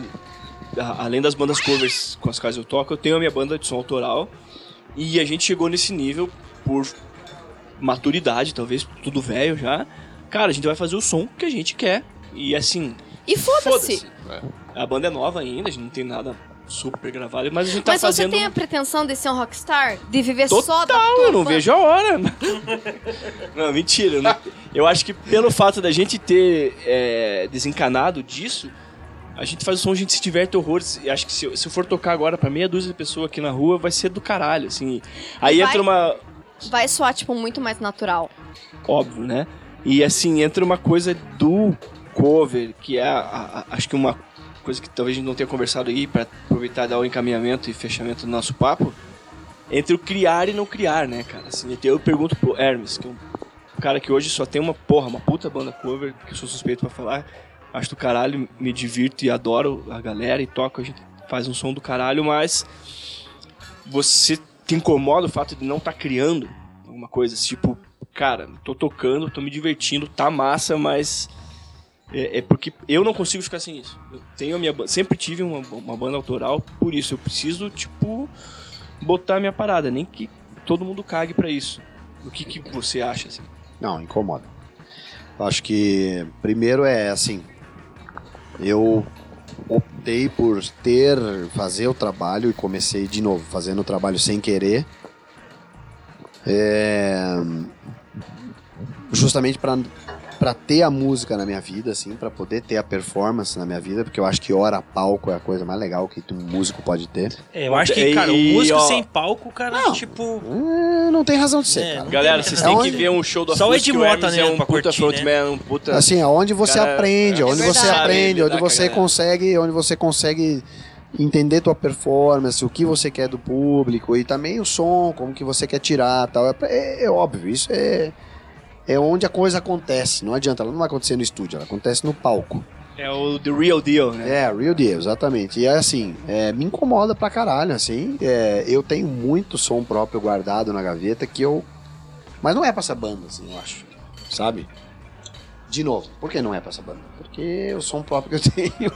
a- além das bandas covers com as quais eu toco, eu tenho a minha banda de som autoral. E a gente chegou nesse nível por maturidade, talvez, tudo velho já. Cara, a gente vai fazer o som que a gente quer. E assim,
E foda-se.
Foda-se. A banda é nova ainda, a gente não tem nada super gravado. Mas a gente tá
Mas você
fazendo.
tem a pretensão de ser um rockstar? De viver só da
Total,
tua
eu não
fã?
vejo a hora. não, mentira. eu não- Eu acho que pelo fato da gente ter é, desencanado disso, a gente faz o som, a gente se diverte horrores. E acho que se, eu- se eu for tocar agora pra meia dúzia de pessoas aqui na rua, vai ser do caralho, assim. Aí
Vai.
entra uma.
Vai soar, tipo, muito mais natural.
Óbvio, né? E assim, entra uma coisa do cover, que é, a- a- acho que uma coisa que talvez a gente não tenha conversado aí, pra aproveitar e dar o encaminhamento e fechamento do nosso papo, entre o criar e não criar, né, cara? Assim, eu pergunto pro Hermes, que é um cara que hoje só tem uma porra, uma puta banda cover, que eu sou suspeito pra falar, acho do caralho, me divirto e adoro a galera e toco, a gente faz um som do caralho, mas você te incomoda o fato de não estar criando alguma coisa, tipo, cara, tô tocando, tô me divertindo, tá massa, mas é, é porque eu não consigo ficar sem isso. Eu tenho a minha ba- sempre tive uma, uma banda autoral, por isso eu preciso tipo botar a minha parada, nem que todo mundo cague pra isso. O que, que você acha assim?
Não, incomoda. Eu Acho que primeiro é assim, eu optei por ter fazer o trabalho e comecei de novo fazendo o trabalho sem querer, É, justamente para para ter a música na minha vida, assim, para poder ter a performance na minha vida, porque eu acho que hora a palco é a coisa mais legal que um músico pode ter.
É, eu acho que, cara, o
E,
músico
ó,
sem palco, cara,
não.
tipo.
É, não tem razão de ser,
É,
cara.
Galera, vocês têm
Não,
que
é-
ver um show do
Só o
Afonso, que
Ed Mota,
Hermes
né,
é um
pra
puta
curtir,
frontman, um puta
Assim, aonde você
Cara,
aprende,
é
onde você
verdade.
aprende,
Sabe
onde
lidar com a
você
galera.
consegue, onde você consegue entender tua performance, o que você quer do público e também o som, como que você quer tirar, tal. É, é- é óbvio, isso é é onde a coisa acontece. Não adianta, ela não vai acontecer no estúdio, ela acontece no palco.
é o The Real Deal, né?
É, real deal, exatamente. E é assim, é, me incomoda pra caralho, assim. É, eu tenho muito som próprio guardado na gaveta que eu. Mas não é pra essa banda, assim, eu acho. Sabe? De novo, por que não é pra essa banda? Porque o som próprio que eu tenho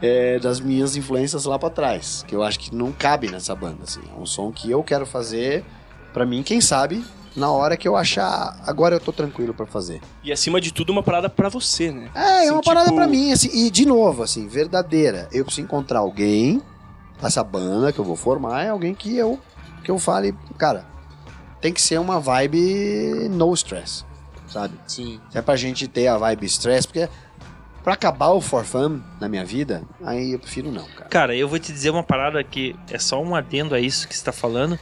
é das minhas influências lá pra trás. Que eu acho que não cabe nessa banda, assim. É um som que eu quero fazer pra mim, quem sabe, na hora que eu achar. Agora eu tô tranquilo pra fazer.
E acima de tudo uma parada pra você, né?
É,
Assim,
é uma parada
tipo-
pra mim, assim, e de novo, assim, verdadeira. Eu preciso encontrar alguém, essa banda que eu vou formar é alguém que eu que eu fale, cara, tem que ser uma vibe no stress, sabe?
Sim.
Se é pra gente ter a vibe stress, porque pra acabar o for fun na minha vida, aí eu prefiro não, cara.
Cara, eu vou te dizer uma parada que é só um adendo a isso que você tá falando.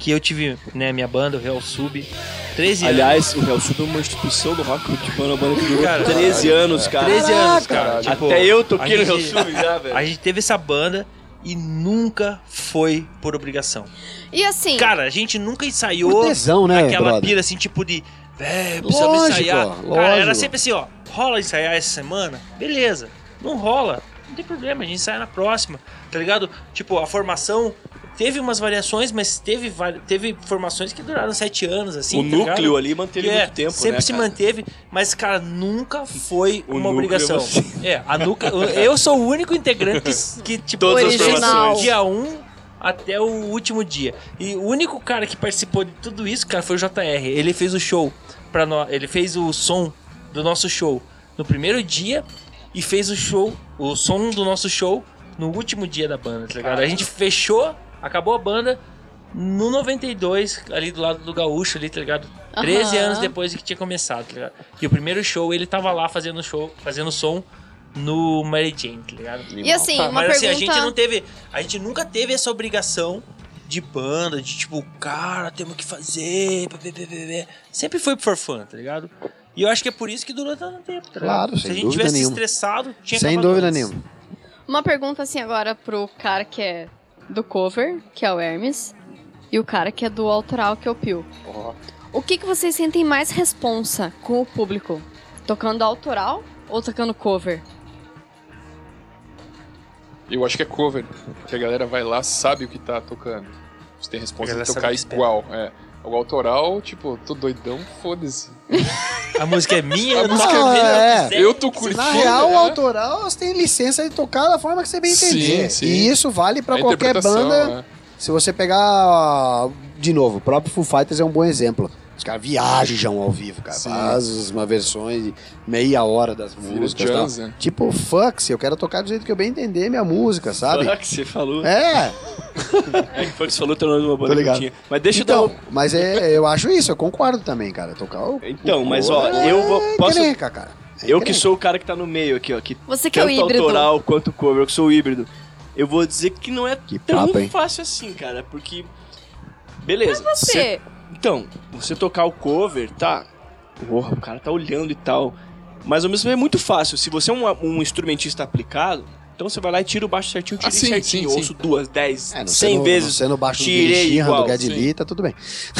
Que eu tive, né, minha banda, o Real Sub, 13 anos.
Aliás, o Real Sub é uma instituição do rock, tipo, uma banda que durou
Cara,
13 é. anos, cara.
13 anos, cara.
Até
Tipo,
eu toquei
a
no Real
gente-
Sub já, velho.
A gente teve essa banda e nunca foi por obrigação.
E assim,
Cara, a gente nunca ensaiou
Por tesão, né,
aquela
brother?
pira assim, tipo de. É, precisamos
Lógico,
ensaiar. Cara,
lógico.
era sempre assim, ó. Rola ensaiar essa semana? Beleza. Não rola? Não tem problema, a gente ensaia na próxima. Tá ligado? Tipo, a formação teve umas variações, mas teve, vari- teve formações que duraram sete anos, assim.
o
tá
núcleo
ligado?
ali manteve
Que é,
muito tempo,
Sempre
né,
se
cara?
manteve, mas, cara, nunca foi
O
uma
núcleo
obrigação.
você.
É, a nuca, eu sou o único integrante que, que tipo,
Todas as
desde
formações.
o dia 1 até o último dia. E o único cara que participou de tudo isso, cara, foi o JR. Ele fez o show para nós, ele fez o som do nosso show no primeiro dia e fez o show, o som do nosso show no último dia da banda, tá ligado? A gente fechou, acabou a banda no 92, ali do lado do Gaúcho, ali, tá ligado? 13
Aham.
anos depois que tinha começado, tá ligado? E o primeiro show, ele tava lá fazendo show, fazendo som no Mary Jane, tá ligado?
e assim,
Tá,
uma
Mas assim,
pergunta...
a gente não teve. A gente nunca teve essa obrigação de banda, de tipo, cara, temos que fazer. pá, pá, pá, pá, pá. Sempre foi por fun, tá ligado? E eu acho que é por isso que durou tanto tempo, tá ligado?
Claro,
Se
sem
a gente
dúvida
tivesse
nenhuma.
estressado, tinha
Sem
acabado
dúvida
antes.
nenhuma.
Uma pergunta assim agora pro cara que é do cover, que é o Hermes, e o cara que é do autoral, que é o Pio.
Ó.
O que, que vocês sentem mais responsa com o público? Tocando autoral ou tocando cover?
Eu acho que é cover, que a galera vai lá, sabe o que tá tocando. Você tem resposta
A
de
galera
tocar
sabe o que espera.
igual. É. O autoral, tipo, tô doidão, foda-se.
A música é minha,
A
eu
música
toco
é
a
minha,
que
é.
quiser.
Eu tô curtindo.
Na real,
né?
o autoral você tem licença de tocar da forma que você bem
Sim,
entender.
sim.
E isso vale pra
É a
qualquer
interpretação,
banda.
né?
Se você pegar. De novo, o próprio Foo Fighters é um bom exemplo. Os caras viajam ao vivo, cara.
Sim.
Faz uma versões de meia hora das
Vira
músicas. tal.
jazz, né?
Tipo, fuck, se eu quero tocar do jeito que eu bem entender minha música, sabe?
Fala que você falou. É.
É,
que foi que você falou o teu nome de uma banda
Tô
que eu
ligado.
tinha. Mas deixa eu
então,
dar um...
mas é, eu acho isso, eu concordo também, cara. Tocar o.
Então,
o
mas,
coro
ó, eu vou-
é
posso-
encrenca, cara. É
Eu que
encrenca.
sou o cara que tá no meio aqui, ó. Que
Você que é o
tanto
híbrido.
autoral quanto cover, eu que sou o híbrido. Eu vou dizer que não é
Que
tão
papo, hein?
fácil assim, cara, porque. Beleza. cê-
Você,
Então, você tocar o cover, tá? Porra, o cara tá olhando e tal. Mas ao mesmo tempo é muito fácil. Se você é um, um instrumentista aplicado, então você vai lá e tira o baixo certinho, tira
Ah, sim,
certinho.
sim, sim.
ouço duas, dez,
É, não
cem
sendo-
vezes.
Não sendo baixo do
tirei
Guilherme
igual,
do Gedli, tá tudo bem.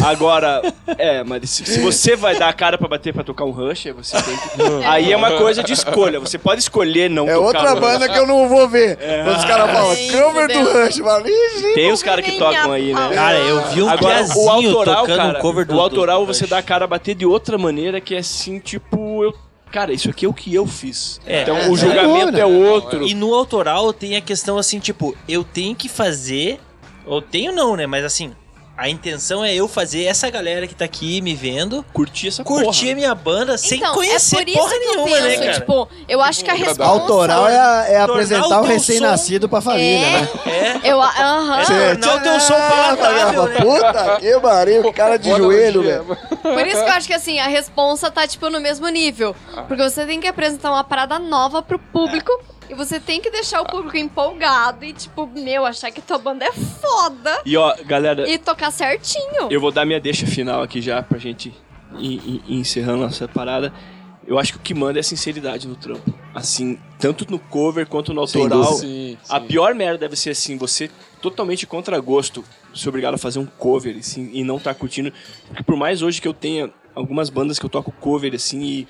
Agora, é, mas se, se você vai dar a cara pra bater pra tocar um Rush, aí você tem que... Aí é uma coisa de escolha. Você pode escolher não tocar
É
É.
outra
um
banda que eu não vou ver. Quando os caras falam,
Gente,
cover do
Deus.
Rush, eu falo, "Ih, gente,
Tem os caras que tocam aí, né?
Cara, eu vi um
Agora,
piazinho
o autoral,
tocando
cara,
um cover do
o autoral
do-
você dá a cara a bater de outra maneira que é assim, tipo, eu, cara, isso aqui é o que eu fiz.
É.
então
É,
o
é
julgamento
boa,
é
né?
outro.
E no autoral tem a questão assim, tipo, eu tenho que fazer. Ou tenho não, né? Mas assim, a intenção é eu fazer essa galera que tá aqui me vendo
Curtir essa
curtir a
porra.
minha banda sem
então,
conhecer
é por isso
porra
que eu
nenhuma, né,
penso,
cara?
tipo, eu acho que a
Tipo,
Tá.
resposta...
Autoral é, a- é
Tornar
apresentar
o
o
teu
recém-nascido pra família,
É.
né?
é.
Eu, a- aham,
É, tornar o teu som
tá
palatável, né?
Puta que pariu, cara de
Boa
joelho,
analogia.
velho.
por isso que eu acho que assim, a responsa tá tipo no mesmo nível.
Ah.
Porque você tem que apresentar uma parada nova pro público
É.
e você tem que deixar o público empolgado e tipo, meu, achar que tua banda é foda
né? E ó, galera,
e tocar certinho.
Eu vou dar minha deixa final aqui já pra gente ir, ir- ir encerrando nossa parada. Eu acho que o que manda é a sinceridade no trampo. Assim, tanto no cover quanto no
Sem
autoral.
dúvida.
Sim,
A
sim.
pior merda deve ser assim, você totalmente contra gosto, ser obrigado a fazer um cover assim, e não tá curtindo. Porque por mais hoje que eu tenha algumas bandas que eu toco cover assim e,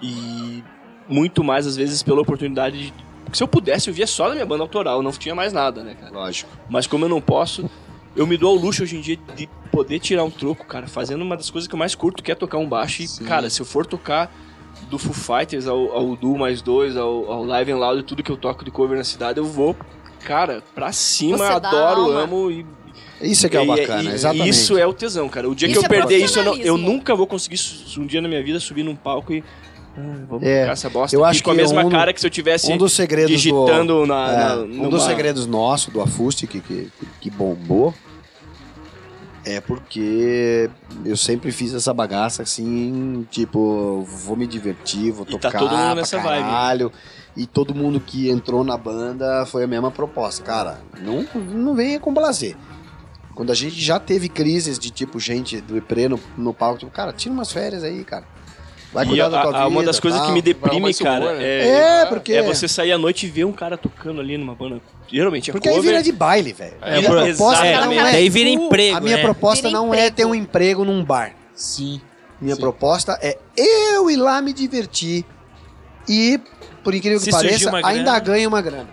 e muito mais às vezes pela oportunidade de. porque se eu pudesse, eu via só da minha banda autoral, eu não tinha mais nada, né, cara?
Lógico.
Mas como eu não posso, eu me dou ao luxo hoje em dia de poder tirar um troco, cara, fazendo uma das coisas que eu mais curto, que é tocar um baixo. E,
Sim.
cara, se eu for tocar do Foo Fighters ao, ao Duo mais dois, ao, ao Live and Loud, tudo que eu toco de cover na cidade, eu vou, cara, pra cima,
Você dá
adoro,
alma.
amo e.
Isso é que é o
e-
bacana,
e-
exatamente.
e Isso é o tesão, cara. O dia
Isso
que eu
é
perder isso, eu, não- eu
profissionalismo.
nunca vou conseguir su- um dia na minha vida subir num palco e. "Ah, Vamos
É,
tocar essa bosta
eu
aqui",
acho
com a
que
mesma
um-
cara que se eu tivesse
um dos segredos
digitando
do,
na,
é,
na-
um
numa-
dos segredos nossos do Afuste que, que, que bombou é porque eu sempre fiz essa bagaça assim, tipo, vou me divertir, vou
E tá
tocar
todo mundo
pra
nessa vibe. né?
caralho. E todo mundo que entrou na banda foi a mesma proposta. Cara, não, não venha com blazer. Quando a gente já teve crises de tipo gente do IPRE no, no palco, tipo, cara, tira umas férias aí, cara. Vai
E
cuidar da
a-
tua
a-
vida.
uma das coisas
tal.
que me
Vai
deprime,
mais humor,
cara,
né?
é,
É, porque.
é você sair à noite e ver um cara tocando ali numa banda. Geralmente é
Porque aí
cover.
vira de baile, velho.
É,
minha
bro,
proposta
é,
não é.
daí vira emprego,
A minha
né?
proposta
Vira
não é
emprego.
ter um emprego num bar.
Sim.
Minha
Sim.
proposta é eu ir lá me divertir e, por incrível que
Se surgir
pareça,
uma grana.
ainda ganho uma grana.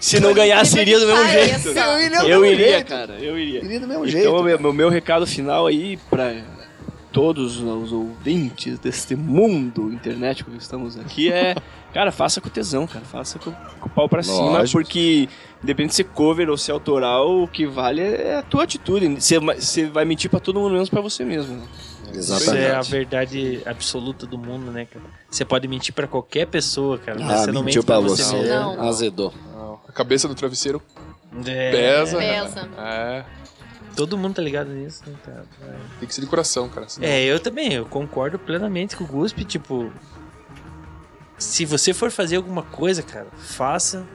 Se não ganhar, seria do mesmo
Pareça.
jeito.
Eu iria do
Eu
é mesmo
iria,
jeito.
cara, eu iria.
Iria do mesmo
Então,
jeito.
o meu, meu recado final aí pra todos os ouvintes deste mundo internet que estamos aqui é, cara, faça com tesão, cara, faça com, com o pau pra cima,
Lógico.
porque independente de ser cover ou ser autoral, o que vale é a tua atitude. Você, você vai mentir pra todo mundo, menos pra você mesmo. né?
Isso é a verdade absoluta do mundo, né, cara? Você pode mentir pra qualquer pessoa, cara. mas
Ah,
você não mente Ah, pra você, mesmo.
Não.
Azedou.
Não. A cabeça do travesseiro
É,
pesa.
Pesa.
É.
Todo mundo tá ligado nisso, né, cara? É.
Tem que ser de coração, cara. senão-
É, eu também, eu concordo plenamente com o Guspe, tipo. Se você for fazer alguma coisa, cara, faça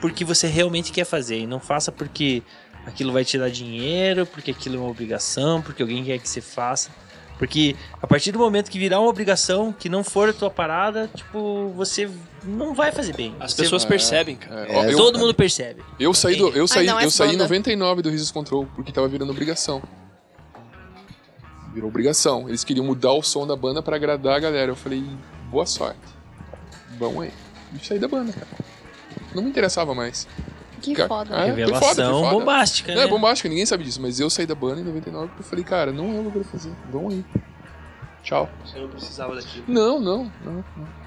porque você realmente quer fazer. E não faça porque aquilo vai te dar dinheiro, porque aquilo é uma obrigação, porque alguém quer que você faça. Porque a partir do momento que virar uma obrigação, que não for a tua parada, tipo, você não vai fazer bem.
As
Você-
pessoas
É.
percebem, cara.
É,
É,
ó, eu,
Todo mundo percebe.
eu saí do, eu saí,
não, é
eu saí em
foda.
99 do Resist Control porque tava virando obrigação. Virou obrigação. Eles queriam mudar o som da banda pra agradar a galera. Eu falei, boa sorte. Bom aí. E saí da banda, cara. Não me interessava mais.
Que
Cara,
foda.
é, que
Revelação
foda, que foda.
bombástica,
Não,
né?
é bombástico, ninguém sabe disso, mas eu saí da banda em 99 porque eu falei, cara, não é o que eu quero fazer. Bom aí. Tchau.
Você não precisava daquilo.
Não, não, não. não.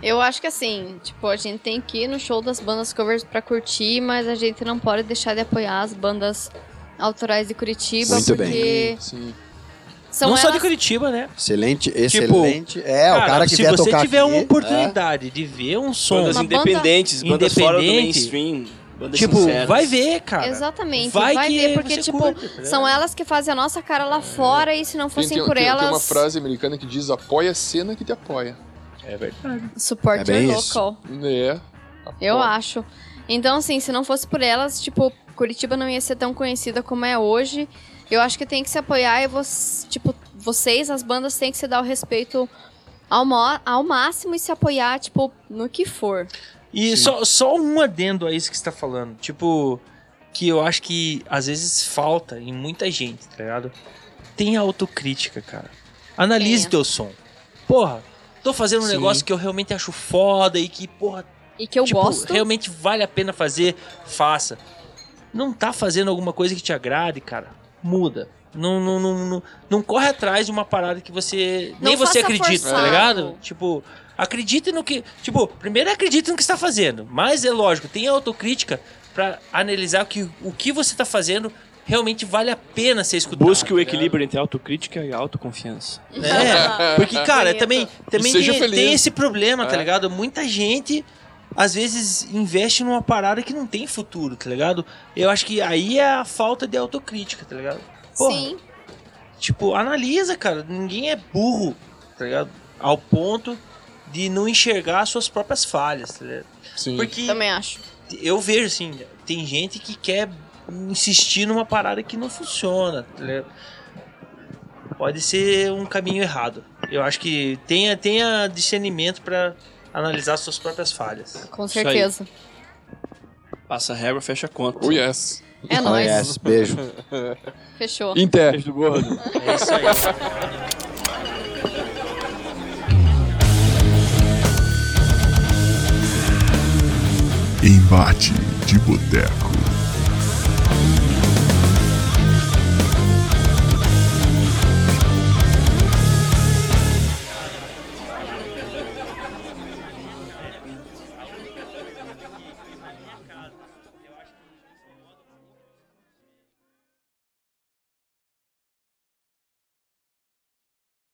Eu acho que assim, tipo, a gente tem que ir no show das bandas covers pra curtir, mas a gente não pode deixar de apoiar as bandas autorais de Curitiba,
Muito
porque
bem.
Sim.
São
não só de
elas-
Curitiba, né?
Excelente, excelente. é, o cara que
se
vier
você
tocar
tiver
aqui,
é.
uma
né?
oportunidade de ver um som,
Bandas
Uma banda
independentes, bandas fora do
independente.
mainstream, bandas
tipo,
sinceras.
vai ver, cara.
Exatamente.
Vai
Vai,
que
ver, porque,
você
tipo,
curte, É. tá
são
ligado?
elas que fazem a nossa cara lá fora e se não
Tem,
fossem
tem,
por
tem- tem
elas.
uma frase americana que diz: apoia a cena que te apoia.
É verdade.
Support
É bem
your
isso.
local.
É.
Eu
apoia.
acho. Então, assim, se não fosse por elas, tipo, Curitiba não ia ser tão conhecida como é hoje. Eu acho que tem que se apoiar e, voc- tipo, vocês, as bandas, têm que se dar o respeito ao, mo- ao máximo e se apoiar, tipo, no que for.
E só, só um adendo a isso que você tá falando. Tipo, que eu acho que às vezes falta em muita gente, tá ligado? Tem autocrítica, cara. Analise
Tenha.
teu som. Porra, tô fazendo um
Sim.
negócio que eu realmente acho foda e que, porra,
E que eu
tipo,
gosto.
realmente vale a pena fazer, faça. Não tá fazendo alguma coisa que te agrade, cara? Muda. Não, não, não, não, não corre atrás de uma parada que você.
Não
nem você
faça
acredita, tá
forçado.
ligado? Tipo, acredite no que. Tipo, primeiro acredite no que está fazendo. Mas é lógico, tenha autocrítica pra analisar que o que você tá fazendo realmente vale a pena ser escutado.
Busque o
tá
equilíbrio entre autocrítica e autoconfiança.
é, porque, cara,
Bonito.
também, também
seja
tem,
feliz.
tem esse problema, tá
É.
ligado? Muita gente, às vezes, investe numa parada que não tem futuro, tá ligado? Eu acho que aí é a falta de autocrítica, tá ligado? Porra,
Sim.
Tipo, analisa, cara. Ninguém é burro, tá ligado? Ao ponto de não enxergar as suas próprias falhas, tá ligado?
Sim.
Porque
Também acho.
eu vejo, assim, tem gente que quer insistir numa parada que não funciona, tá ligado? Pode ser um caminho errado. Eu acho que tenha, tenha discernimento pra analisar suas próprias falhas.
Com
Isso aí.
certeza.
Passa a régua, fecha a conta.
Oh, yes.
É
Oh,
nóis.
yes, beijo.
Fechou.
Em pé.
Beijo do gordo.
É isso aí.
Embate de Boteco.